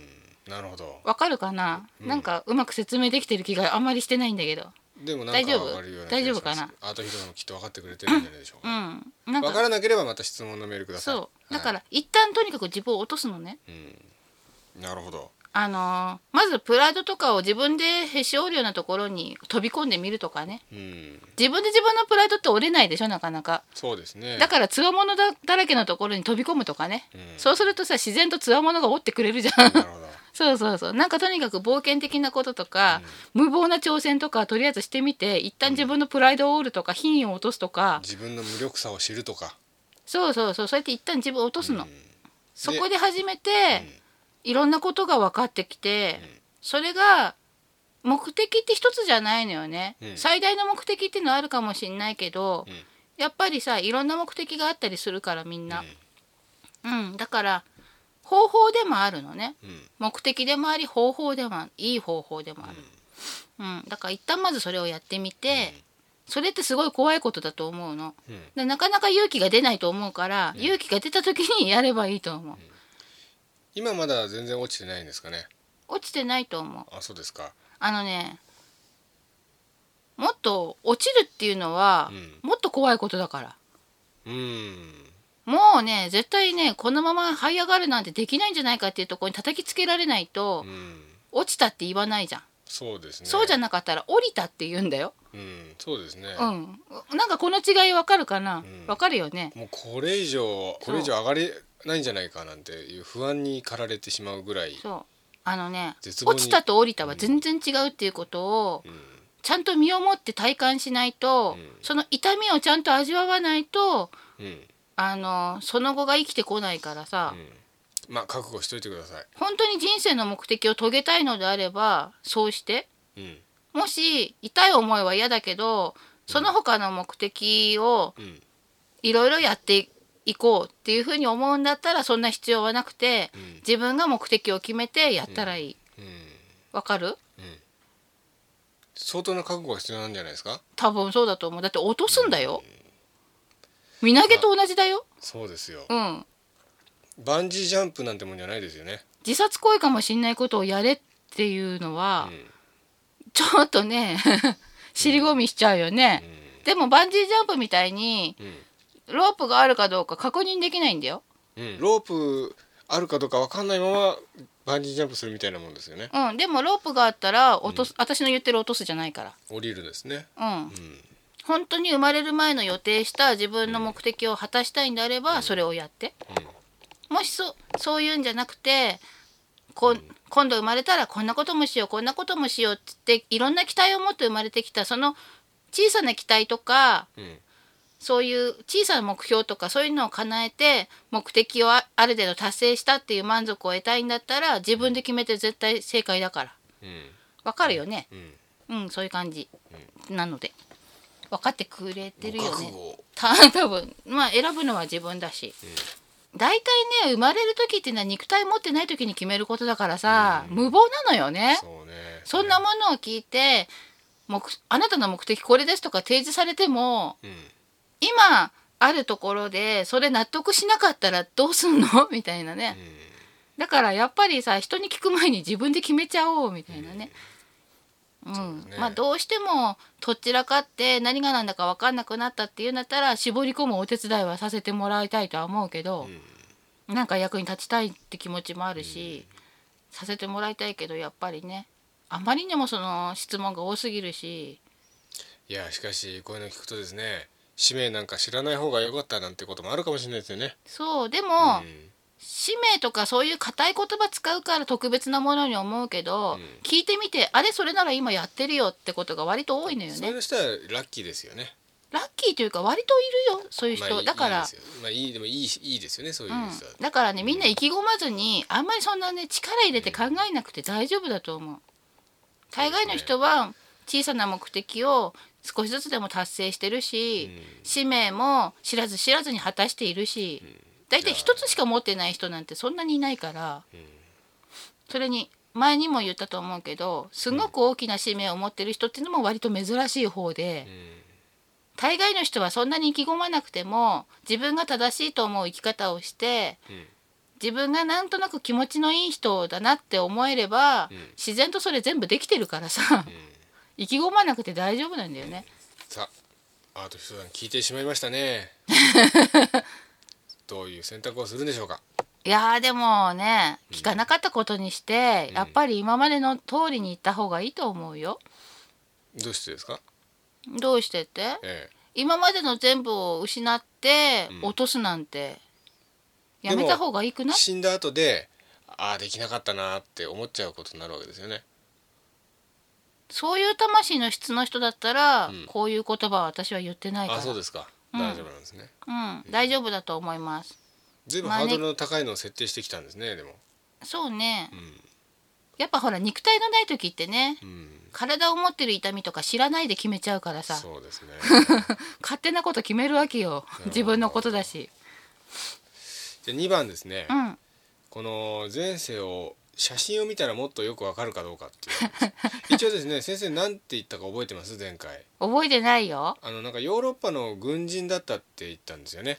[SPEAKER 2] なるほど
[SPEAKER 1] わかるかな、なんかうまく説明できてる気があんまりしてないんだけど
[SPEAKER 2] でもなん
[SPEAKER 1] 大
[SPEAKER 2] か
[SPEAKER 1] 丈夫
[SPEAKER 2] わかるような
[SPEAKER 1] 大
[SPEAKER 2] 気
[SPEAKER 1] 丈
[SPEAKER 2] が
[SPEAKER 1] 夫
[SPEAKER 2] しま
[SPEAKER 1] か
[SPEAKER 2] す
[SPEAKER 1] な
[SPEAKER 2] あとひろもきっと分かってくれてるんじゃないでしょう
[SPEAKER 1] う
[SPEAKER 2] か、
[SPEAKER 1] んなん
[SPEAKER 2] 分
[SPEAKER 1] か
[SPEAKER 2] からなければまた質問のメールください、
[SPEAKER 1] そうだからら一旦とにかく自分を落とすのね
[SPEAKER 2] うん、なるほど
[SPEAKER 1] あのーまずプライドとかを自分でへし折るようなところに飛び込んでみるとかね
[SPEAKER 2] うん
[SPEAKER 1] 自分で自分のプライドって折れないでしょなかなか
[SPEAKER 2] そうですね
[SPEAKER 1] だから強者だだらけのところに飛び込むとかね、
[SPEAKER 2] うん
[SPEAKER 1] そうするとさ自然と強者が折ってくれるじゃん
[SPEAKER 2] なるほど
[SPEAKER 1] そうそうそうなんかとにかく冒険的なこととか、無謀な挑戦とかとりあえずしてみて一旦自分のプライドを折るとか品位を落とすとか、
[SPEAKER 2] 自分の無力さを知るとか
[SPEAKER 1] そうそうそうそうやって一旦自分を落とすの、そこで初めて、いろんなことが分かってきて、それが目的って一つじゃないのよね、
[SPEAKER 2] うん
[SPEAKER 1] 最大の目的っていうのはあるかもしんないけど、
[SPEAKER 2] うん
[SPEAKER 1] やっぱりさいろんな目的があったりするからみんな、うんだから方法でもあるのね
[SPEAKER 2] うん
[SPEAKER 1] 目的でもあり方法でもあるいい方法でもある、うんだから一旦まずそれをやってみて、それってすごい怖いことだと思うの
[SPEAKER 2] うん
[SPEAKER 1] でなかなか勇気が出ないと思うから、勇気が出た時にやればいいと思う、
[SPEAKER 2] 今まだ全然落ちてないんですかね
[SPEAKER 1] 落ちてないと思う
[SPEAKER 2] あそうですか
[SPEAKER 1] あのねもっと落ちるっていうのは、
[SPEAKER 2] う
[SPEAKER 1] もっと怖いことだから
[SPEAKER 2] うん
[SPEAKER 1] もうね絶対ねこのまま這い上がるなんてできないんじゃないかっていうところに叩きつけられないと、
[SPEAKER 2] うん
[SPEAKER 1] 落ちたって言わないじゃん、
[SPEAKER 2] そうですね
[SPEAKER 1] そうじゃ
[SPEAKER 2] な
[SPEAKER 1] なかったら降りたって言うんだよ、
[SPEAKER 2] うんそうですね、
[SPEAKER 1] うんなんかこの違いわかるかな、
[SPEAKER 2] ん
[SPEAKER 1] わかるよね
[SPEAKER 2] もうこれ以上これ以上上がれないんじゃないかなんていう不安に駆られてしまうぐらい
[SPEAKER 1] そうあのね
[SPEAKER 2] 絶望に
[SPEAKER 1] 落ちたと降りたは全然違うっていうことを、
[SPEAKER 2] うん
[SPEAKER 1] ちゃんと身をもって体感しないと、
[SPEAKER 2] うん
[SPEAKER 1] その痛みをちゃんと味わわないと
[SPEAKER 2] うん
[SPEAKER 1] あのその後が生きてこないからさ、
[SPEAKER 2] うんまあ覚悟しといてください
[SPEAKER 1] 本当に人生の目的を遂げたいのであればそうして
[SPEAKER 2] うん
[SPEAKER 1] もし痛い思いは嫌だけどその他の目的を
[SPEAKER 2] うん
[SPEAKER 1] いろいろやっていこうっていうふうに思うんだったらそんな必要はなくて
[SPEAKER 2] うん
[SPEAKER 1] 自分が目的を決めてやったらいい
[SPEAKER 2] うん
[SPEAKER 1] わかる
[SPEAKER 2] 相当な覚悟が必要なんじゃないですか
[SPEAKER 1] 多分そうだと思うだって落とすんだよ身投げと同じだよ
[SPEAKER 2] そうですよ
[SPEAKER 1] うん
[SPEAKER 2] バンジージャンプなんてもんじゃないですよね
[SPEAKER 1] 自殺行為かもしんないことをやれっていうのは、
[SPEAKER 2] ん
[SPEAKER 1] ちょっとね尻込みしちゃうよね、でもバンジージャンプみたいに
[SPEAKER 2] う
[SPEAKER 1] ロープがあるかどうか確認できないんだよ
[SPEAKER 2] ん、うん、ロープあるかどうかわかんないままバンジージャンプするみたいなもんですよね
[SPEAKER 1] うんでもロープがあったら落とす、私の言ってる落とすじゃないか
[SPEAKER 2] 降りるですね
[SPEAKER 1] らうん
[SPEAKER 2] うん
[SPEAKER 1] 本当に生まれる前の予定した自分の目的を果たしたいんであればそれをやって、もしそそういうんじゃなくてこん今度生まれたらこんなこともしようこんなこともしようっつっていろんな期待を持って生まれてきたその小さな期待とか
[SPEAKER 2] うん
[SPEAKER 1] そういう小さな目標とかそういうのを叶えて目的をあある程度達成したっていう満足を得たいんだったら自分で決めて絶対正解だから
[SPEAKER 2] うん
[SPEAKER 1] わかるよね
[SPEAKER 2] うん
[SPEAKER 1] うんそういう感じ、なので分かってくれてるよ
[SPEAKER 2] 覚
[SPEAKER 1] ね
[SPEAKER 2] 悟を
[SPEAKER 1] た多分まあ選ぶのは自分だし、大体ね生まれる時っていうのは肉体持ってない時に決めることだからさ、無謀なのよね
[SPEAKER 2] そうね
[SPEAKER 1] そんなものを聞いて目あなたの目的これですとか提示されても
[SPEAKER 2] うん
[SPEAKER 1] 今あるところでそれ納得しなかったらどうすんのみたいなね、だからやっぱりさ人に聞く前に自分で決めちゃおうみたいなね、うん
[SPEAKER 2] ですね
[SPEAKER 1] まあどうしてもどちらかって何が何だか分かんなくなったっていうんだったら絞り込むお手伝いはさせてもらいたいとは思うけど、なんか役に立ちたいって気持ちもあるし、させてもらいたいけどやっぱりねあまりにもその質問が多すぎるし
[SPEAKER 2] いやしかしこういうの聞くとですね使命なんか知らない方が良かったなんてこともあるかもしれないですよね
[SPEAKER 1] そうでも、
[SPEAKER 2] うん
[SPEAKER 1] 使命とかそういう硬い言葉使うから特別なものに思うけど、聞いてみてあれそれなら今やってるよってことが割と多いのよ
[SPEAKER 2] そうい
[SPEAKER 1] ね
[SPEAKER 2] う人はラッキーですよね
[SPEAKER 1] ラッキーというか割といるよそういう
[SPEAKER 2] まあ
[SPEAKER 1] 人、
[SPEAKER 2] いい
[SPEAKER 1] だから
[SPEAKER 2] いいですよまあいいでもいいいいですよねそういう人は
[SPEAKER 1] うん、だからねみんな意気込まずにあんまりそんなね力入れて考えなくて大丈夫だと思う大概の人は小さな目的を少しずつでも達成してるし、使命も知らず知らずに果たしているし、大体一つしか持ってない人なんてそんなにいないから、それに前にも言ったと思うけどすごく大きな使命を持ってる人っていうのも割と珍しい方で大概の人はそんなに意気込まなくても自分が正しいと思う生き方をして
[SPEAKER 2] うん
[SPEAKER 1] 自分がなんとなく気持ちのいい人だなって思えれ
[SPEAKER 2] うん
[SPEAKER 1] ば、自然とそれ全部できてるからさ、
[SPEAKER 2] ん
[SPEAKER 1] 意気込まなくて大丈夫なんだよね。
[SPEAKER 2] さあアート集団聞いてしまいました ねどういう選択をするんでしょうか
[SPEAKER 1] いやーでもね聞かなかったことにして、
[SPEAKER 2] うん
[SPEAKER 1] やっぱり今までの通りに行った方がいいと思うよ。
[SPEAKER 2] どうしてですか
[SPEAKER 1] どうしてって
[SPEAKER 2] え
[SPEAKER 1] 今までの全部を失って
[SPEAKER 2] うん
[SPEAKER 1] 落とすなんて、
[SPEAKER 2] で
[SPEAKER 1] や
[SPEAKER 2] も
[SPEAKER 1] めた方がいいく
[SPEAKER 2] え
[SPEAKER 1] ない
[SPEAKER 2] 死んだ後でああできなかったなーって思っちゃうことになるわけですよね
[SPEAKER 1] そういう魂の質の人だったら、
[SPEAKER 2] うん
[SPEAKER 1] こういう言葉は私は言ってないか
[SPEAKER 2] あ
[SPEAKER 1] ら
[SPEAKER 2] そうですか、
[SPEAKER 1] うん
[SPEAKER 2] 大丈夫なんですね
[SPEAKER 1] うん、大丈夫だと思います。
[SPEAKER 2] 随分
[SPEAKER 1] まあ
[SPEAKER 2] ハ
[SPEAKER 1] ね
[SPEAKER 2] ードルの高いのを設定してきたんですねでも
[SPEAKER 1] そうね
[SPEAKER 2] う、
[SPEAKER 1] やっぱほら肉体のない時ってね
[SPEAKER 2] ん、うん、
[SPEAKER 1] 体を持ってる痛みとか知らないで決めちゃうからさ
[SPEAKER 2] そうですね
[SPEAKER 1] 勝手なこと決めるわけよ
[SPEAKER 2] ほど
[SPEAKER 1] 自分のことだし
[SPEAKER 2] で2番ですね、
[SPEAKER 1] うん
[SPEAKER 2] この前世を写真を見たらもっとよくわかるかどうかっていうこと です一応ですね先生何て言ったか覚えてます前回
[SPEAKER 1] 覚えてないよ
[SPEAKER 2] あのなんかヨーロッパの軍人だったって言ったんですよね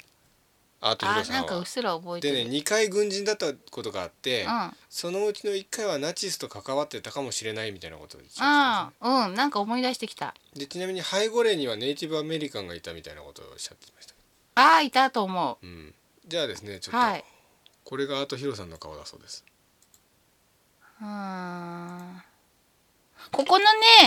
[SPEAKER 2] アートヒ
[SPEAKER 1] あ
[SPEAKER 2] ロさ
[SPEAKER 1] なんんかう
[SPEAKER 2] は
[SPEAKER 1] っ。すら覚えて
[SPEAKER 2] で
[SPEAKER 1] る
[SPEAKER 2] ね2回軍人だったことがあって、
[SPEAKER 1] うんあ
[SPEAKER 2] そのうちの1回はナチスと関わってたかもしれないみたいなことを言ってたん
[SPEAKER 1] あうんなんか思い出してきた
[SPEAKER 2] ですねでちなみに背後霊にはネイティブアメリカンがいたみたいなことをおっしゃってました、
[SPEAKER 1] ああいたと思
[SPEAKER 2] うん、じゃあですねちょ
[SPEAKER 1] う
[SPEAKER 2] っと、
[SPEAKER 1] はい
[SPEAKER 2] これがアートヒロさんの顔だそうです
[SPEAKER 1] うーんここの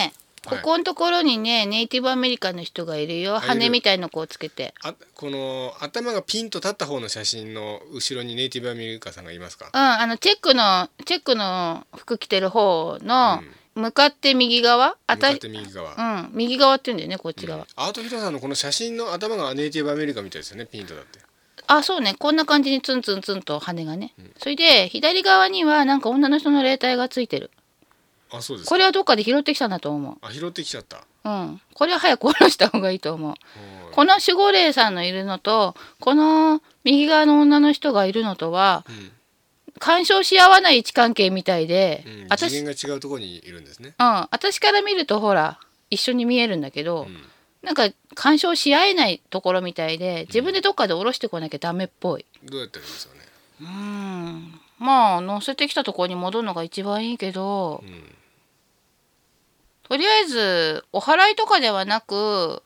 [SPEAKER 1] ねここのところにねネイティブアメリカンの人がいるよ
[SPEAKER 2] いる
[SPEAKER 1] 羽みたいのこうつけて
[SPEAKER 2] あこの頭がピンと立った方の写真の後ろにネイティブアメリカンさんがいますか
[SPEAKER 1] うんあのチェックのチェックの服着てる方の向かって右側あ
[SPEAKER 2] 向か
[SPEAKER 1] た
[SPEAKER 2] っ
[SPEAKER 1] して
[SPEAKER 2] 右側、
[SPEAKER 1] うん、右側って言うんだよね、こっち側。
[SPEAKER 2] アートヒロさんのこの写真の頭がネイティブアメリカンみたいですよねピンとだって
[SPEAKER 1] あ、そうね、こんな感じにツンツンツンと羽がね。それで、左側にはなんか女の人の霊体がついてる。
[SPEAKER 2] あそうですか
[SPEAKER 1] これはどっかで拾ってきたんだと思
[SPEAKER 2] あ拾ってきちゃった
[SPEAKER 1] う。うん。これは早く下ろした方がいいと思う。
[SPEAKER 2] はい
[SPEAKER 1] この守護霊さんのいるのと、この右側の女の人がいるのとは、
[SPEAKER 2] うん
[SPEAKER 1] 干渉し合わない位置関係みたいで、
[SPEAKER 2] うん、次元
[SPEAKER 1] 私、うん、
[SPEAKER 2] が違うところにいるんですね。
[SPEAKER 1] 私から見るとほら、一緒に見えるんだけど、
[SPEAKER 2] うん
[SPEAKER 1] なんか干渉し合えないところみたいで、自分でどっかで下ろしてこなきゃダメっぽい。
[SPEAKER 2] どうやってるんですかね。
[SPEAKER 1] うーんまあ乗せてきたところに戻るのが一番いいけど
[SPEAKER 2] うん、
[SPEAKER 1] とりあえずお祓いとかではなく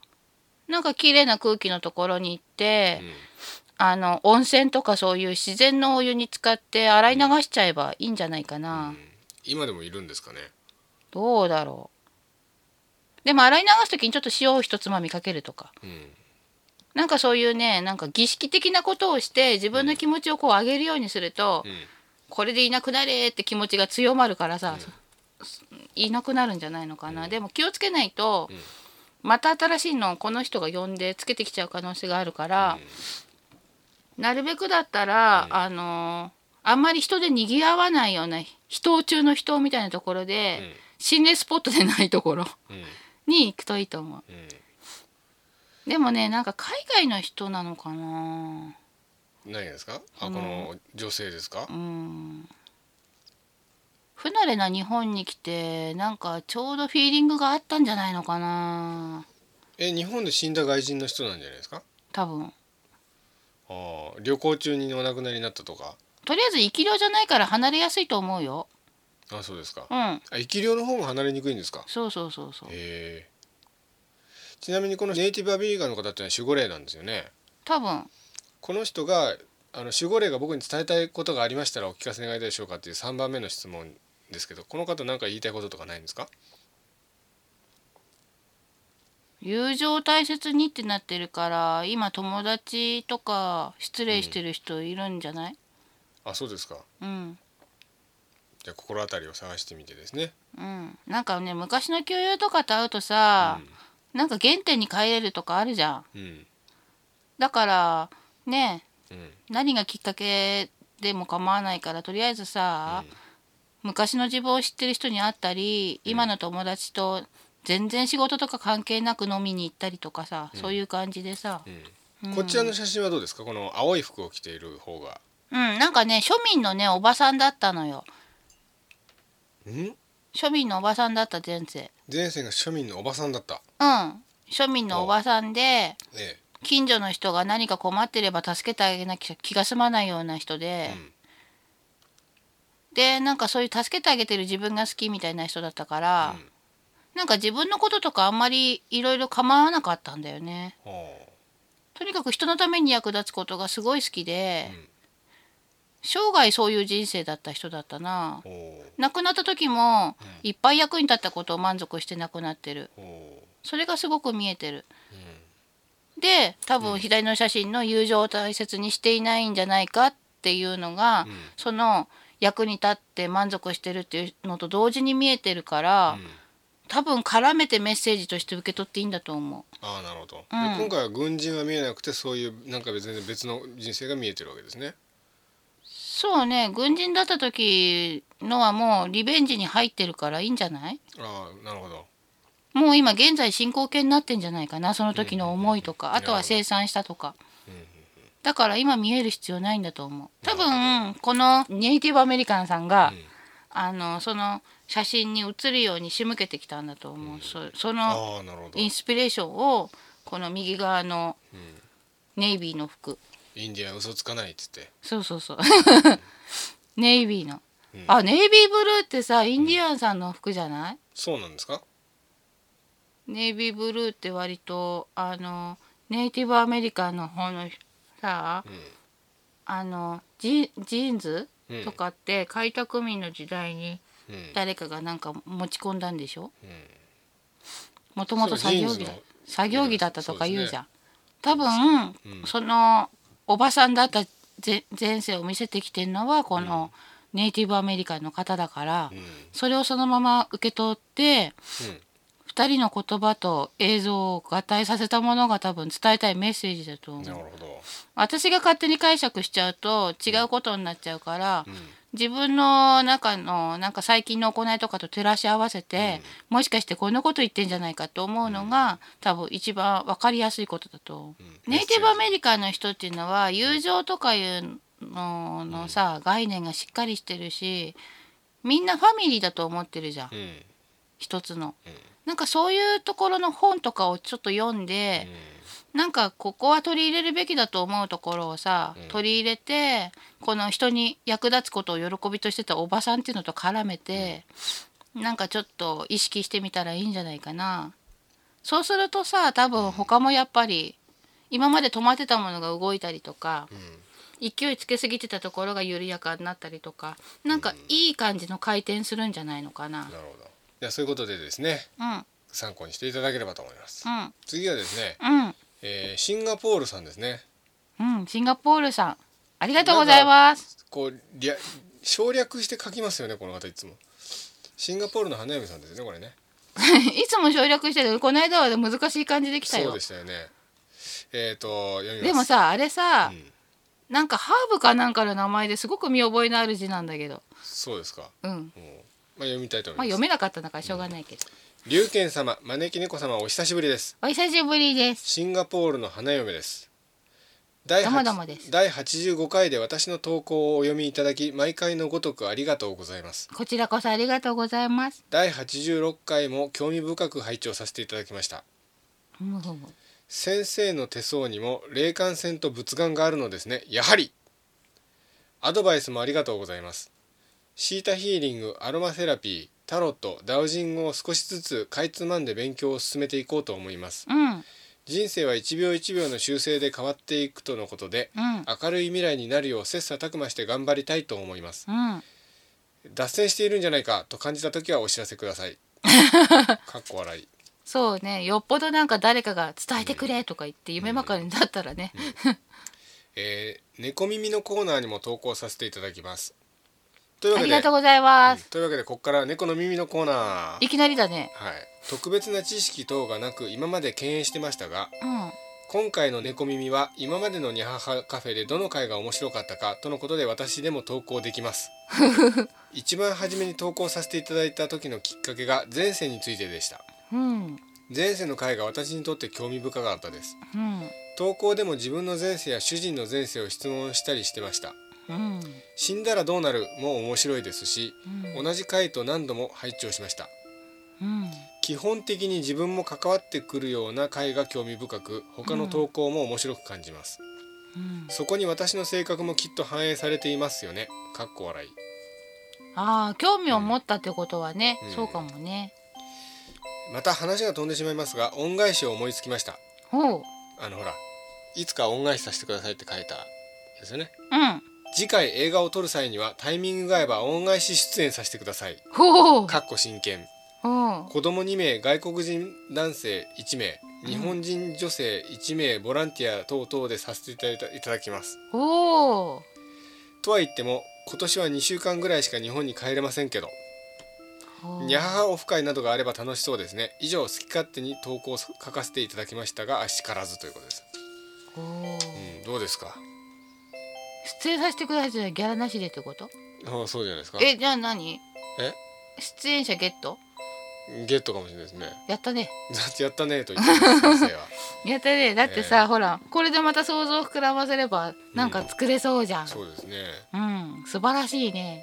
[SPEAKER 1] なんか綺麗な空気のところに行って、あの温泉とかそういう自然のお湯に使って洗い流しちゃえばいいんじゃないかな、
[SPEAKER 2] うん今でもいるんですかね。
[SPEAKER 1] どうだろうでも洗い流す時にちょっと塩をひとつまみかけるとか
[SPEAKER 2] うん、
[SPEAKER 1] なんかそういうねなんか儀式的なことをして自分の気持ちをこう上げるようにすると、
[SPEAKER 2] うん
[SPEAKER 1] これでいなくなれって気持ちが強まるからさ、そいなくなるんじゃないのかな、でも気をつけないと、
[SPEAKER 2] ん
[SPEAKER 1] また新しいのをこの人が呼んでつけてきちゃう可能性があるから、なるべくだったら、あのーあんまり人で賑わわないような人中の人みたいなところで、
[SPEAKER 2] うん
[SPEAKER 1] 心霊スポットでないところ
[SPEAKER 2] うん、
[SPEAKER 1] に行くといいと思
[SPEAKER 2] う、
[SPEAKER 1] うでもねなんか海外の人なのかなん
[SPEAKER 2] 何がですか。あ、この女性ですか
[SPEAKER 1] う。ん不慣れな日本に来てなんかちょうどフィーリングがあったんじゃないのかな
[SPEAKER 2] え、日本で死んだ外人の人なんじゃないですか。
[SPEAKER 1] 多分
[SPEAKER 2] ああ、旅行中にお亡くなりになったとか。
[SPEAKER 1] とりあえず生き量じゃないから離れやすいと思うよ
[SPEAKER 2] あ、そうですか。
[SPEAKER 1] うん
[SPEAKER 2] あ、生き量の方が離れにくいんですか。
[SPEAKER 1] そうそうそうそう
[SPEAKER 2] へえ。ちなみにこのネイティブアメリカンの方ってのは守護霊なんですよね。
[SPEAKER 1] 多分
[SPEAKER 2] この人があの守護霊が僕に伝えたいことがありましたらお聞かせ願いたいでしょうかっていう3番目の質問ですけどこの方何か言いたいこととかないんですか
[SPEAKER 1] 友情を大切にってなってるから今友達とか失礼してる人いるんじゃない
[SPEAKER 2] あそうですか
[SPEAKER 1] うん
[SPEAKER 2] じゃあ心当たりを探してみてですね、
[SPEAKER 1] うんなんかね昔の旧友とかと会うとさ、なんか原点に帰れるとかあるじゃ
[SPEAKER 2] う
[SPEAKER 1] ん
[SPEAKER 2] ん
[SPEAKER 1] だからねえ
[SPEAKER 2] うん
[SPEAKER 1] 何がきっかけでも構わないからとりあえずさ、昔の自分を知ってる人に会ったり今の友達と全然仕事とか関係なく飲みに行ったりとかさ、そういう感じでさ、
[SPEAKER 2] うんこちらの写真はどうですかこの青い服を着ている方が
[SPEAKER 1] うん、なんかね庶民のねおばさんだったのよ
[SPEAKER 2] ん
[SPEAKER 1] 庶民のおばさんだった前世
[SPEAKER 2] 前世が庶民のおばさんだった
[SPEAKER 1] うん庶民のおばさんで
[SPEAKER 2] え
[SPEAKER 1] 近所の人が何か困ってれば助けてあげなきゃ気が済まないような人で
[SPEAKER 2] え、うん
[SPEAKER 1] でなんかそういう助けてあげてる自分が好きみたいな人だったか
[SPEAKER 2] う
[SPEAKER 1] ら、
[SPEAKER 2] ん
[SPEAKER 1] なんか自分のこととかあんまりいろいろ構わなかったんだよね
[SPEAKER 2] は
[SPEAKER 1] とにかく人のために役立つことがすごい好き
[SPEAKER 2] あ
[SPEAKER 1] で
[SPEAKER 2] う、ん
[SPEAKER 1] 生涯そういう人生だった人だったな
[SPEAKER 2] ほ
[SPEAKER 1] 亡くなった時も
[SPEAKER 2] うん
[SPEAKER 1] いっぱい役に立ったことを満足して亡くなってる
[SPEAKER 2] うほ
[SPEAKER 1] それがすごく見えてる
[SPEAKER 2] ううん
[SPEAKER 1] で多分左の写真の友情を大切にしていないんじゃないかっていうのが、
[SPEAKER 2] うん
[SPEAKER 1] その役に立って満足してるっていうのと同時に見えてるから、
[SPEAKER 2] うん
[SPEAKER 1] 多分絡めてメッセージとして受け取っていいんだと思う
[SPEAKER 2] ああなるほど、で
[SPEAKER 1] うん
[SPEAKER 2] 今回は軍人は見えなくてそういうなんか全然別の人生が見えてるわけですね
[SPEAKER 1] そうね軍人だった時のはもうリベンジに入ってるからいいんじゃない
[SPEAKER 2] ああなるほど
[SPEAKER 1] もう今現在進行形になってんじゃないかなその時の思いと
[SPEAKER 2] うん
[SPEAKER 1] か
[SPEAKER 2] うんう
[SPEAKER 1] あ
[SPEAKER 2] ん
[SPEAKER 1] とは生産したとか
[SPEAKER 2] うんうん
[SPEAKER 1] だから今見える必要ないんだと思う多分このネイティブアメリカンさんが、
[SPEAKER 2] うん
[SPEAKER 1] あのその写真に写るように仕向けてきたんだと思う、そその
[SPEAKER 2] ああなるほど
[SPEAKER 1] インスピレーションをこの右側の
[SPEAKER 2] うん
[SPEAKER 1] ネイビーの服
[SPEAKER 2] インディアン嘘つかないっつって
[SPEAKER 1] そうそうそうネイビーの、
[SPEAKER 2] うん
[SPEAKER 1] あネイビーブルーってさインディアンさんの服じゃない、
[SPEAKER 2] そうなんですか
[SPEAKER 1] ネイビーブルーって割とあのネイティブアメリカンの方のさ
[SPEAKER 2] うん
[SPEAKER 1] あのジジーンズ
[SPEAKER 2] うん
[SPEAKER 1] とかって開拓民の時代に
[SPEAKER 2] うん
[SPEAKER 1] 誰かがなんか持ち込んだんでしょ
[SPEAKER 2] うん
[SPEAKER 1] もともと
[SPEAKER 2] そう
[SPEAKER 1] 作業着
[SPEAKER 2] ジーンズ
[SPEAKER 1] だ
[SPEAKER 2] の
[SPEAKER 1] 作業着だったとか言うじゃん、多分、
[SPEAKER 2] うん
[SPEAKER 1] そのおばさんだった前前世を見せてきてるのはこのネイティブアメリカンの方だから、
[SPEAKER 2] うん
[SPEAKER 1] それをそのまま受け取って
[SPEAKER 2] うん
[SPEAKER 1] 2人の言葉と映像を合体させたものが多分伝えたいメッセージだと思
[SPEAKER 2] なる
[SPEAKER 1] う
[SPEAKER 2] ほど
[SPEAKER 1] 私が勝手に解釈しちゃうと違うことになっちゃうから、
[SPEAKER 2] うん
[SPEAKER 1] 自分の中のなんか最近の行いとかと照らし合わせて、もしかしてこんなこと言ってんじゃないかと思うのが、多分一番分かりやすいことだと思う、
[SPEAKER 2] うん
[SPEAKER 1] ネイティブアメリカンの人っていうのは友情とかいうののさ、概念がしっかりしてるしみんなファミリーだと思ってるじゃん、
[SPEAKER 2] うん
[SPEAKER 1] 一つの。
[SPEAKER 2] うん
[SPEAKER 1] なんかそういうところの本とかをちょっと読んで、なんかここは取り入れるべきだと思うところをさ、
[SPEAKER 2] うん
[SPEAKER 1] 取り入れてこの人に役立つことを喜びとしてたおばさんっていうのと絡めて、なんかちょっと意識してみたらいいんじゃないかなそうするとさ多分他もやっぱり今まで止まってたものが動いたりとか
[SPEAKER 2] うん
[SPEAKER 1] 勢いつけすぎてたところが緩やかになったりとかなんかいい感じの回転するんじゃないのかな
[SPEAKER 2] なるほどじゃあそういうことでですね
[SPEAKER 1] うん
[SPEAKER 2] 参考にしていただければと思います
[SPEAKER 1] うん
[SPEAKER 2] 次はですね
[SPEAKER 1] うん
[SPEAKER 2] えーシンガポールさんですね
[SPEAKER 1] うんシンガポールさんありがとうございます
[SPEAKER 2] こうりゃ省略して書きますよねこの方いつもシンガポールの花嫁さんですねこれね
[SPEAKER 1] いつも省略してるこの間は難しい感じできた
[SPEAKER 2] そ
[SPEAKER 1] よ
[SPEAKER 2] うで
[SPEAKER 1] で
[SPEAKER 2] したよねえっ、と読みます
[SPEAKER 1] もさあれさ、
[SPEAKER 2] うん
[SPEAKER 1] なんかハーブかなんかの名前ですごく見覚えのある字なんだけど
[SPEAKER 2] そうですか
[SPEAKER 1] うん
[SPEAKER 2] もうまあ読みたいと思
[SPEAKER 1] まあ
[SPEAKER 2] いま
[SPEAKER 1] 読
[SPEAKER 2] す
[SPEAKER 1] めなかったんだからしょうがないけど、
[SPEAKER 2] 龍賢様招き猫様お久しぶりです
[SPEAKER 1] お久しぶりです
[SPEAKER 2] シンガポールの花嫁です第
[SPEAKER 1] どうもどうもです
[SPEAKER 2] 第85回で私の投稿をお読みいただき毎回のごとくありがとうございます
[SPEAKER 1] こちらこそありがとうございます
[SPEAKER 2] 第86回も興味深く拝聴させていただきました
[SPEAKER 1] ふむふむ
[SPEAKER 2] 先生の手相にも霊感線と仏眼があるのですねやはりアドバイスもありがとうございますシータヒーリングアロマセラピータロットダウジングを少しずつかいつまんで勉強を進めていこうと思います
[SPEAKER 1] うんうん
[SPEAKER 2] 人生は一秒一秒の修正で変わっていくとのことで明るい未来になるよう切磋琢磨して頑張りたいと思います
[SPEAKER 1] うん
[SPEAKER 2] 脱線しているんじゃないかと感じた時はお知らせくださいかっこ笑い
[SPEAKER 1] そうねよっぽどなんか誰かが伝えてくれとか言って夢まかりになったらね、
[SPEAKER 2] えー猫耳のコーナーにも投稿させていただきますというわ
[SPEAKER 1] あ
[SPEAKER 2] け
[SPEAKER 1] り
[SPEAKER 2] で
[SPEAKER 1] がとうございます、
[SPEAKER 2] というわけでここから猫の耳のコーナーはい
[SPEAKER 1] きなりだね
[SPEAKER 2] 特別な知識等がなく今まで敬遠してましたが
[SPEAKER 1] うん
[SPEAKER 2] 今回の猫耳は今までのニャハハカフェでどの回が面白かったかとのことで私でも投稿できます 一番初めに投稿させていただいた時のきっかけが前世についてでした
[SPEAKER 1] うん
[SPEAKER 2] 前世の回が私にとって興味深かったです
[SPEAKER 1] うん
[SPEAKER 2] 投稿でも自分の前世や主人の前世を質問したりしてました
[SPEAKER 1] うん
[SPEAKER 2] 死んだらどうなるも面白いですし、同じ回と何度も拝聴しました
[SPEAKER 1] うん
[SPEAKER 2] 基本的に自分も関わってくるような回が興味深く他の投稿も面白く感じます、
[SPEAKER 1] うん
[SPEAKER 2] そこに私の性格もきっと反映されていますよねかっこ笑い
[SPEAKER 1] ああ興味を持ったってことはね、
[SPEAKER 2] うん
[SPEAKER 1] そうかもね
[SPEAKER 2] また話が飛んでしまいますが恩返しを思いつきました
[SPEAKER 1] ほう
[SPEAKER 2] あのほらいつか恩返しさせてくださいって書いたんですよね
[SPEAKER 1] うん
[SPEAKER 2] 次回映画を撮る際にはタイミングが合えば恩返し出演させてください
[SPEAKER 1] ほう
[SPEAKER 2] かっこ真剣
[SPEAKER 1] ほう
[SPEAKER 2] 子供2名外国人男性1名日本人女性1名ボランティア等々でさせていただいたいただきます
[SPEAKER 1] ほう
[SPEAKER 2] とは言っても今年は2週間ぐらいしか日本に帰れませんけど
[SPEAKER 1] ほう
[SPEAKER 2] にゃははオフ会などがあれば楽しそうですね以上好き勝手に投稿を書かせていただきましたがあしからずということです、
[SPEAKER 1] ほう
[SPEAKER 2] うん、どうですか
[SPEAKER 1] 出演させてくださいってのはギャラなしでってこと
[SPEAKER 2] あそうじゃないですか
[SPEAKER 1] えじゃあ何
[SPEAKER 2] え
[SPEAKER 1] 出演者ゲット
[SPEAKER 2] ゲットかもしれないですね
[SPEAKER 1] やったね
[SPEAKER 2] だってやったねと言ってます先生は
[SPEAKER 1] やったねだってさ、
[SPEAKER 2] ええ
[SPEAKER 1] ほらこれでまた想像を膨らませればなんか作れそうじゃん、
[SPEAKER 2] そうですね、
[SPEAKER 1] うん素晴らしいね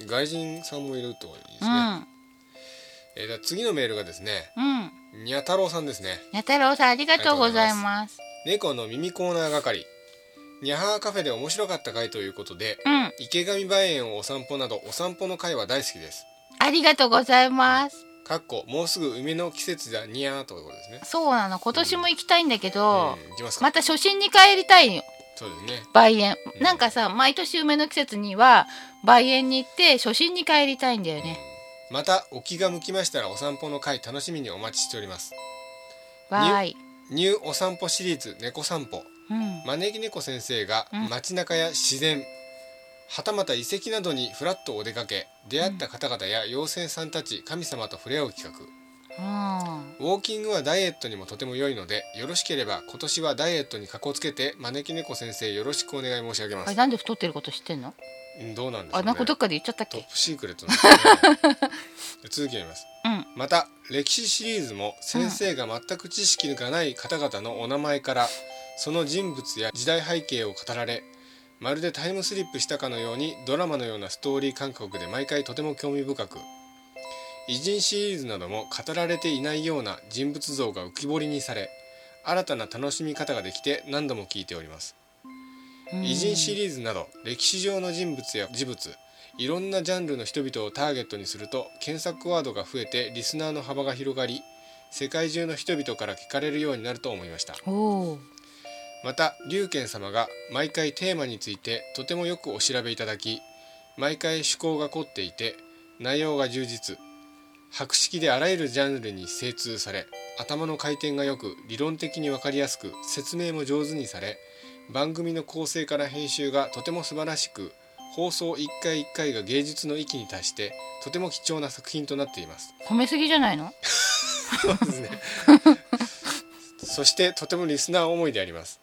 [SPEAKER 2] うん、外人さんもいるといいです
[SPEAKER 1] う
[SPEAKER 2] ね、
[SPEAKER 1] ん
[SPEAKER 2] えー、だから次のメールがですね
[SPEAKER 1] うん
[SPEAKER 2] にゃ太郎さんですね
[SPEAKER 1] やたろうさんありがとうございます
[SPEAKER 2] 猫の耳コーナー係にゃはーカフェで面白かった回ということで
[SPEAKER 1] うん
[SPEAKER 2] 池上梅園をお散歩などお散歩の回は大好きです
[SPEAKER 1] ありがとうございます
[SPEAKER 2] かっこもうすぐ梅の季節だにゃーということですね
[SPEAKER 1] そうなの今年も行きたいんだけど、
[SPEAKER 2] うん、行きますか、
[SPEAKER 1] また初心に帰りたいよ
[SPEAKER 2] そうですね
[SPEAKER 1] 梅園
[SPEAKER 2] うん
[SPEAKER 1] なんかさ毎年梅の季節には梅園に行って初心に帰りたいんだよね
[SPEAKER 2] またお気が向きましたらお散歩の回楽しみにお待ちしておりますん
[SPEAKER 1] わーい
[SPEAKER 2] ニューお散歩シリーズ猫散歩
[SPEAKER 1] うん
[SPEAKER 2] 招き猫先生が
[SPEAKER 1] うん
[SPEAKER 2] 街中や自然、はたまた遺跡などにふらっとお出かけ出会った方々や妖精さんたち神様と触れ合う企画
[SPEAKER 1] うん
[SPEAKER 2] ウォーキングはダイエットにもとても良いのでよろしければ今年はダイエットにかこつけて招き猫先生よろしくお願い申し上げま
[SPEAKER 1] あれ
[SPEAKER 2] す
[SPEAKER 1] なんで太ってること知ってんの
[SPEAKER 2] うんどうなんですか、
[SPEAKER 1] あ
[SPEAKER 2] ね、
[SPEAKER 1] なんかどっかで言っちゃったっ
[SPEAKER 2] ト
[SPEAKER 1] け
[SPEAKER 2] ップシークレットなん ですね続きを読みます
[SPEAKER 1] うん
[SPEAKER 2] また歴史シリーズも先生が全く知識がない方々のお名前からその人物や時代背景を語られまるでタイムスリップしたかのようにドラマのようなストーリー感覚で毎回とても興味深く偉人シリーズなども語られていないような人物像が浮き彫りにされ新たな楽しみ方ができて何度も聞いております
[SPEAKER 1] うん
[SPEAKER 2] 偉人シリーズなど歴史上の人物や事物いろんなジャンルの人々をターゲットにすると検索ワードが増えてリスナーの幅が広がり世界中の人々から聞かれるようになると思いました
[SPEAKER 1] おー
[SPEAKER 2] また龍賢様が毎回テーマについてとてもよくお調べいただき毎回趣向が凝っていて内容が充実博識であらゆるジャンルに精通され頭の回転がよく理論的に分かりやすく説明も上手にされ番組の構成から編集がとても素晴らしく放送1回1回が芸術の域に達してとても貴重な作品となっています
[SPEAKER 1] 褒めすぎじゃないの
[SPEAKER 2] そうですね。そしてとてもリスナー思いであります。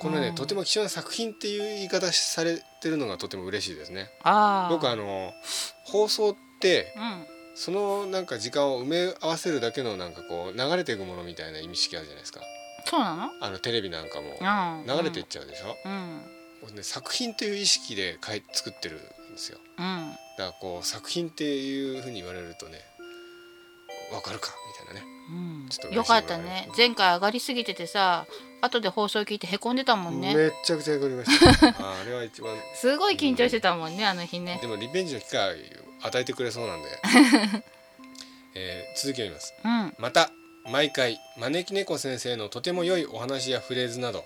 [SPEAKER 2] このね、
[SPEAKER 1] うん
[SPEAKER 2] とても貴重な作品っていう言い方されてるのがとても嬉しいですね。
[SPEAKER 1] ああ
[SPEAKER 2] 僕あの放送って
[SPEAKER 1] うん
[SPEAKER 2] そのなんか時間を埋め合わせるだけのなんかこう流れていくものみたいな意味識あるじゃないですか。
[SPEAKER 1] そうなの
[SPEAKER 2] あのテレビなんかも
[SPEAKER 1] うん
[SPEAKER 2] 流れていっちゃうでしょ。
[SPEAKER 1] うん
[SPEAKER 2] 僕ね作品という意識で書い作ってるんですよ。
[SPEAKER 1] うん
[SPEAKER 2] だからこう作品っていうふうに言われるとね、わかるかみたいなね。
[SPEAKER 1] うん
[SPEAKER 2] ちょっと嬉しい
[SPEAKER 1] よかったね前回上がりすぎててさ後で放送聞いてへこんでたもんね
[SPEAKER 2] めっちゃくちゃ怒りま した。あれは一番。
[SPEAKER 1] すごい緊張してたもんねあの日ね
[SPEAKER 2] でもリベンジの機会を与えてくれそうなん で。えー続きを読みます。
[SPEAKER 1] うん
[SPEAKER 2] また毎回招き猫先生のとても良いお話やフレーズなど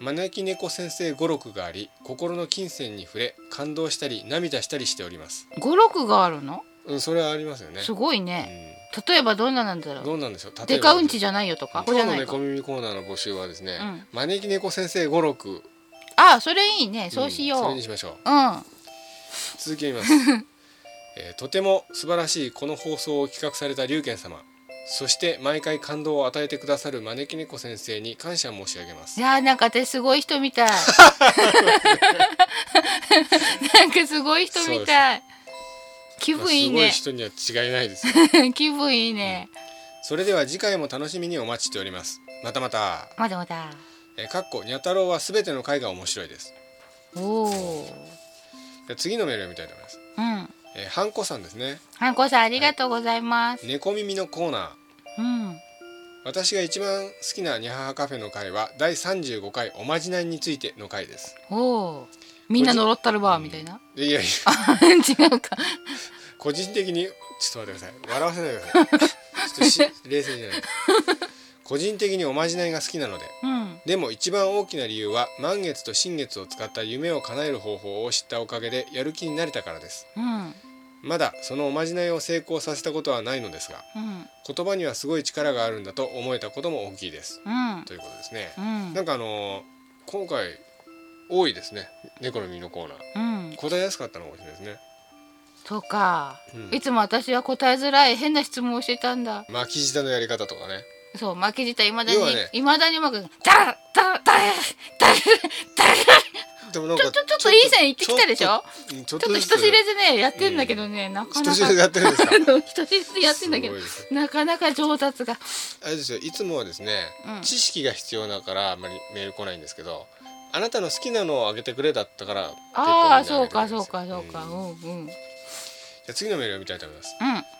[SPEAKER 2] 招き猫先生語録があり心の金銭に触れ感動したり涙したりしております。
[SPEAKER 1] 語録があるの
[SPEAKER 2] うんそれはありますよね。
[SPEAKER 1] すごいね例えばどんななんだ
[SPEAKER 2] うん
[SPEAKER 1] ろ
[SPEAKER 2] ど
[SPEAKER 1] う
[SPEAKER 2] うなんでしょう。例え
[SPEAKER 1] デ
[SPEAKER 2] ば
[SPEAKER 1] カうんちじゃないよとかこ
[SPEAKER 2] 今
[SPEAKER 1] れじ
[SPEAKER 2] 日
[SPEAKER 1] ゃ
[SPEAKER 2] の
[SPEAKER 1] ないか
[SPEAKER 2] 猫耳コーナーの募集はですね、
[SPEAKER 1] うん
[SPEAKER 2] 招き猫先生語録
[SPEAKER 1] あそれいいねそうしよ
[SPEAKER 2] んそうれにしましょう。
[SPEAKER 1] うん
[SPEAKER 2] 続きを読みます えーとても素晴らしいこの放送を企画された龍賢様そして毎回感動を与えてくださる招き猫先生に感謝申し上げま
[SPEAKER 1] い
[SPEAKER 2] す
[SPEAKER 1] やーなんか私すごい人 みたいなんかすごい人みたい気分いい
[SPEAKER 2] ま
[SPEAKER 1] ね
[SPEAKER 2] あすごい人には違いないですよ
[SPEAKER 1] 気分いいね
[SPEAKER 2] それでは次回も楽しみにお待ちしておりますまたまた、
[SPEAKER 1] まだまだ
[SPEAKER 2] えー、かっこにゃ太郎はすべての回が面白いです
[SPEAKER 1] おお
[SPEAKER 2] で次のメールを見たいと思います。
[SPEAKER 1] うん
[SPEAKER 2] えー、ハンコさんですね。
[SPEAKER 1] ハンコさんありがとうございます、
[SPEAKER 2] 猫耳のコーナー。
[SPEAKER 1] うん
[SPEAKER 2] 私が一番好きなニャハハカフェの回は第35回おまじないについての回です。
[SPEAKER 1] おおみんな呪ったるわみたいな、
[SPEAKER 2] いやいやいや、
[SPEAKER 1] あ 違うか
[SPEAKER 2] 個人的にちょっと待ってください。笑わせないでく ださい。ちょっとし冷静じゃない。個人的におまじないが好きなので、
[SPEAKER 1] うん
[SPEAKER 2] でも一番大きな理由は満月と新月を使った夢を叶える方法を知ったおかげでやる気になれたからです。
[SPEAKER 1] うん
[SPEAKER 2] まだそのおまじないを成功させたことはないのですが、
[SPEAKER 1] うん
[SPEAKER 2] 言葉にはすごい力があるんだと思えたことも大きいです。
[SPEAKER 1] うん
[SPEAKER 2] ということですね
[SPEAKER 1] う。ん
[SPEAKER 2] なんかあのー今回多いですね。猫の耳のコーナー。
[SPEAKER 1] うん
[SPEAKER 2] 答えやすかったのかもしれないですね。
[SPEAKER 1] そうか、
[SPEAKER 2] うん
[SPEAKER 1] いつも私は答えづらい変な質問をしてたんだ
[SPEAKER 2] 巻き舌のやり方とかね。
[SPEAKER 1] そう負けじたいまだ
[SPEAKER 2] 要
[SPEAKER 1] に
[SPEAKER 2] はね
[SPEAKER 1] いま、未だにうまく「だだだだ
[SPEAKER 2] でもなんか
[SPEAKER 1] ちょちょっといい線いってきたでしょ
[SPEAKER 2] うんちょっ
[SPEAKER 1] ち
[SPEAKER 2] と
[SPEAKER 1] ょっ
[SPEAKER 2] ず
[SPEAKER 1] と
[SPEAKER 2] つ
[SPEAKER 1] 人知れずねやってんだけどね、なか
[SPEAKER 2] 人
[SPEAKER 1] な
[SPEAKER 2] 知れず
[SPEAKER 1] か
[SPEAKER 2] やってるんですか。
[SPEAKER 1] 人知れず やってんだけど
[SPEAKER 2] すごいです
[SPEAKER 1] なかなか上達が
[SPEAKER 2] あれですよ。いつもはですね、
[SPEAKER 1] うん
[SPEAKER 2] 知識が必要だからあんまりメール来ないんですけど、あなたの好きなのをあげてくれだったから。
[SPEAKER 1] ああ
[SPEAKER 2] 結構
[SPEAKER 1] そう
[SPEAKER 2] みんなあ
[SPEAKER 1] か
[SPEAKER 2] げてくれるんですよ
[SPEAKER 1] そうかそうか
[SPEAKER 2] ん
[SPEAKER 1] う
[SPEAKER 2] じ
[SPEAKER 1] んうんうん
[SPEAKER 2] ゃあ次のメールを見たいと思います。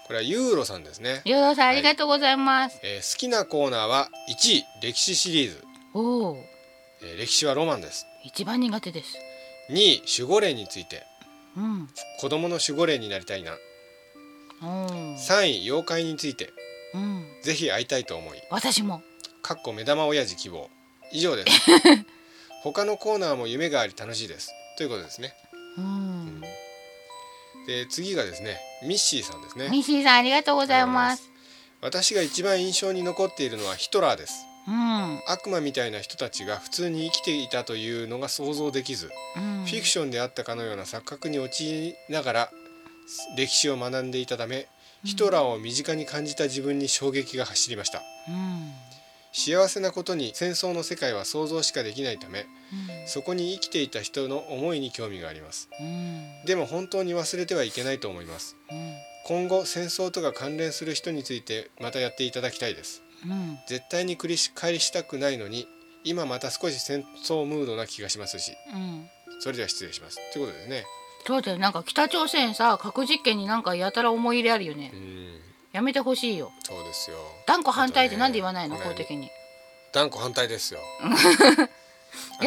[SPEAKER 2] これはユーロさんですね。
[SPEAKER 1] ゆうどさんありがとうございます、
[SPEAKER 2] えー好きなコーナーは1位歴史シリーズ、
[SPEAKER 1] おお
[SPEAKER 2] えー歴史はロマンです。
[SPEAKER 1] 一番苦手です
[SPEAKER 2] 2位守護霊について
[SPEAKER 1] うん
[SPEAKER 2] 子供の守護霊になりたいな。
[SPEAKER 1] うん
[SPEAKER 2] 3位妖怪について
[SPEAKER 1] うん
[SPEAKER 2] ぜひ会いたいと思い
[SPEAKER 1] 私も
[SPEAKER 2] かっこ目玉親父希望以上です 他のコーナーも夢があり楽しいですということですね
[SPEAKER 1] うん
[SPEAKER 2] で次がですねミッシーさんですね
[SPEAKER 1] ミッシーさんありがとうございます
[SPEAKER 2] 私が一番印象に残っているのはヒトラーです
[SPEAKER 1] うん
[SPEAKER 2] 悪魔みたいな人たちが普通に生きていたというのが想像できず、
[SPEAKER 1] うん
[SPEAKER 2] フィクションであったかのような錯覚に陥りながら歴史を学んでいたためヒトラーを身近に感じた自分に衝撃が走りました
[SPEAKER 1] うん
[SPEAKER 2] 幸せなことに戦争の世界は想像しかできないためそこに生きていた人の思いに興味があります
[SPEAKER 1] うん
[SPEAKER 2] でも本当に忘れてはいけないと思います
[SPEAKER 1] うん
[SPEAKER 2] 今後戦争とか関連する人についてまたやっていただきたいです
[SPEAKER 1] うん
[SPEAKER 2] 絶対に繰り返したくないのに今また少し戦争ムードな気がしますし
[SPEAKER 1] うん
[SPEAKER 2] それでは失礼しますということですね
[SPEAKER 1] そうだよなんか北朝鮮さ核実験になんかやたら思い入れあるよね、
[SPEAKER 2] うん
[SPEAKER 1] やめてほしいよ
[SPEAKER 2] そうですよ
[SPEAKER 1] 断固反対ってなんで言わないの、
[SPEAKER 2] あとね
[SPEAKER 1] 法的に
[SPEAKER 2] 断固反対 ですよあとこれね
[SPEAKER 1] やっぱさ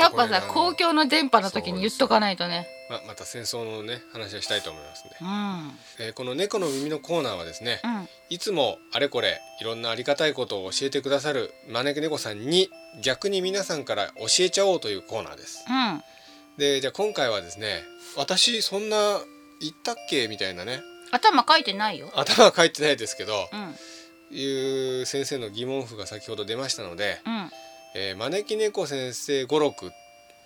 [SPEAKER 2] あの
[SPEAKER 1] 公共の電波の時に言っとかないとね
[SPEAKER 2] ままた戦争のね話をしたいと思いますね
[SPEAKER 1] う、ん
[SPEAKER 2] えーこの猫の耳のコーナーはですね、
[SPEAKER 1] うん
[SPEAKER 2] いつもあれこれいろんなありがたいことを教えてくださる招き猫さんに逆に皆さんから教えちゃおうというコーナーです。
[SPEAKER 1] うん
[SPEAKER 2] でじゃあ今回はですね私そんな言ったっけみたいなね
[SPEAKER 1] 頭書いてないよ
[SPEAKER 2] 頭は書いてないですけど
[SPEAKER 1] うん
[SPEAKER 2] いう先生の疑問符が先ほど出ましたので、
[SPEAKER 1] うん
[SPEAKER 2] えー、招き猫先生語録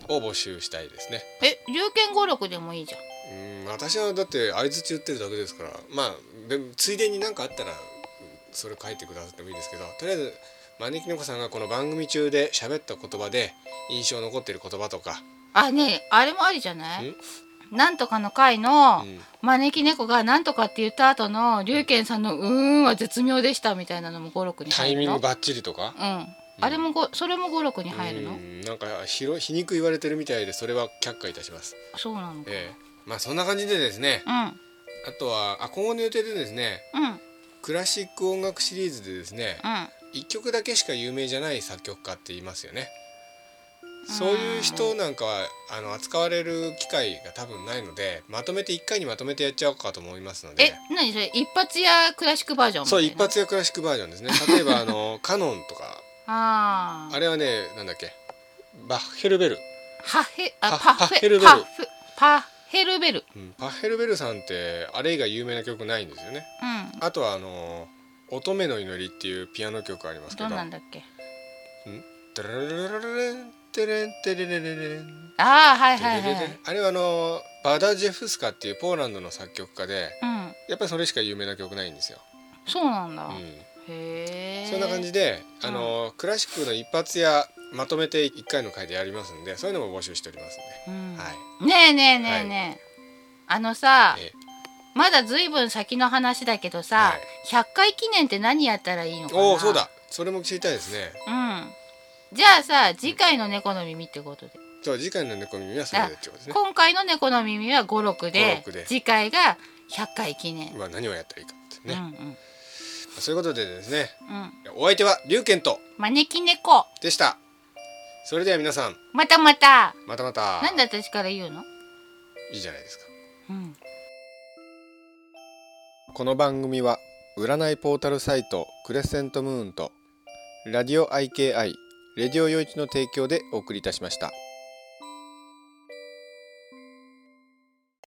[SPEAKER 2] を募集したいですね。
[SPEAKER 1] え龍拳語録でもいいじゃん
[SPEAKER 2] うん私はだって相槌打ってるだけですからまあべついでに何かあったらそれ書いてくださってもいいですけどとりあえず招き猫さんがこの番組中で喋った言葉で印象残ってる言葉とか
[SPEAKER 1] あねえあれもありじゃない
[SPEAKER 2] ん
[SPEAKER 1] なんとかの回の
[SPEAKER 2] うん
[SPEAKER 1] 招き猫がなんとかって言った後の龍拳さんの「うーん」は絶妙でしたみたいなのも語録に
[SPEAKER 2] タイ
[SPEAKER 1] 入る
[SPEAKER 2] ミング
[SPEAKER 1] の
[SPEAKER 2] バッチリとか
[SPEAKER 1] うんあれもごそれも語録に入る
[SPEAKER 2] う
[SPEAKER 1] の
[SPEAKER 2] んなんかひろ皮肉言われてるみたいでそれは却下いたします、
[SPEAKER 1] そうなのか
[SPEAKER 2] ええまあそんな感じでですね
[SPEAKER 1] うん
[SPEAKER 2] あとはあ今後の予定でですね
[SPEAKER 1] うんうん
[SPEAKER 2] クラシック音楽シリーズでですね、一曲だけしか有名じゃない作曲家って言いますよねそういう人なんかはあの扱われる機会が多分ないのでまとめて1回にまとめてやっちゃおうかと思いますの
[SPEAKER 1] え
[SPEAKER 2] で
[SPEAKER 1] 何それ一発やクラシックバージョンみた
[SPEAKER 2] そう
[SPEAKER 1] いな
[SPEAKER 2] 一発やクラシックバージョンですね例えばあのカノンとか
[SPEAKER 1] ああ
[SPEAKER 2] あれはねなんだっけバッヘルベル、
[SPEAKER 1] パヘあ
[SPEAKER 2] パ
[SPEAKER 1] パフ
[SPEAKER 2] パヘルベ
[SPEAKER 1] ェ
[SPEAKER 2] ル
[SPEAKER 1] パフパヘルベル
[SPEAKER 2] うん、バッヘルベルさんってあれ以外有名な曲ないんですよね
[SPEAKER 1] うん
[SPEAKER 2] あとはあの乙女の祈りっていうピアノ曲ありますけ
[SPEAKER 1] ど
[SPEAKER 2] ど
[SPEAKER 1] うなんだっけ
[SPEAKER 2] テレレレレレンテレンテレレレレレン
[SPEAKER 1] ああはいはいはいはい
[SPEAKER 2] あれはあのバダ・ジェフスカっていうポーランドの作曲家で
[SPEAKER 1] うん
[SPEAKER 2] やっぱりそれしか有名な曲ないんですよ、
[SPEAKER 1] そうなんだ、
[SPEAKER 2] うん
[SPEAKER 1] へえ
[SPEAKER 2] そんな感じで、あのクラシックの一発やまとめて1回の回でやりますんでそういうのも募集しておりますん
[SPEAKER 1] うん
[SPEAKER 2] は
[SPEAKER 1] ねえねえねえねえ、あのさ
[SPEAKER 2] で、え
[SPEAKER 1] まだずいぶん先の話だけどさ、
[SPEAKER 2] はい
[SPEAKER 1] 100回記念って何やったらいいのかな
[SPEAKER 2] おおそうだそれも知りたいですね
[SPEAKER 1] うんじゃあさ次回の猫の耳ってことで
[SPEAKER 2] じゃあ次回の猫耳はそれでってことですね
[SPEAKER 1] 今回の猫の耳は56で
[SPEAKER 2] 56で
[SPEAKER 1] 次回が100回記念、
[SPEAKER 2] まあ何をやったらいいかって
[SPEAKER 1] うんう
[SPEAKER 2] ね、
[SPEAKER 1] ん
[SPEAKER 2] まあそういうことでですね
[SPEAKER 1] うん
[SPEAKER 2] お相手は龍賢と
[SPEAKER 1] 招き猫
[SPEAKER 2] でしたそれでは皆さん
[SPEAKER 1] またまた
[SPEAKER 2] またまた
[SPEAKER 1] なんで私から言うの
[SPEAKER 2] いいじゃないですか
[SPEAKER 1] うん
[SPEAKER 2] この番組は占いポータルサイトクレッセントムーンとラディオ IKI レディオ用一の提供でお送りいたしました。